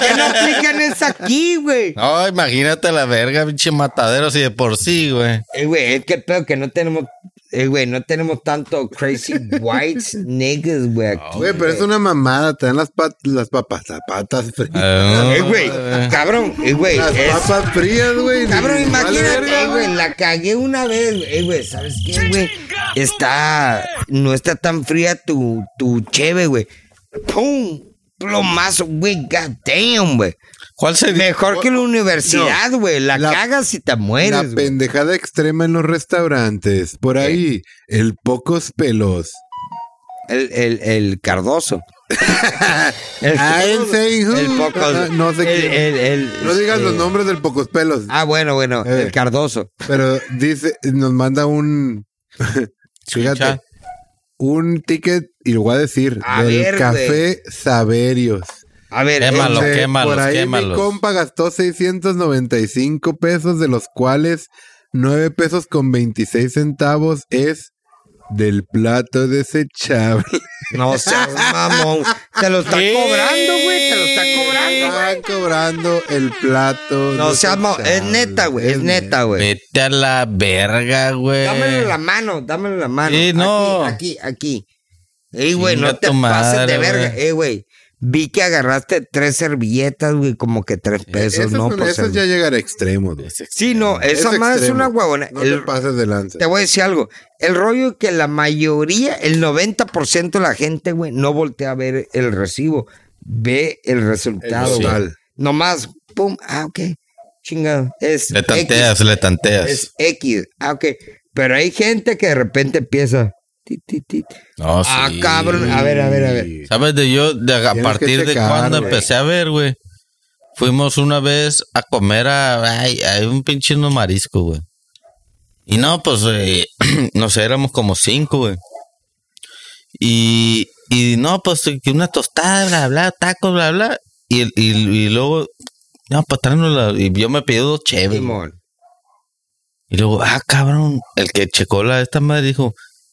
S2: qué no aplican esa aquí, güey?
S3: No, imagínate la verga, pinche matadero, si de por sí, güey.
S2: Eh, güey, es que pedo que no tenemos, eh, güey, no tenemos tanto crazy whites niggas, güey, aquí.
S1: Güey, pero es una mamada. Te dan las, pat- las papas, las patas frías.
S3: Ah,
S2: Eh, güey, cabrón, eh, güey,
S1: Las
S2: es-
S1: papas frías, güey.
S2: Cabrón,
S1: Vale verga,
S2: imagínate, güey, la cagué una vez, güey, Eh, güey, ¿sabes qué, güey? Está, no está tan fría tu, tu cheve, güey. ¡Pum! plomazo, güey, goddamn, güey.
S3: ¿Cuál sería?
S2: Mejor que la universidad, güey. la,
S1: la-
S2: cagas y te
S1: La
S2: mueres, güey.
S1: pendejada extrema en los restaurantes. Por ahí, el pocos pelos.
S2: El, el, el Cardoso. el,
S1: Ah, el Seihu.
S2: el poco-
S1: Ah, no sé
S2: el-
S1: quién.
S2: el- el-
S1: No digas
S2: eh,
S1: los nombres del pocos pelos.
S2: Ah, bueno, bueno,
S1: Eh.
S2: el Cardoso.
S1: Pero dice, nos manda un. Fíjate. Un ticket, y lo voy a decir,
S2: A
S1: del
S2: ver,
S1: café Saberios.
S2: A ver,
S3: Eh,
S2: eh,
S3: malo. Quémalos,
S1: Donde
S3: quémalos,
S1: Por ahí mi
S3: quémalos.
S1: compa gastó 695 pesos, de los cuales 9 pesos con 26 centavos es del plato desechable.
S2: no seas mamón. Te lo está
S3: ¿Qué?
S2: cobrando, güey. Te lo está cobrando, güey.
S1: Están cobrando el plato.
S2: No seas mamón. Es
S1: desechable.
S2: neta, güey. Es neta, güey.
S3: Vete a la verga, güey.
S2: Dámelo en la mano, dámelo en la mano.
S3: Eh. Sí, no.
S2: Aquí, aquí. aquí. Ey, güey, no
S3: Chinga
S2: te
S3: tu
S2: pases de
S3: madre,
S2: verga.
S3: güey.
S2: Ey, güey. Vi que agarraste tres servilletas, güey, como que tres pesos,
S1: Esos,
S2: ¿no?
S1: son-
S2: Por
S1: esos
S2: ser-
S1: ya llegar a extremos, güey.
S2: Sí, no, esa
S1: Es
S2: más es
S1: extremo.
S2: una huevona.
S1: No
S2: El-
S1: te pases de lanza.
S2: te voy a decir algo. El rollo que la mayoría, el 90% de la gente, güey, no voltea a ver el recibo. Ve el resultado,
S1: El
S2: güey.
S1: total.
S2: Nomás, pum, ah, ok. Chingado. Es
S3: Le
S2: X.
S3: tanteas, le tanteas.
S2: Es X. Ah, ok. Pero hay gente que de repente empieza. ti, ti, ti.
S3: No, sí.
S2: Ah, cabrón. A ver, a ver, a ver.
S3: ¿Sabes de yo de a
S1: Tienes
S3: partir
S1: que
S3: de
S1: checar,
S3: cuando
S1: güey.
S3: empecé a ver, güey? Fuimos una vez a comer a, ay, a un pinche no marisco, güey. Y no, pues, eh, no sé, éramos como cinco, güey. Y, y no, pues, que una tostada, bla, bla, tacos, bla, bla. Y, y, y luego, no, pues, tráenos la- y yo me pedí dos chéves. güey.
S2: Simón.
S3: Y luego, ah, cabrón, el que checó la esta madre dijo,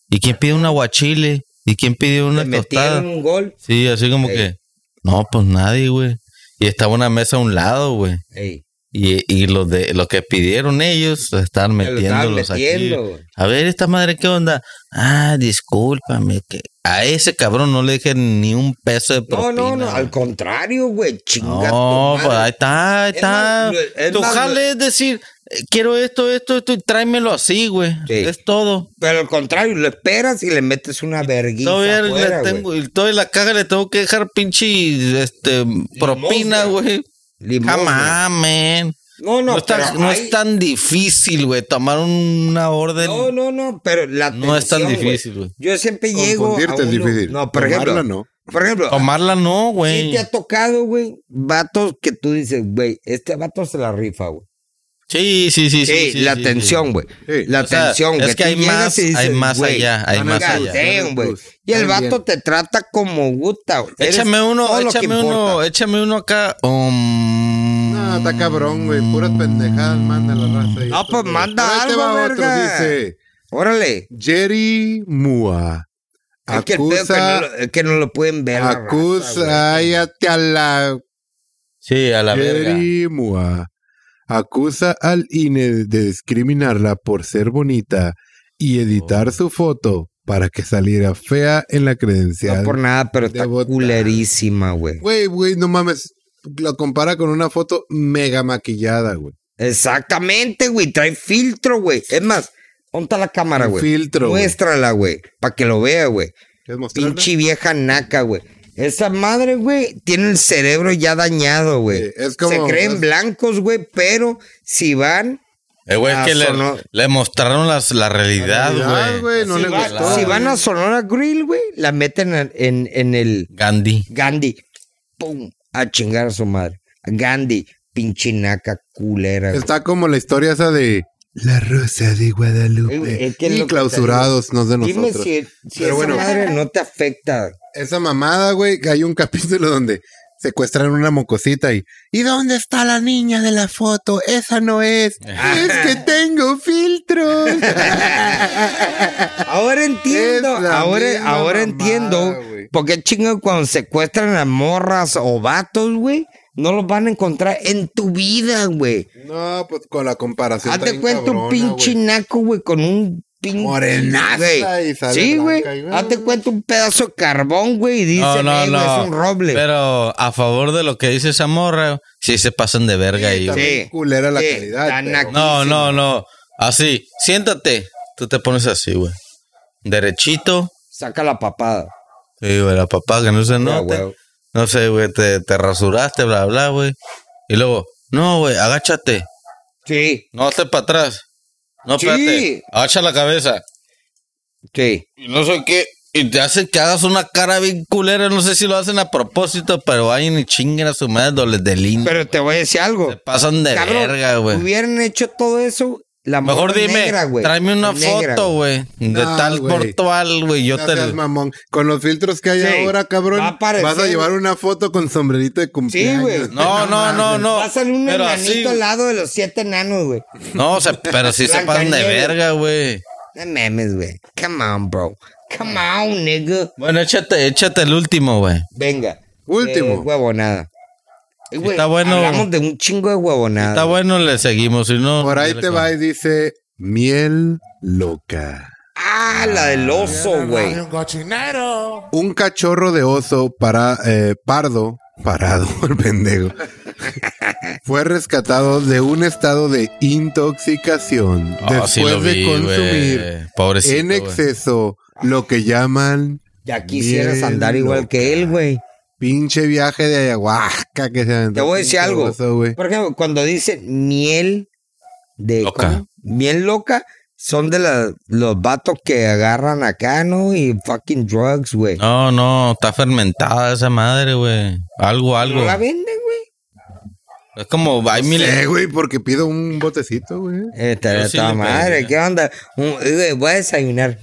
S3: ¿y quién pide un aguachile? ¿Y quién pidió una
S2: Le
S3: tostada?
S2: metieron un gol.
S3: Sí, así como
S2: Ey.
S3: que, no, pues nadie, güey. Y estaba una mesa a un lado, güey.
S2: Ey,
S3: Y, y los de los que pidieron ellos están
S2: se lo estaban
S3: metiéndolos
S2: metiendo,
S3: aquí.
S2: güey.
S3: A ver, esta madre, ¿qué onda? Ah, discúlpame, que a ese cabrón no le dije ni un peso de
S2: No,
S3: propina.
S2: no, no, al
S3: güey.
S2: contrario, güey. Chinga.
S3: No,
S2: tu
S3: pues ahí
S2: madre.
S3: está, ahí
S2: Es
S3: está.
S2: más, es
S3: tu
S2: más,
S3: jale es decir, eh, quiero esto, esto, esto, y tráemelo así, güey.
S2: Sí.
S3: Es todo.
S2: Pero al contrario, lo esperas y le metes una verguita.
S3: Todavía le
S2: afuera, güey.
S3: tengo, y toda la caja le tengo que dejar pinche este, propina, güey.
S2: Limosna.
S3: Jamás, man.
S2: No, no,
S3: No, está-
S2: pero
S3: no
S2: ahí-
S3: es tan difícil, güey, tomar una orden.
S2: No, no, no, pero la
S3: No es
S2: atención,
S3: tan
S2: güey.
S3: difícil, güey.
S2: Yo siempre llego. a
S1: Confundirte es
S2: un lu-
S1: difícil.
S2: No, por
S1: Tomarla,
S2: ejemplo.
S1: no.
S2: Por ejemplo,
S3: Tomarla no,
S2: sí
S3: güey.
S2: te ha tocado, güey, vatos que tú dices, güey, este vato se la rifa, güey.
S3: Sí, sí, sí, sí.
S2: Sí,
S3: sí,
S2: la
S3: sí,
S2: tensión, güey.
S1: Sí.
S2: La
S3: O sea,
S2: tensión,
S3: es
S2: güey.
S3: que
S2: Tú
S3: hay
S2: llegas
S3: más-
S2: y dices,
S3: hay más
S2: güey,
S3: allá, hay
S2: no
S3: más
S2: me
S3: allá.
S2: cansé, güey. Y el
S1: Está
S2: vato
S1: bien.
S2: te trata como gusta, güey.
S3: sí.
S2: Eres
S3: Échame uno,
S2: todo lo que
S3: échame
S2: importa.
S3: uno, eh. échame uno acá. Um,
S1: No, está cabrón, güey. Puras pendejadas manda la raza. y
S2: No,
S1: esto,
S2: pues,
S1: güey.
S2: manda
S1: Ahora ahí te
S2: algo,
S1: va otro,
S2: verga.
S1: Dice
S2: Órale.
S1: Jerry Mua.
S2: Es que el pedo que no,
S1: Acusa,
S2: lo- es que no lo pueden ver. la raza, güey.
S1: acusa, ayate a la
S3: Sí, a la verga.
S1: Jerry Mua acusa al INE de discriminarla por ser bonita y editar su foto para que saliera fea en la credencial.
S2: No por nada, pero está
S1: de votar.
S2: culerísima, güey.
S1: Güey, güey, no mames. La compara con una foto mega maquillada, güey.
S2: Exactamente, güey. Trae filtro, güey. Es más, ponta la cámara,
S1: Un
S2: güey.
S1: filtro, güey.
S2: Muéstrala, güey. Para que lo vea, güey.
S1: ¿Quieres mostrarla?
S2: Pinche vieja naca, güey. Esa madre, güey, tiene el cerebro ya dañado, güey.
S1: Sí, es como-
S2: Se creen
S1: es-
S2: blancos, güey, pero si van,
S3: Eh, güey, es
S2: Ah,
S3: que le,
S2: sonó.
S3: le mostraron las- la realidad,
S1: La realidad,
S3: güey.
S1: güey, no
S3: Así
S1: le
S3: va-
S1: gustó.
S2: si van a Sonora Grill, güey, la meten en, en- en el
S3: Gandhi.
S2: Gandhi. ¡Pum! A chingar a su madre. Gandhi, pinche naca culera. güey.
S1: Está como la historia esa de La Rosa de Guadalupe.
S2: Eh, es que es lo
S1: y
S2: que
S1: clausurados, no de
S2: Dime
S1: nosotros.
S2: si, si
S1: Pero
S2: esa
S1: bueno.
S2: madre no te afecta.
S1: Esa mamada, güey, que hay un capítulo donde secuestran una mocosita y ¿Y dónde está la niña de la foto? Esa no es. es que tengo filtros.
S2: Ahora entiendo,
S1: Es la
S2: ahora,
S1: misma
S2: ahora
S1: mamada,
S2: entiendo
S1: güey.
S2: por qué chingo cuando secuestran a morras o vatos, güey, no los van a encontrar en tu vida, güey.
S1: no, pues con la comparación. está
S2: Hazte
S1: bien
S2: cuenta un
S1: cabrona,
S2: pinche
S1: güey.
S2: naco, güey, con un pinche.
S1: Morenaza
S2: güey.
S1: y sale
S2: Sí, güey.
S1: blanca y-
S2: Hazte cuenta un pedazo de carbón, güey, y dicen,
S3: No, no,
S2: "Eh, güey,
S3: no.
S2: es un roble.
S3: Pero a favor de lo que dice esa morra, sí se pasan de verga ahí, güey.
S1: Está bien
S2: Sí.
S1: culera la
S2: Sí,
S1: calidad.
S2: está
S1: pero-
S2: naco.
S3: No, no, no. Así, siéntate. Tú te pones así, güey. Derechito.
S2: Saca la papada.
S3: Sí, güey, la papá que no se
S2: Ya,
S3: note.
S2: güey.
S3: No sé, güey, te, te rasuraste, bla, bla, güey. Y luego, no, güey, agáchate.
S2: Sí,
S3: No, hazte para atrás. No,
S2: Sí.
S3: espérate. Agacha la cabeza.
S2: sí.
S3: Y no sé qué. Y te hacen que hagas una cara bien culera. No sé si lo hacen a propósito, pero vayan y chinguen a su madre, les delin.
S2: Pero te voy a decir algo.
S3: Se pasan de
S2: Cabrón,
S3: verga, güey.
S2: Hubieran hecho todo eso. La
S3: Mejor
S2: morra
S3: dime,
S2: negra, güey.
S3: tráeme una
S2: Negra,
S3: foto, güey, de
S1: No,
S3: tal
S1: güey.
S3: portual, güey. Yo
S1: No
S3: te.
S1: seas mamón. Con los filtros que hay
S2: Sí.
S1: ahora, cabrón,
S2: Va a aparecer.
S1: vas a llevar una foto con sombrerito de cumpleaños.
S2: güey.
S3: No, no, no, no.
S2: Pasan un
S3: Pero
S2: enanito
S3: así-
S2: al lado de los siete enanos, güey.
S3: No, o sea, pero sí se pasan de
S2: Blancanieves.
S3: verga, güey.
S2: No memes, güey. Come on, bro. Come on, nigga.
S3: Bueno, échate, échate el último, güey.
S2: Venga.
S1: Último.
S2: Eh, huevonada. Eh, güey,
S3: Está bueno.
S2: Hablamos de un chingo de huevonada.
S3: Está bueno, le seguimos. Si no,
S1: Por ahí
S3: dale
S1: te
S3: con-
S1: va y dice miel loca.
S2: Ah, la del oso, güey.
S7: Radio cochinero.
S1: Un cachorro de oso para, eh, pardo, parado, el pendejo, fue rescatado de un estado de intoxicación
S3: Ah,
S1: después
S3: sí lo
S1: de
S3: vi,
S1: consumir
S3: güey. Pobrecito,
S1: en
S3: güey.
S1: exceso lo que llaman
S2: Ya quisieras
S1: Bien
S2: andar igual que él, güey.
S1: pinche viaje de ayahuasca que se aventó
S2: Te voy a decir
S1: pinche
S2: algo.
S1: oso, güey.
S2: Por ejemplo, cuando dicen miel de
S3: Loca.
S2: ¿cómo? miel loca, son de la- los vatos que agarran acá, ¿no? Y fucking drugs, güey. No,
S3: No, no, está fermentada esa madre, güey. Algo, algo.
S2: la venden, güey.
S3: Es como, hay mil.
S1: Eh, güey, porque pido un botecito, güey.
S2: Eh, Esta
S3: Yo
S2: de
S3: sí
S2: toda
S3: le
S2: madre,
S3: pediría.
S2: ¿qué onda? Un- eh, voy a desayunar.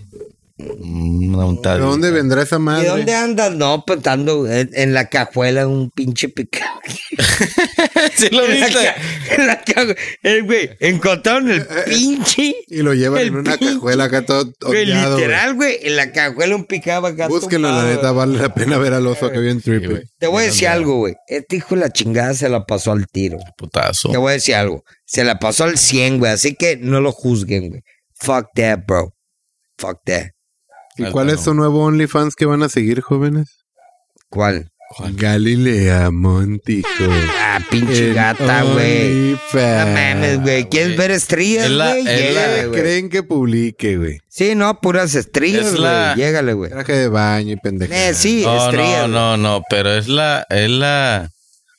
S3: Mm, no, está
S1: ¿De
S3: bien.
S1: dónde vendrá esa
S2: ¿Y
S3: Ah,
S1: madre?
S2: dónde andas? No, pues ando en, en la cajuela un pinche picado.
S3: Sí lo
S2: En la
S3: viste.
S2: ca- en la cajuela. Eh, güey, encontraron
S1: Eh,
S2: el pinche.
S1: Y lo llevan
S2: El
S1: en una
S2: pinche-
S1: cajuela acá todo
S2: Güey,
S1: ondeado, güey.
S2: literal, güey. En la cajuela un picado acá.
S1: Búsquenlo, la
S2: tumbado,
S1: neta, vale la pena ver al oso que viene en Trip. güey.
S2: Te voy a decir algo, güey. Este hijo de la chingada se la pasó al tiro.
S3: Putazo.
S2: Te voy a decir algo. Se la pasó al 100, güey. Así que no lo juzguen, güey. Fuck that, bro. Fuck that.
S1: ¿Y
S3: Al
S1: cuál es
S3: palo.
S1: su nuevo OnlyFans que van a seguir, jóvenes?
S2: ¿Cuál?
S1: Galilea Montijo.
S2: Ah, pinche
S1: En
S2: gata, güey. No
S1: OnlyFans.
S2: mames, güey. ¿Quieres
S3: Eh, ah, güey.
S2: ver estrellas,
S3: Es la-
S2: güey?
S3: es la-
S2: Llégale,
S1: ¿Qué
S2: güey.
S1: creen que publique, güey?
S2: Sí, no, puras estrellas,
S3: Es
S2: güey.
S3: la-
S2: Llégale, güey.
S1: Traje de baño y pendejo.
S2: Eh, sí,
S3: No,
S2: estrellas.
S3: no, no, no, pero es la, es la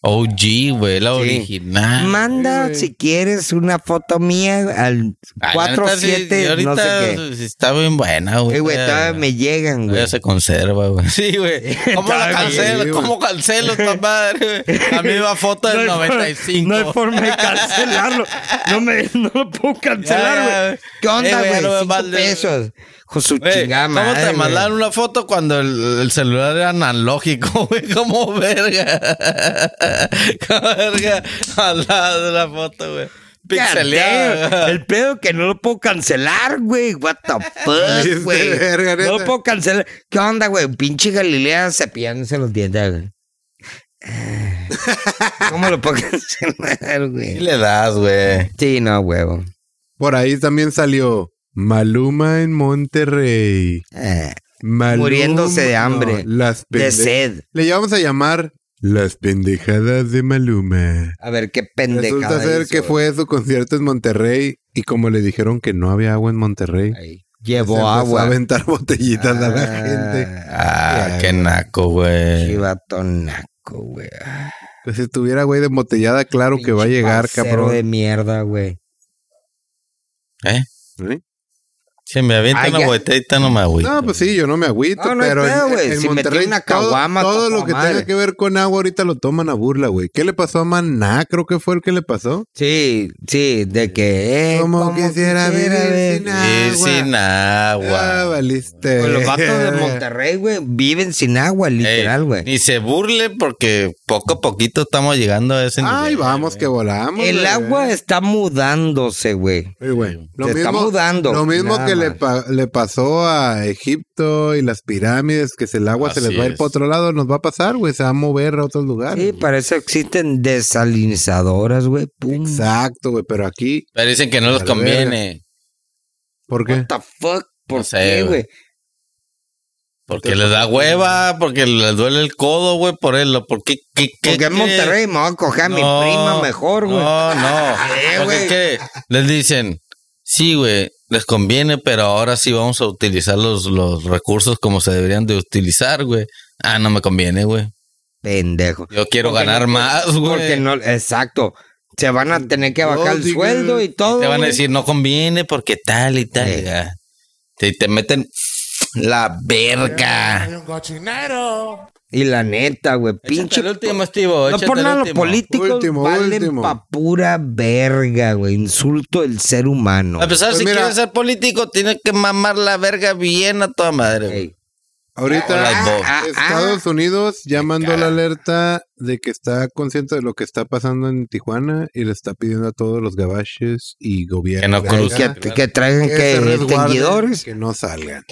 S3: OG, güey, la original. Ah,
S2: Manda, si quieres, una foto mía al
S3: Ay, la neta, sí,
S2: 47,
S3: y
S2: no sé
S3: ahorita
S2: qué.
S3: sí está bien buena, güey.
S2: Eh, güey, todavía me llegan, güey.
S3: Todavía se conserva, güey. Sí, güey. ¿Cómo la
S2: Todavía,
S3: cancelo?
S1: güey.
S3: ¿Cómo cancelo esta madre? güey? La misma foto del
S2: hay forma-
S3: 95.
S2: no hay forma de cancelarlo. No, me, no lo puedo
S3: Ya, ya,
S2: cancelar, güey.
S3: güey.
S2: ¿Qué
S3: Eh,
S2: onda,
S3: güey,
S2: güey?
S3: no me
S2: Cinco
S3: mandes.
S2: pesos. Con su
S3: Güey,
S2: chingada
S3: ¿Cómo
S2: madre,
S3: te
S2: güey.
S3: mandaron una foto cuando el, el celular era analógico, güey? ¿Cómo verga? ¿Cómo verga? Al lado de la foto, güey.
S2: Goddamn,
S3: Pixeleado.
S2: El pedo que no lo puedo cancelar, güey. What the
S1: Viste,
S2: fuck, güey.
S1: verga, neta.
S2: No lo puedo cancelar. ¿Qué onda, güey? Pinche Galilea cepillándose los dientes, güey. Ah, ¿Cómo lo puedo cancelar,
S3: ¿Qué
S2: güey?
S3: le das, güey?
S2: Sí, no, huevo.
S1: Por ahí también salió Maluma en Monterrey.
S2: Ah,
S1: Maluma-
S2: Muriéndose de hambre.
S1: No, las
S2: de
S1: pende-
S2: sed.
S1: Le vamos a llamar Las pendejadas de Maluma.
S2: A ver, qué pendejada.
S1: Resulta ser
S2: hizo,
S1: que
S2: güey.
S1: fue su concierto en Monterrey y como le dijeron que no había agua en Monterrey,
S2: Ahí.
S1: se
S2: Llevó
S1: empezó a
S2: agua.
S1: aventar botellitas a la gente.
S3: Ah, qué naco, güey.
S2: Chivatonaco, güey. Ah,
S1: Pues si estuviera güey de embotellada, claro que va a
S2: pinche
S1: llegar,
S2: parcero
S1: cabrón.
S2: de mierda, güey.
S3: ¿Eh? Si me avienta
S2: Ah,
S3: una
S2: ya.
S3: botellita, no me agüito.
S1: No, pues sí, yo no me agüito,
S2: No, no hay
S1: pero en-
S2: pedo, güey.
S1: en,
S2: Si metí
S1: Monterrey
S2: una
S1: todo-
S2: caguama,
S1: todo,
S2: toda
S1: lo que
S2: madre.
S1: tenga que ver con agua ahorita lo toman a burla, güey. ¿Qué le pasó a Maná? Creo que fue el que le pasó.
S2: Sí, sí, de que. eh,
S1: Como
S2: ¿cómo
S1: quisiera vivir sin
S3: Ir
S1: agua.
S3: sin Oh,
S1: Ah,
S3: agua.
S1: valiste.
S2: Pues los vatos de
S1: verga.
S2: Monterrey, güey, viven sin agua,
S3: Ey,
S2: literal, güey.
S3: Ni se burle porque poco a poquito estamos llegando a ese
S1: Ay, vamos que volamos.
S2: El
S1: güey.
S2: agua está mudándose, güey.
S1: Oye, güey, lo
S2: Se está
S1: mismo-
S2: mudando,
S1: Lo mismo
S2: nada
S1: que le,
S2: más.
S1: pa- le pasó a Egipto y las pirámides, que si el agua se
S3: Así
S1: les va a ir
S3: es.
S1: para otro lado, nos va a pasar, güey. Se va a mover a otros lugares.
S2: Sí, para eso existen desalinizadoras, güey. Pum.
S1: Exacto, güey. Pero aquí,
S3: Pero dicen que no les
S1: A la verga.
S3: conviene.
S1: ¿por
S2: What
S1: qué?
S2: the fuck? ¿Por
S3: No sé,
S2: qué,
S3: güey.
S2: güey?
S3: Porque les da hueva, porque les duele el codo, güey, por él. ¿Por qué? qué, qué
S2: Porque en
S3: qué?
S2: Monterrey me voy a coger a mi
S3: No,
S2: prima mejor, güey.
S3: No, no.
S2: Eh,
S3: Porque
S2: güey.
S3: ¿qué? les dicen, sí, güey, les conviene, pero ahora sí vamos a utilizar los, los recursos como se deberían de utilizar, güey. Ah, no me conviene, güey.
S2: pendejo.
S3: Yo quiero
S2: Porque
S3: ganar
S2: no-
S3: más, güey.
S2: Porque no, exacto. Se van a tener que
S1: No,
S2: bajar el
S1: diga-
S2: sueldo y todo.
S3: Te van a
S2: güey.
S3: decir, no conviene porque tal y tal.
S2: Sí.
S3: Ya. Te, te meten la verga.
S7: Hay un cochinero.
S2: Y la neta, güey, pinche.
S3: Échate el último, Estivo.
S2: No por nada, los políticos
S1: Último,
S2: valen
S1: último.
S2: pa' pura verga, güey. Insulto del ser humano.
S3: A pesar,
S1: Pues
S3: si
S1: mira.
S3: quieres ser político, tienes que mamar la verga bien a toda madre. güey.
S2: Ey,
S3: Con las
S1: Ahorita
S3: dos.
S2: ah,
S1: Estados Unidos ya mandó la alerta de que está consciente de lo que está pasando en Tijuana y le está pidiendo a todos los gabaches y
S3: Que
S1: gobierno
S3: no cruce.
S2: que, que traigan
S1: que
S2: que
S1: se resguarden,
S2: extinguidores.
S1: que no salgan.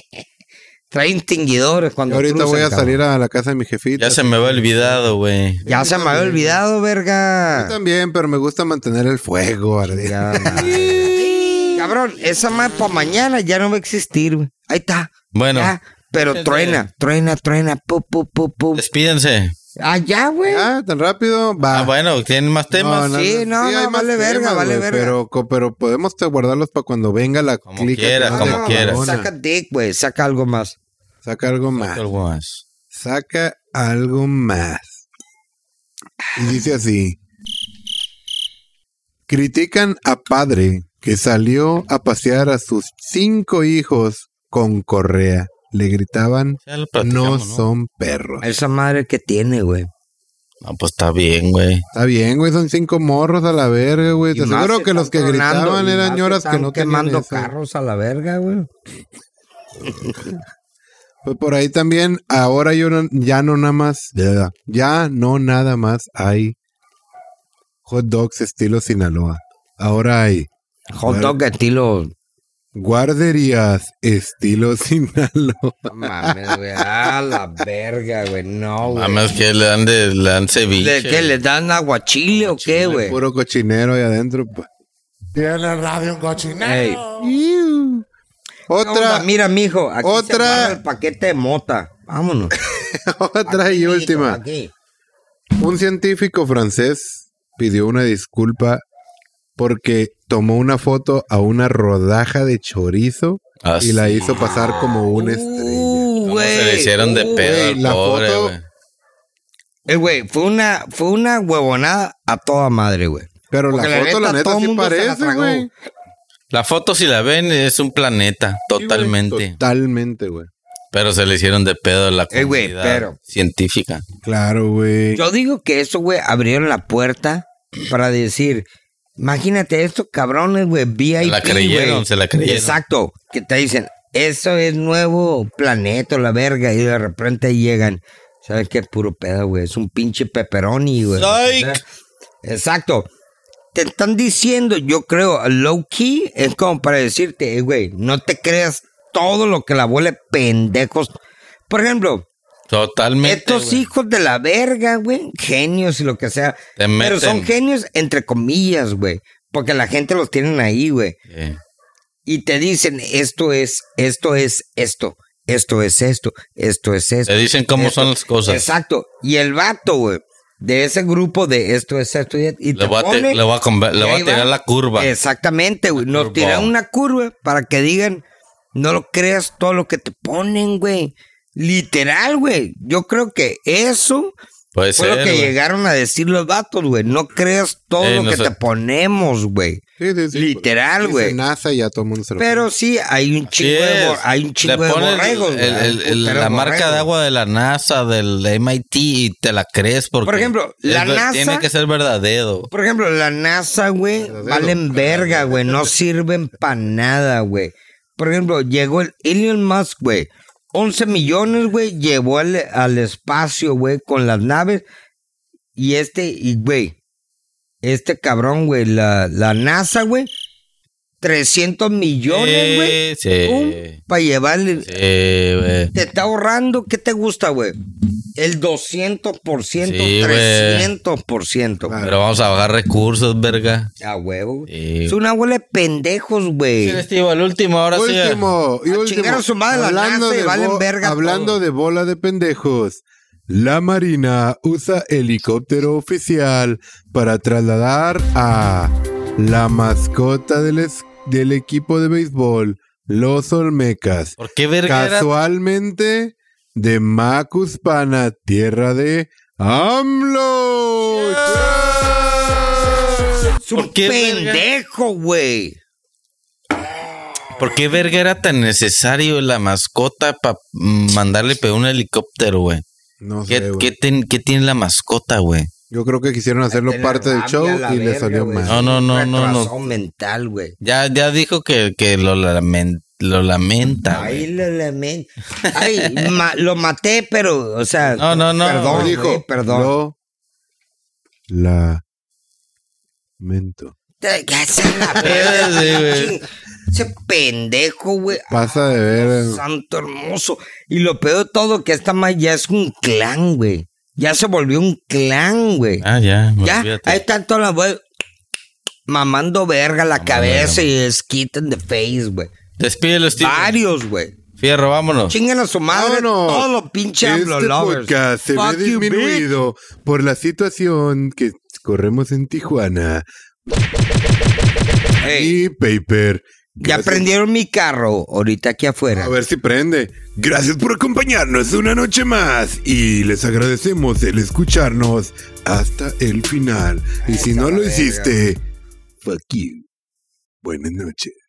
S2: Traen extinguidores cuando
S1: ahorita
S2: crucen,
S1: voy a
S2: cabrón.
S1: salir a la casa de mi jefita.
S3: Ya se me había olvidado, güey.
S2: Ya se me había olvidado,
S1: Yo
S2: verga.
S1: también, pero me gusta mantener el
S2: Ah,
S1: fuego ardiendo.
S2: Ya, Cabrón, esa más para mañana ya no va a existir. güey. Ahí está.
S3: Bueno,
S2: ya. Pero truena, truena, truena. Pu, pu, pu, pu.
S3: despídense.
S2: Allá, güey.
S1: Ah, tan rápido. Va.
S3: Ah, bueno, ¿tienen más temas?
S2: Sí, no, no,
S1: hay más
S2: vale verga, vale
S1: güey,
S2: verga.
S1: Pero, co- pero podemos te- guardarlos para cuando venga la
S3: Como quieras,
S1: que
S3: como
S1: manda
S3: quieras.
S1: Corona.
S2: Saca dick, güey. Saca algo más.
S1: Saca algo más.
S3: Algo más.
S1: Saca algo más. Y dice así. Critican a padre que salió a pasear a sus cinco hijos con correa. Le gritaban,
S3: Ya lo
S1: no
S3: platicamos, ¿no?
S1: son perros.
S2: Esa madre que tiene, güey.
S3: Ah, pues está bien, güey.
S1: Está bien, güey, son cinco morros a la verga, güey.
S2: Y
S1: Te
S2: más
S1: aseguro
S2: se
S1: que los que
S2: están tronando,
S1: gritaban
S2: y
S1: eran
S2: más
S1: ñoras que
S2: están
S1: no tenían
S2: quemando
S1: eso.
S2: carros a la verga, güey.
S1: Pues por ahí también, ahora yo no- ya no nada más, ya no nada más hay hot dogs estilo Sinaloa. Ahora hay
S2: Hot dog estilo.
S1: guarderías estilo Sinaloa.
S2: No Mames, güey. A la verga, güey. No,
S3: A
S2: güey.
S3: menos que le dan de le dan ceviche.
S2: ¿Le, ¿Qué le dan aguachile o qué, güey?
S1: Puro cochinero ahí adentro. pues.
S7: Tiene radio un
S2: Ey.
S7: cochinero.
S2: No,
S1: Otra,
S2: ma, mira, mijo. Aquí
S1: otra-
S2: se guarda el paquete de mota. Vámonos.
S1: otra y
S2: Aquí,
S1: última.
S2: aquí.
S1: Un científico francés pidió una disculpa porque tomó una foto a una rodaja de chorizo
S3: Ah,
S1: y la hizo pasar como una estrella.
S2: Uh,
S3: ¿Cómo
S2: güey.
S3: se le hicieron de
S2: Uh,
S3: pedo
S1: güey,
S3: al
S1: la
S3: pobre,
S1: foto-
S3: güey.
S2: Eh, güey, fue una, fue una huevonada a toda madre, güey.
S1: Pero
S2: Porque
S1: la foto, la neta,
S2: todo
S1: sí
S2: mundo se la
S1: parece,
S2: tragó.
S1: güey.
S3: La foto, si la ven, es un planeta, totalmente.
S1: Totalmente, güey.
S3: Pero se le hicieron de pedo a la
S2: Eh, güey,
S3: comunidad
S2: pero-
S3: científica.
S1: Claro, güey.
S2: Yo digo que eso, güey, abrieron la puerta para decir, imagínate estos cabrones, güey, VIP.
S3: la creyeron,
S2: güey.
S3: se la creyeron.
S2: Exacto, que te dicen, eso es nuevo planeta, la verga, y de repente llegan, ¿sabes qué? Puro pedo, güey, es un pinche pepperoni, güey.
S3: Psych.
S2: Exacto. Te están diciendo, yo creo, low key es como para decirte, eh, güey, no te creas todo lo que la abuela pendejos. Por ejemplo,
S3: Totalmente.
S2: estos
S3: güey.
S2: hijos de la verga, güey, genios y lo que sea.
S3: Te
S2: Pero
S3: meten.
S2: son genios entre comillas, güey. Porque la gente los tienen ahí, güey.
S3: Sí.
S2: Y te dicen, esto es, esto es esto, esto es esto, esto es esto.
S3: Te dicen cómo
S2: esto.
S3: son las cosas.
S2: Exacto. Y el vato, güey, de ese grupo de esto es esto y, y
S3: Le
S2: te
S3: voy a, te-
S2: pone-
S3: le voy a conver- le
S2: y
S3: voy a
S2: ahí
S3: tirar
S2: va.
S3: la curva.
S2: Exactamente, güey. Nos
S3: curva.
S2: tiran una curva para que digan, no lo creas todo lo que te ponen, güey. Literal, güey. Yo creo que eso
S3: Puede
S2: fue
S3: ser.
S2: lo que
S3: güey.
S2: llegaron a decir los vatos, güey. No creas todo
S3: Eh,
S2: lo
S3: no
S2: que
S3: sé.
S2: te ponemos, güey.
S1: Sí, sí, sí.
S2: Literal,
S1: Dice
S2: güey.
S1: NASA y ya todo el mundo se lo
S2: Pero sí, hay un
S3: Sí
S2: chingo de,
S3: es.
S2: bor- hay un
S3: Le
S2: chingo de
S3: pones
S2: borregos,
S3: el-
S2: güey. Hay
S3: el-
S2: un
S3: el-
S2: putero
S3: la
S2: de
S3: marca
S2: borregos.
S3: de agua de la NASA, del MIT, y te la crees porque...
S2: Por ejemplo, la
S3: es-
S2: NASA-
S3: Tiene que ser verdadero.
S2: Por ejemplo, la NASA, güey, valen verga, güey. No sirven para nada, güey. Por ejemplo, llegó el Elon Musk, güey. 11 millones, güey, llevó al, al espacio, güey, con las naves. Y este, y güey, este cabrón, güey, la, la NASA, güey, 300 millones, güey,
S3: Sí, sí,
S2: para llevarle.
S3: sí, güey.
S2: Te está ahorrando, ¿qué te gusta, güey? El 200%,
S3: Sí, güey.
S2: 300%. güey.
S3: Pero vamos a bajar recursos, verga.
S2: A huevo.
S3: Sí.
S2: Es una bola de pendejos, güey.
S3: el último, ahora
S1: Último, y
S2: A
S1: último.
S2: chingar a su madre la NASA y valen
S1: bo-
S2: verga
S1: hablando
S2: todo.
S1: de bola de pendejos. La Marina usa helicóptero oficial para trasladar a la mascota del, es- del equipo de béisbol, los Olmecas.
S3: ¿Por qué verga era
S1: Casualmente de Macuspana, tierra de ¡AMLO!
S2: Es un
S3: ¿Por qué, verga?
S2: pendejo, güey.
S3: ¿Por qué verga era tan necesario la mascota para mandarle pedir un helicóptero, güey?
S1: No
S3: ¿Qué,
S1: sé, güey.
S3: qué ten- qué tiene la mascota, güey?
S1: Yo creo que quisieron hacerlo
S2: Tener
S1: parte del
S2: rabia
S1: show
S2: a la
S1: y le
S2: verga,
S1: salió
S2: güey. Ah,
S1: mal.
S3: No, no, no, no, no.
S2: Retrasado mental, güey.
S3: Ya, ya dijo que, que lo, lamen- lo lamenta.
S2: Ay,
S3: güey.
S2: lo lamento. Ay, ma- lo maté, pero, o sea.
S3: No, no, no.
S2: Perdón,
S3: Lo
S2: dijo, perdón.
S1: Lo lamento.
S2: Te- ya se la verga,
S3: Sí, güey.
S2: Ese pendejo, güey.
S1: Pasa de ver.
S2: Santo hermoso. Y lo peor de todo, que esta más ya es un clan, güey. Ya se volvió un clan, güey.
S3: Ah, ya.
S2: ya,
S3: olvídate.
S2: ahí están todas las güey. Mamando verga la cabeza y es quiten de face, güey.
S3: Despídelo, Steve.
S2: Varios, güey.
S3: Fierro, vámonos.
S2: Chingan a su madre
S1: Vámonos.
S2: todos los pinches
S1: Este
S2: AMLO lovers.
S1: podcast se
S2: Fuck
S1: ve
S2: you, bitch.
S1: disminuido por la situación que corremos en Tijuana
S2: Ey,
S1: y Paper.
S2: ya
S1: gracias-
S2: prendieron mi carro ahorita aquí afuera.
S1: A ver si prende.
S6: Gracias por acompañarnos una noche más y les agradecemos el escucharnos hasta el final. Y si no lo hiciste, fuck you. Buenas noches.